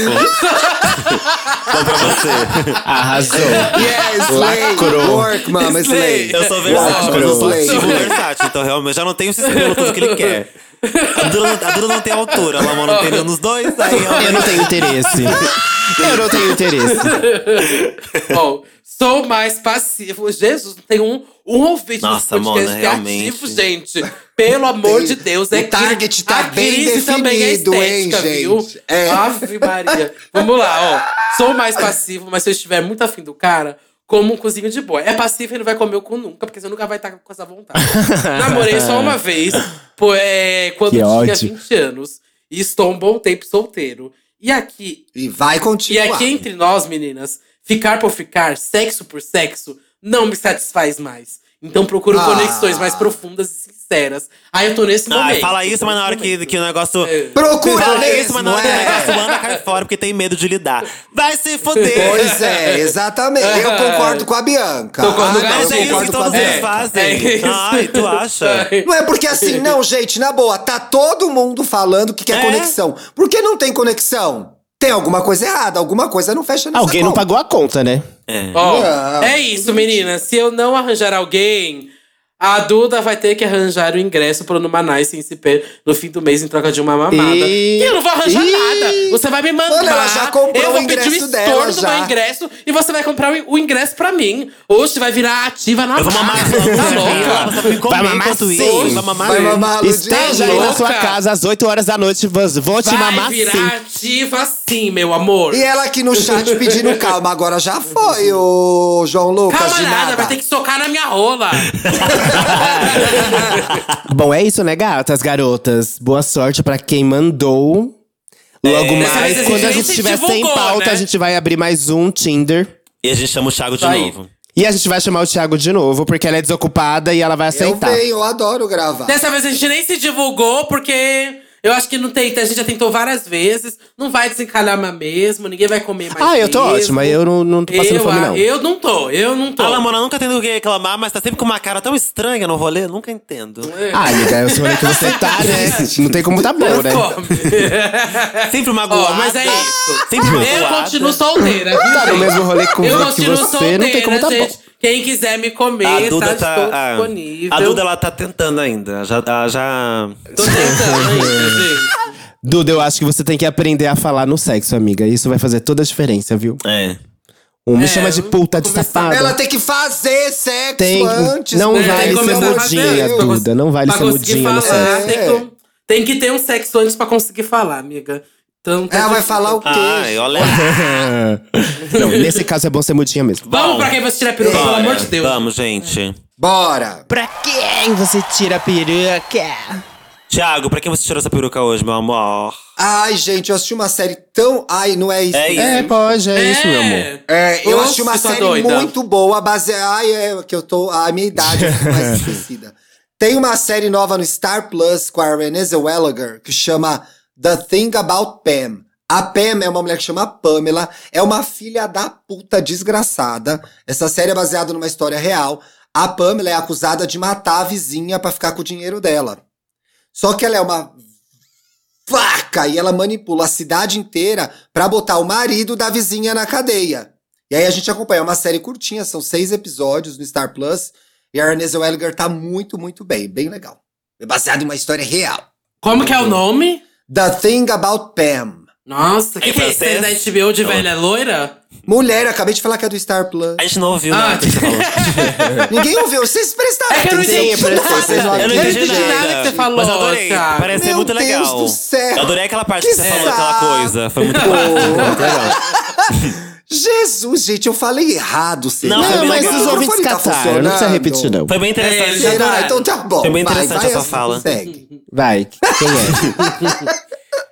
Speaker 1: Bom pra você.
Speaker 4: Arrasou.
Speaker 3: Yes, slay.
Speaker 4: Lacrou.
Speaker 3: Work, mama,
Speaker 2: Slay.
Speaker 3: slay.
Speaker 1: Eu sou versátil, mas eu sou
Speaker 3: Lacrou.
Speaker 1: ativo versátil. Então, realmente, já não tenho sistema tudo que ele quer. A Duda, não- a Duda não tem altura, a Mamão não tem nenhum dos dois. Aí ela
Speaker 4: Eu não tenho interesse. Eu não tenho interesse.
Speaker 2: Bom, sou mais passivo. Jesus, tem um, um ouvinte
Speaker 1: Nossa,
Speaker 2: nesse podcast
Speaker 1: Mona,
Speaker 2: que é
Speaker 1: realmente.
Speaker 2: ativo, gente. Pelo amor
Speaker 3: Tem.
Speaker 2: de Deus.
Speaker 3: O
Speaker 2: É cri-
Speaker 3: target tá
Speaker 2: a
Speaker 3: bem
Speaker 2: crise também é
Speaker 3: definido, hein,
Speaker 2: estética, viu?
Speaker 3: gente? É.
Speaker 2: Ave Maria. Vamos lá, ó. Sou mais passivo, mas se eu estiver muito afim do cara, como um cozinho de boi. É passivo e não vai comer o cu nunca, porque você nunca vai estar com essa vontade. Namorei só uma vez, pô, é, quando
Speaker 4: Que
Speaker 2: tinha
Speaker 4: ódio.
Speaker 2: 20 anos. E estou um bom tempo solteiro. E aqui,
Speaker 3: E vai
Speaker 2: e
Speaker 3: continuar.
Speaker 2: aqui entre nós, meninas, ficar por ficar, sexo por sexo, não me satisfaz mais. Então procuro
Speaker 3: Ah.
Speaker 2: conexões mais profundas e sinceras. Aí eu tô nesse
Speaker 1: Ai,
Speaker 2: momento.
Speaker 1: Tá, fala isso, mas na hora que,
Speaker 2: Momento.
Speaker 1: que o negócio.
Speaker 2: É.
Speaker 3: Procura
Speaker 1: Fala isso,
Speaker 3: mesmo,
Speaker 1: mas na hora que o negócio
Speaker 3: é.
Speaker 1: anda cai fora, porque tem medo de lidar. Vai se fuder!
Speaker 3: Pois é, exatamente. Eu concordo com a Bianca.
Speaker 2: Tô com a
Speaker 3: Ah,
Speaker 2: Duda,
Speaker 3: não,
Speaker 1: Mas
Speaker 2: eu
Speaker 1: é isso que
Speaker 2: concordo com a
Speaker 1: todos eles
Speaker 2: Bianca. É
Speaker 1: fazem.
Speaker 2: isso.
Speaker 1: Ai, tu acha?
Speaker 2: É.
Speaker 3: Não é porque assim, não, gente, na boa, tá todo mundo falando que quer
Speaker 1: É.
Speaker 3: conexão. Por que não tem conexão? Tem alguma coisa errada, alguma coisa não fecha nessa
Speaker 4: Alguém não
Speaker 3: conta.
Speaker 4: pagou a conta, né?
Speaker 2: Ó,
Speaker 3: Não.
Speaker 2: é isso, meninas. Se eu não arranjar alguém, a Duda vai ter que arranjar o ingresso pro Numa Nice em CP no fim do mês em troca de uma mamada.
Speaker 4: E-
Speaker 2: E eu não vou arranjar
Speaker 4: E-
Speaker 2: nada. Você vai me mandar.
Speaker 3: Mano, ela já comprou
Speaker 2: eu
Speaker 3: o
Speaker 2: vou pedir o
Speaker 3: ingresso dela
Speaker 2: estorno do
Speaker 3: já.
Speaker 2: meu ingresso e você vai comprar o- o ingresso pra mim. Hoje vai virar ativa na
Speaker 1: Eu vou mamar
Speaker 2: mata.
Speaker 1: essa louca.
Speaker 2: Tá louca?
Speaker 1: Você me
Speaker 4: Vai
Speaker 1: comer
Speaker 4: mamar
Speaker 1: enquanto
Speaker 4: sim.
Speaker 1: isso. Vai mamar
Speaker 3: Vai mamar a
Speaker 4: Esteja
Speaker 2: tá
Speaker 4: aí
Speaker 3: Ludmilla.
Speaker 4: na
Speaker 2: louca?
Speaker 4: sua casa às 8 horas da noite, vos- vou te
Speaker 2: Vai
Speaker 4: mamar sim.
Speaker 2: virar ativa sim, meu amor.
Speaker 3: E ela aqui no chat pedindo calma. Agora já foi, o João Lucas.
Speaker 2: Calma
Speaker 3: de
Speaker 2: nada,
Speaker 3: nada.
Speaker 2: vai ter que socar na minha rola.
Speaker 4: Bom, é isso, né, gatas, garotas? Boa sorte pra quem mandou. Logo
Speaker 1: É.
Speaker 2: Dessa vez a
Speaker 4: mais,
Speaker 2: gente
Speaker 4: quando a
Speaker 2: nem
Speaker 4: gente
Speaker 2: se
Speaker 4: tiver sem
Speaker 2: divulgou,
Speaker 4: pauta,
Speaker 2: né?
Speaker 4: a gente vai abrir mais um Tinder.
Speaker 1: E a gente chama o Thiago de
Speaker 2: Vai.
Speaker 1: novo.
Speaker 4: E a gente vai chamar o Thiago de novo, porque ela é desocupada e ela vai
Speaker 3: Eu
Speaker 4: aceitar.
Speaker 3: venho, eu adoro gravar.
Speaker 2: Dessa vez a gente nem se divulgou, porque eu acho que não tem. A gente já tentou várias vezes. Não vai desencalhar mais mesmo, ninguém vai comer mais.
Speaker 4: Ah, eu tô
Speaker 2: mesmo.
Speaker 4: ótima, eu não, não tô passando
Speaker 2: eu,
Speaker 4: fome,
Speaker 2: ah,
Speaker 4: não.
Speaker 2: Eu não tô, eu não tô.
Speaker 1: A Ah, Lamona nunca tem do que reclamar, mas tá sempre com uma cara tão estranha no rolê, eu nunca entendo.
Speaker 4: Ah, amiga, eu sou o que você tá, né? Não tem como tá bom, né?
Speaker 2: Come.
Speaker 1: Sempre
Speaker 2: Ó,
Speaker 1: magoada.
Speaker 2: mas é isso.
Speaker 1: Sempre
Speaker 2: Eu
Speaker 1: magoada.
Speaker 2: continuo solteira. viu,
Speaker 4: Tá no
Speaker 2: gente?
Speaker 4: mesmo rolê com
Speaker 2: Eu
Speaker 4: que
Speaker 2: continuo
Speaker 4: você,
Speaker 2: solteira,
Speaker 4: não tem como tá bom.
Speaker 2: gente. Quem quiser me comer,
Speaker 1: A Duda
Speaker 2: tá,
Speaker 1: tá.
Speaker 2: estou
Speaker 1: a-
Speaker 2: disponível.
Speaker 1: A Duda ela tá tentando ainda. Já. ela já...
Speaker 2: Tô tentando ainda, gente.
Speaker 4: Duda, eu acho que você tem que aprender a falar no sexo, amiga. Isso vai fazer toda a diferença, viu?
Speaker 1: É.
Speaker 4: Um me
Speaker 2: É,
Speaker 4: chama de
Speaker 2: eu
Speaker 4: puta, de
Speaker 2: começar-
Speaker 4: safada.
Speaker 3: Ela tem que fazer sexo
Speaker 4: Tem-
Speaker 3: antes.
Speaker 4: não
Speaker 3: né?
Speaker 2: É,
Speaker 4: vale
Speaker 2: tem que
Speaker 4: ser
Speaker 2: começar a
Speaker 4: mudinha,
Speaker 2: fazer.
Speaker 4: Duda. Não vale
Speaker 2: Pra
Speaker 4: ser
Speaker 2: conseguir
Speaker 4: mudinha no sexo.
Speaker 2: falar, tem que, tem que ter um sexo antes pra conseguir falar, amiga. Então, tá
Speaker 3: Ela vai
Speaker 2: difícil.
Speaker 3: falar o quê?
Speaker 1: Ai, olha.
Speaker 4: não, nesse caso é bom ser mudinha mesmo.
Speaker 2: Vamos pra quem você tira a peruca, pelo
Speaker 1: Bora.
Speaker 2: amor de Deus.
Speaker 1: Vamos, gente.
Speaker 3: Bora.
Speaker 4: Pra quem você tira a peruca?
Speaker 1: Thiago, pra quem você tirou essa peruca hoje, meu amor?
Speaker 3: Ai, gente, eu assisti uma série tão. Ai, não é isso.
Speaker 1: É
Speaker 3: né?
Speaker 1: isso.
Speaker 4: É, pode, é, isso, meu amor.
Speaker 3: É, eu
Speaker 2: Nossa,
Speaker 3: achei uma
Speaker 2: tô
Speaker 3: série
Speaker 2: doida.
Speaker 3: muito boa, baseada. Ai, é que eu tô. A minha idade é eu fico mais esquecida. Tem uma série nova no Star Plus com a Renée Zellweger que chama The Thing About Pam. A Pam é uma mulher que chama Pamela, é uma filha da puta desgraçada. Essa série é baseada numa história real. A Pamela é acusada de matar a vizinha pra ficar com o dinheiro dela. Só que ela é uma faca e ela manipula a cidade inteira pra botar o marido da vizinha na cadeia. E aí a gente acompanha é uma série curtinha, são seis episódios no Star Plus. E a Ernest Welliger tá muito, muito bem, bem legal. É baseado em uma história real.
Speaker 2: Como que é o nome?
Speaker 3: The Thing About Pam.
Speaker 2: Nossa, que,
Speaker 1: É
Speaker 2: que é isso?
Speaker 1: francês?
Speaker 2: da HBO de
Speaker 1: Não.
Speaker 2: velha loira?
Speaker 3: Mulher, eu acabei de falar que é do Star Plus.
Speaker 1: A gente não ouviu
Speaker 2: Ah,
Speaker 1: nada que você falou. É.
Speaker 3: Ninguém ouviu, vocês prestaram
Speaker 2: É que eu não
Speaker 3: atenção.
Speaker 2: entendi
Speaker 3: Vocês
Speaker 2: nada.
Speaker 3: ouviram.
Speaker 1: Eu não
Speaker 2: Eu
Speaker 1: entendi
Speaker 2: não entendi nada que você falou,
Speaker 1: Mas eu adorei.
Speaker 2: Thiago.
Speaker 1: Parece ser
Speaker 3: Meu
Speaker 1: muito
Speaker 3: Deus
Speaker 1: legal.
Speaker 3: do céu.
Speaker 1: Eu adorei aquela parte
Speaker 3: Que
Speaker 1: que, você falou daquela
Speaker 3: saco.
Speaker 1: coisa. Foi muito boa. Muito legal.
Speaker 3: Jesus, gente, eu falei errado. Sei
Speaker 1: Não,
Speaker 3: lá.
Speaker 1: foi
Speaker 4: Não,
Speaker 1: bem
Speaker 4: mas
Speaker 1: legal.
Speaker 4: os
Speaker 1: O
Speaker 4: ouvintes
Speaker 3: microfone tá
Speaker 4: cataram. Não precisa
Speaker 3: funcionando.
Speaker 4: repetir, não.
Speaker 1: Foi bem
Speaker 2: É,
Speaker 1: interessante.
Speaker 2: eles já-
Speaker 3: Será? Então tá bom.
Speaker 1: Foi bem
Speaker 3: Vai,
Speaker 1: interessante
Speaker 3: vai,
Speaker 1: essa
Speaker 3: assim,
Speaker 1: fala.
Speaker 3: Segue.
Speaker 4: Vai, quem é?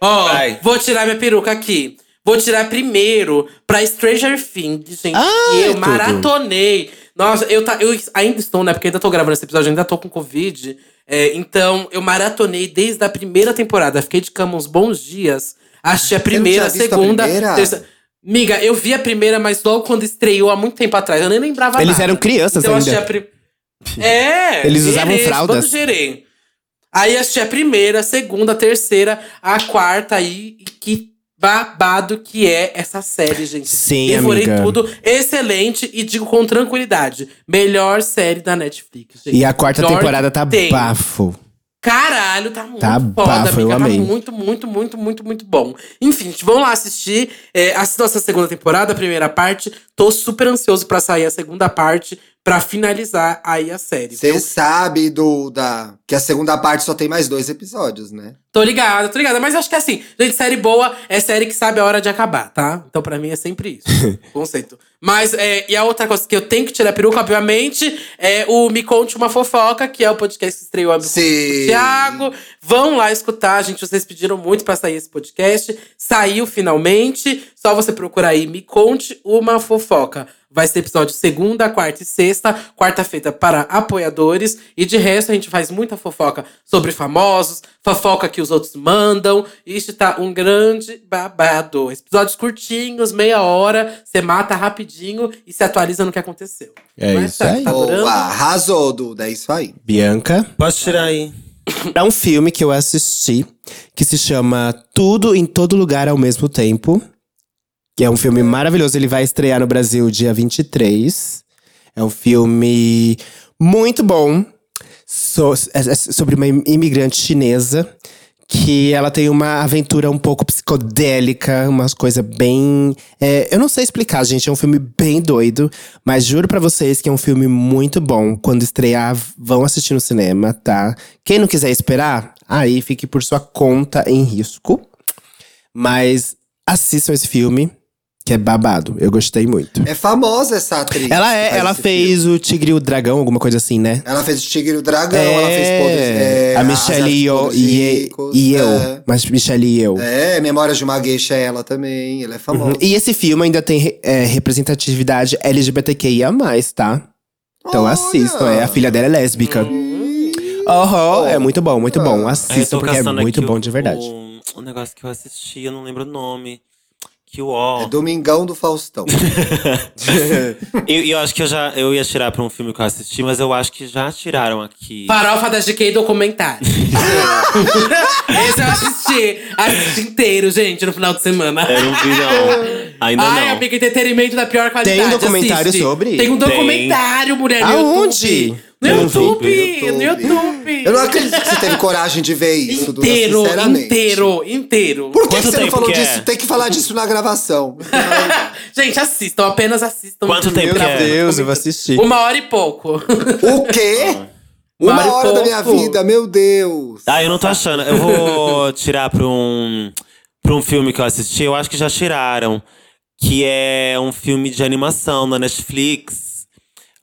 Speaker 2: Ó,
Speaker 1: Vai.
Speaker 2: vou tirar minha peruca aqui. Vou tirar primeiro pra Stranger Things, gente.
Speaker 4: Ah,
Speaker 2: que
Speaker 4: é
Speaker 2: eu
Speaker 4: tudo.
Speaker 2: maratonei. Nossa, eu, tá, eu ainda estou, né? Porque ainda tô gravando esse episódio, ainda tô com Covid. É, então, eu maratonei desde a primeira temporada. Fiquei de cama uns bons dias. Achei a
Speaker 3: não
Speaker 2: primeira, a
Speaker 3: tinha visto a
Speaker 2: segunda,
Speaker 3: primeira?
Speaker 2: terça. Miga, eu vi a primeira, mas logo quando estreou, há muito tempo atrás. Eu nem lembrava
Speaker 4: Eles
Speaker 2: nada.
Speaker 4: eram crianças
Speaker 2: Então eu achei a
Speaker 4: ainda.
Speaker 2: pri... É!
Speaker 4: Eles usavam
Speaker 2: gerei,
Speaker 4: fraldas.
Speaker 2: todo gerei. Aí assisti a primeira, a segunda, a terceira, a quarta aí. E que babado que é essa série, gente.
Speaker 4: Sim,
Speaker 2: Devorei
Speaker 4: amiga.
Speaker 2: tudo. Excelente e digo com tranquilidade. Melhor série da Netflix, gente.
Speaker 4: E a quarta
Speaker 2: Melhor
Speaker 4: temporada
Speaker 2: que
Speaker 4: tá
Speaker 2: tem.
Speaker 4: bafo.
Speaker 2: Caralho, tá muito
Speaker 4: Tá
Speaker 2: foda,
Speaker 4: bafo, eu
Speaker 2: amiga.
Speaker 4: amei.
Speaker 2: Tá muito, muito, muito, muito, muito bom. Enfim, gente, vamos lá assistir. É, assistam essa segunda temporada, a primeira parte. Tô super ansioso pra sair a segunda parte, pra finalizar aí a série.
Speaker 3: Você
Speaker 2: viu?
Speaker 3: sabe do, da, que a segunda parte só tem mais dois episódios, né?
Speaker 2: Tô ligada, tô ligada. Mas acho que assim, gente, série boa é série que sabe a hora de acabar, tá? Então pra mim é sempre isso. o conceito. Mas, é, e a outra coisa que eu tenho que tirar a peruca, obviamente, é o Me Conte Uma Fofoca, que é o podcast que estreou a Me
Speaker 3: Sim.
Speaker 2: Tiago. Vão lá escutar, gente. Vocês pediram muito pra sair esse podcast. Saiu finalmente. Só você procurar aí, me conte uma fofoca. Vai ser episódio segunda, quarta e sexta. Quarta-feira para apoiadores. E de resto, a gente faz muita fofoca sobre famosos, fofoca que os outros mandam. Isso tá um grande babado. Episódios curtinhos, meia hora. Você mata rapidinho e se atualiza no que aconteceu.
Speaker 4: É
Speaker 2: Mas
Speaker 4: isso
Speaker 2: tá-
Speaker 4: aí.
Speaker 2: tá adorando?
Speaker 3: Boa, arrasou, Duda. É isso aí.
Speaker 4: Bianca.
Speaker 1: Posso tirar aí?
Speaker 4: É um filme que eu assisti que se chama Tudo em Todo Lugar ao Mesmo Tempo. Que é um filme maravilhoso. Ele vai estrear no Brasil dia 23. É um filme muito bom so- é- é sobre uma imigrante chinesa que ela tem uma aventura um pouco psicodélica, umas coisas bem. é, eu não sei explicar, gente. É um filme bem doido, mas juro pra vocês que é um filme muito bom. Quando estrear, vão assistir no cinema, tá? Quem não quiser esperar, aí fique por sua conta em risco. Mas assistam esse filme, que é babado. Eu gostei muito.
Speaker 3: É famosa essa atriz.
Speaker 4: Ela
Speaker 3: que
Speaker 4: é,
Speaker 3: faz
Speaker 4: ela
Speaker 3: esse filme.
Speaker 4: fez o Tigre e o Dragão, alguma coisa assim, né?
Speaker 3: Ela fez o Tigre e o Dragão,
Speaker 4: É,
Speaker 3: ela fez Podres- é,
Speaker 4: a
Speaker 3: As
Speaker 4: Michelle
Speaker 3: Artes
Speaker 4: e eu,
Speaker 3: Podres
Speaker 4: e,
Speaker 3: Ricos,
Speaker 4: e eu.
Speaker 3: é.
Speaker 4: Mas Michelle e eu.
Speaker 3: É, Memórias de uma Gueixa é ela também. Ela é famosa.
Speaker 4: Uhum. E esse filme ainda tem re- é, representatividade LGBTQIA, tá? Então
Speaker 3: Olha! Hum.
Speaker 4: assistam, é. A filha dela é lésbica. Aham,
Speaker 3: Oh.
Speaker 4: é muito bom, muito
Speaker 3: Ah,
Speaker 4: bom.
Speaker 1: Aí eu tô
Speaker 4: Assistam, porque é
Speaker 1: caçando
Speaker 4: muito
Speaker 1: aqui
Speaker 4: bom
Speaker 1: o-
Speaker 4: de verdade.
Speaker 1: O, o negócio que eu assisti, eu não lembro o nome. Que o ó.
Speaker 3: É Domingão do Faustão.
Speaker 1: E eu, eu acho que eu já eu ia tirar pra um filme que eu assisti, mas eu acho que já tiraram aqui.
Speaker 2: Farofa da GK documentário. Esse eu assisti. Assisti inteiro, gente, no final de semana.
Speaker 1: Eu não vi, não. Ainda
Speaker 2: Ai,
Speaker 1: É, não.
Speaker 2: amiga, entretenimento da pior qualidade.
Speaker 4: Tem documentário
Speaker 2: assiste.
Speaker 4: sobre?
Speaker 2: Tem um
Speaker 1: Tem.
Speaker 2: documentário, mulher,
Speaker 4: Aonde?
Speaker 2: no
Speaker 4: Eu não
Speaker 1: vi.
Speaker 2: YouTube. No YouTube, no
Speaker 3: YouTube.
Speaker 2: YouTube.
Speaker 3: Eu não acredito que você teve coragem de ver isso, Duda,
Speaker 2: Inteiro,
Speaker 3: sinceramente.
Speaker 2: inteiro, inteiro.
Speaker 3: Por que
Speaker 1: Quanto
Speaker 3: você não
Speaker 1: tempo
Speaker 3: falou
Speaker 1: que é?
Speaker 3: disso? Tem que falar disso na gravação.
Speaker 2: Gente, assistam, apenas assistam.
Speaker 1: Quanto tempo
Speaker 4: Meu
Speaker 1: que é?
Speaker 4: Deus, eu vou assistir.
Speaker 2: Uma hora e pouco.
Speaker 3: o quê? Uma
Speaker 2: Mário
Speaker 3: hora da minha
Speaker 2: Porco.
Speaker 3: vida, meu Deus.
Speaker 1: Ah, eu não tô achando. Eu vou tirar pra um, pra um filme que eu assisti. Eu acho que já tiraram. Que é um filme de animação na Netflix.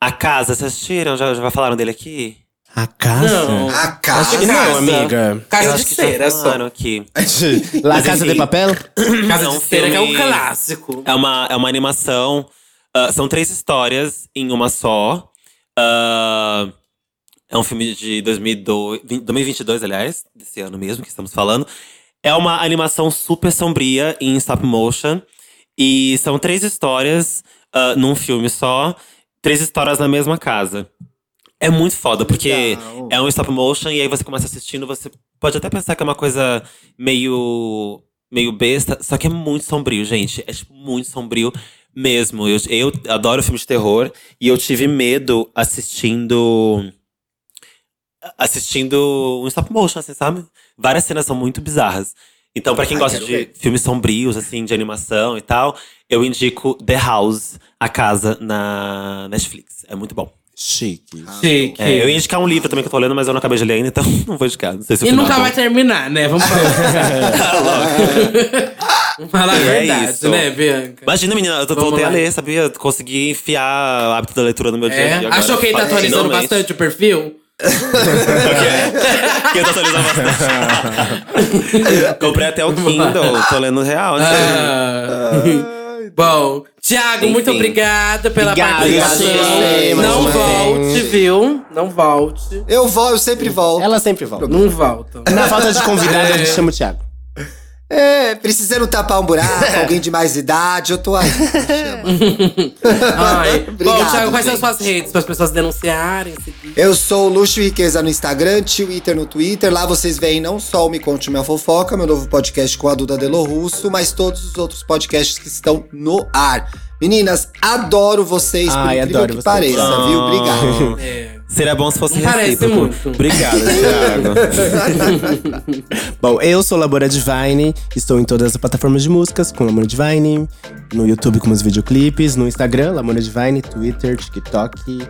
Speaker 1: A Casa, vocês assistiram? Já, já falaram dele aqui?
Speaker 4: A casa?
Speaker 2: Não.
Speaker 3: A casa.
Speaker 2: Acho que não,
Speaker 4: amiga.
Speaker 1: eu
Speaker 2: Casa
Speaker 1: acho
Speaker 2: de
Speaker 1: que
Speaker 2: cera
Speaker 1: já tá
Speaker 2: só.
Speaker 1: falaram aqui.
Speaker 4: La
Speaker 1: Mas assim,
Speaker 4: Casa de
Speaker 1: enfim.
Speaker 4: Papel?
Speaker 2: Casa
Speaker 1: É
Speaker 2: de
Speaker 1: um
Speaker 2: cera, que é um
Speaker 1: filme-
Speaker 2: clássico.
Speaker 1: É uma, é uma animação. ah, são três histórias em uma só. Ah, é um filme de 2002, 2022, aliás, desse ano mesmo que estamos falando. É uma animação super sombria em stop motion. E são três histórias ah, num filme só. Três histórias na mesma casa. É muito foda, porque
Speaker 3: Legal.
Speaker 1: é um stop motion e aí você começa assistindo, você pode até pensar que é uma coisa meio meio besta, só que é muito sombrio, gente. É tipo muito sombrio mesmo. Eu, eu adoro filme de terror e eu tive medo assistindo assistindo um stop motion, assim, sabe? Várias cenas são muito bizarras. Então, pra quem
Speaker 3: Ai,
Speaker 1: gosta
Speaker 3: quero
Speaker 1: de
Speaker 3: ver.
Speaker 1: filmes sombrios, assim, de animação e tal, eu indico The House, a casa na Netflix. É muito bom.
Speaker 4: Chique.
Speaker 2: Chique.
Speaker 1: É, eu ia indicar um livro também que eu tô lendo, mas eu não acabei de ler ainda, então não vou indicar. Não sei se o
Speaker 2: E
Speaker 1: final é
Speaker 2: nunca
Speaker 1: bom.
Speaker 2: vai terminar, né? Vamos falar. Vamos falar a
Speaker 1: E é
Speaker 2: verdade,
Speaker 1: isso.
Speaker 2: né, Bianca?
Speaker 1: Imagina, menina, eu tô-
Speaker 2: Vamos
Speaker 1: voltei
Speaker 2: lá.
Speaker 1: a ler, sabia? Consegui enfiar o hábito da leitura no meu dia a
Speaker 2: É.
Speaker 1: dia.
Speaker 2: Achou que ele tá atualizando
Speaker 1: Finalmente.
Speaker 2: bastante né? o perfil?
Speaker 1: Que eu tô atualizando bastante. Comprei até o Kindle, tô lendo real. né? gente.
Speaker 2: Ah. Bom, Thiago,
Speaker 1: É. Enfim.
Speaker 2: muito obrigada pela
Speaker 1: Obrigado,
Speaker 2: participação.
Speaker 4: gente.
Speaker 2: Não
Speaker 4: Mais uma
Speaker 2: volte, viu? Não volte.
Speaker 3: Eu vou, eu sempre volto.
Speaker 4: Ela sempre volta.
Speaker 2: Não volta.
Speaker 4: Na falta de convidado, a gente chama o Thiago.
Speaker 3: É, precisando tapar um buraco, alguém de mais idade, eu tô aí.
Speaker 2: Ai. Bom,
Speaker 3: Obrigado,
Speaker 2: Thiago, quais são as
Speaker 3: gente.
Speaker 2: suas redes para as pessoas denunciarem? seguir?
Speaker 3: Eu sou o Luxo e Riqueza no Instagram, Twitter no Twitter. Lá vocês veem não só o Me Conte Minha Fofoca, meu novo podcast com a Duda Delo Russo, mas todos os outros podcasts que estão no ar. Meninas, adoro vocês, por
Speaker 4: Ai,
Speaker 3: incrível
Speaker 4: adoro
Speaker 3: que
Speaker 4: vocês.
Speaker 3: pareça, viu? Obrigado.
Speaker 2: É.
Speaker 1: Seria bom se fosse
Speaker 2: Não parece
Speaker 1: recíproco.
Speaker 2: muito.
Speaker 1: Obrigado, Thiago.
Speaker 4: Bom, eu sou Labora Divine, estou em todas as plataformas de músicas com Lamora Divine, no YouTube com meus videoclipes, no Instagram, Lamora Divine, Twitter, TikTok,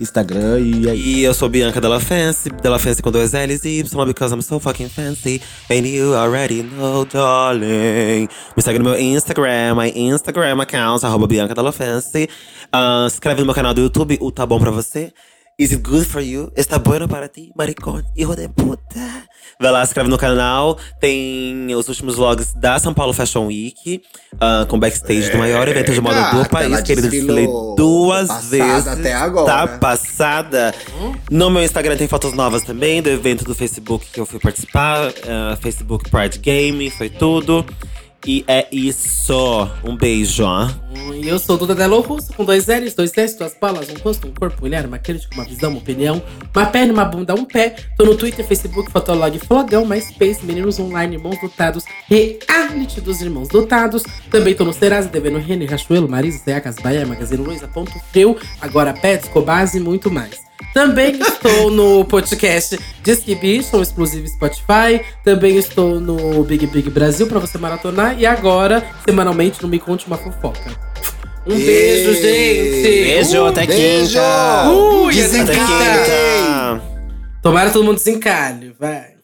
Speaker 4: Instagram e é aí.
Speaker 1: E eu sou Bianca Della Fancy, Della Fancy com dois L's e Y, because I'm so fucking fancy. And you already know, darling. Me segue no meu Instagram, my Instagram account, arroba Bianca Della Fancy. Ah, se inscreve no meu canal do YouTube, o Tá Bom Pra Você. Is it good for you? Está bueno para ti, maricón, hijo de puta. Vai lá, se inscreve no canal. Tem os últimos vlogs da São Paulo Fashion Week, ah, com backstage do maior evento de moda do
Speaker 3: gata,
Speaker 1: país,
Speaker 3: ela
Speaker 1: querido. Desfilei
Speaker 3: desfilou Tá
Speaker 1: duas
Speaker 3: passada
Speaker 1: vezes.
Speaker 3: até agora.
Speaker 1: Tá passada. No meu Instagram tem fotos novas também do evento do Facebook que eu fui participar. eh, Facebook Pride Game, foi tudo. E é isso. Um beijo. ó.
Speaker 2: E eu sou Duda Delo Russo, com dois L's, dois T's, duas palas, um rosto, um corpo, um olhar, uma crítica, uma visão, uma opinião, uma perna, uma bunda, um pé. Tô no Twitter, Facebook, Fotolog, Flogão, MySpace, Meninos Online, Irmãos Dotados, Reality dos Irmãos Dotados. Também tô no Serasa, devendo Rene, Rachuelo, Marisa, Zé, Casbaia, Magazine Luiza, Ponto Frio, Agora Pets, Cobase e muito mais. Também estou no podcast Disque Bicho, um exclusivo Spotify. Também estou no Big Big Brasil pra você maratonar. E agora, semanalmente, no Me Conte Uma Fofoca. Um
Speaker 3: Ei,
Speaker 2: beijo, gente! Uh!
Speaker 4: Beijo, até
Speaker 3: Beijo!
Speaker 4: quinta!
Speaker 2: Ui, até
Speaker 1: Até
Speaker 3: Desencalhe!
Speaker 1: quinta.
Speaker 2: Tomara todo mundo desencalhe, vai.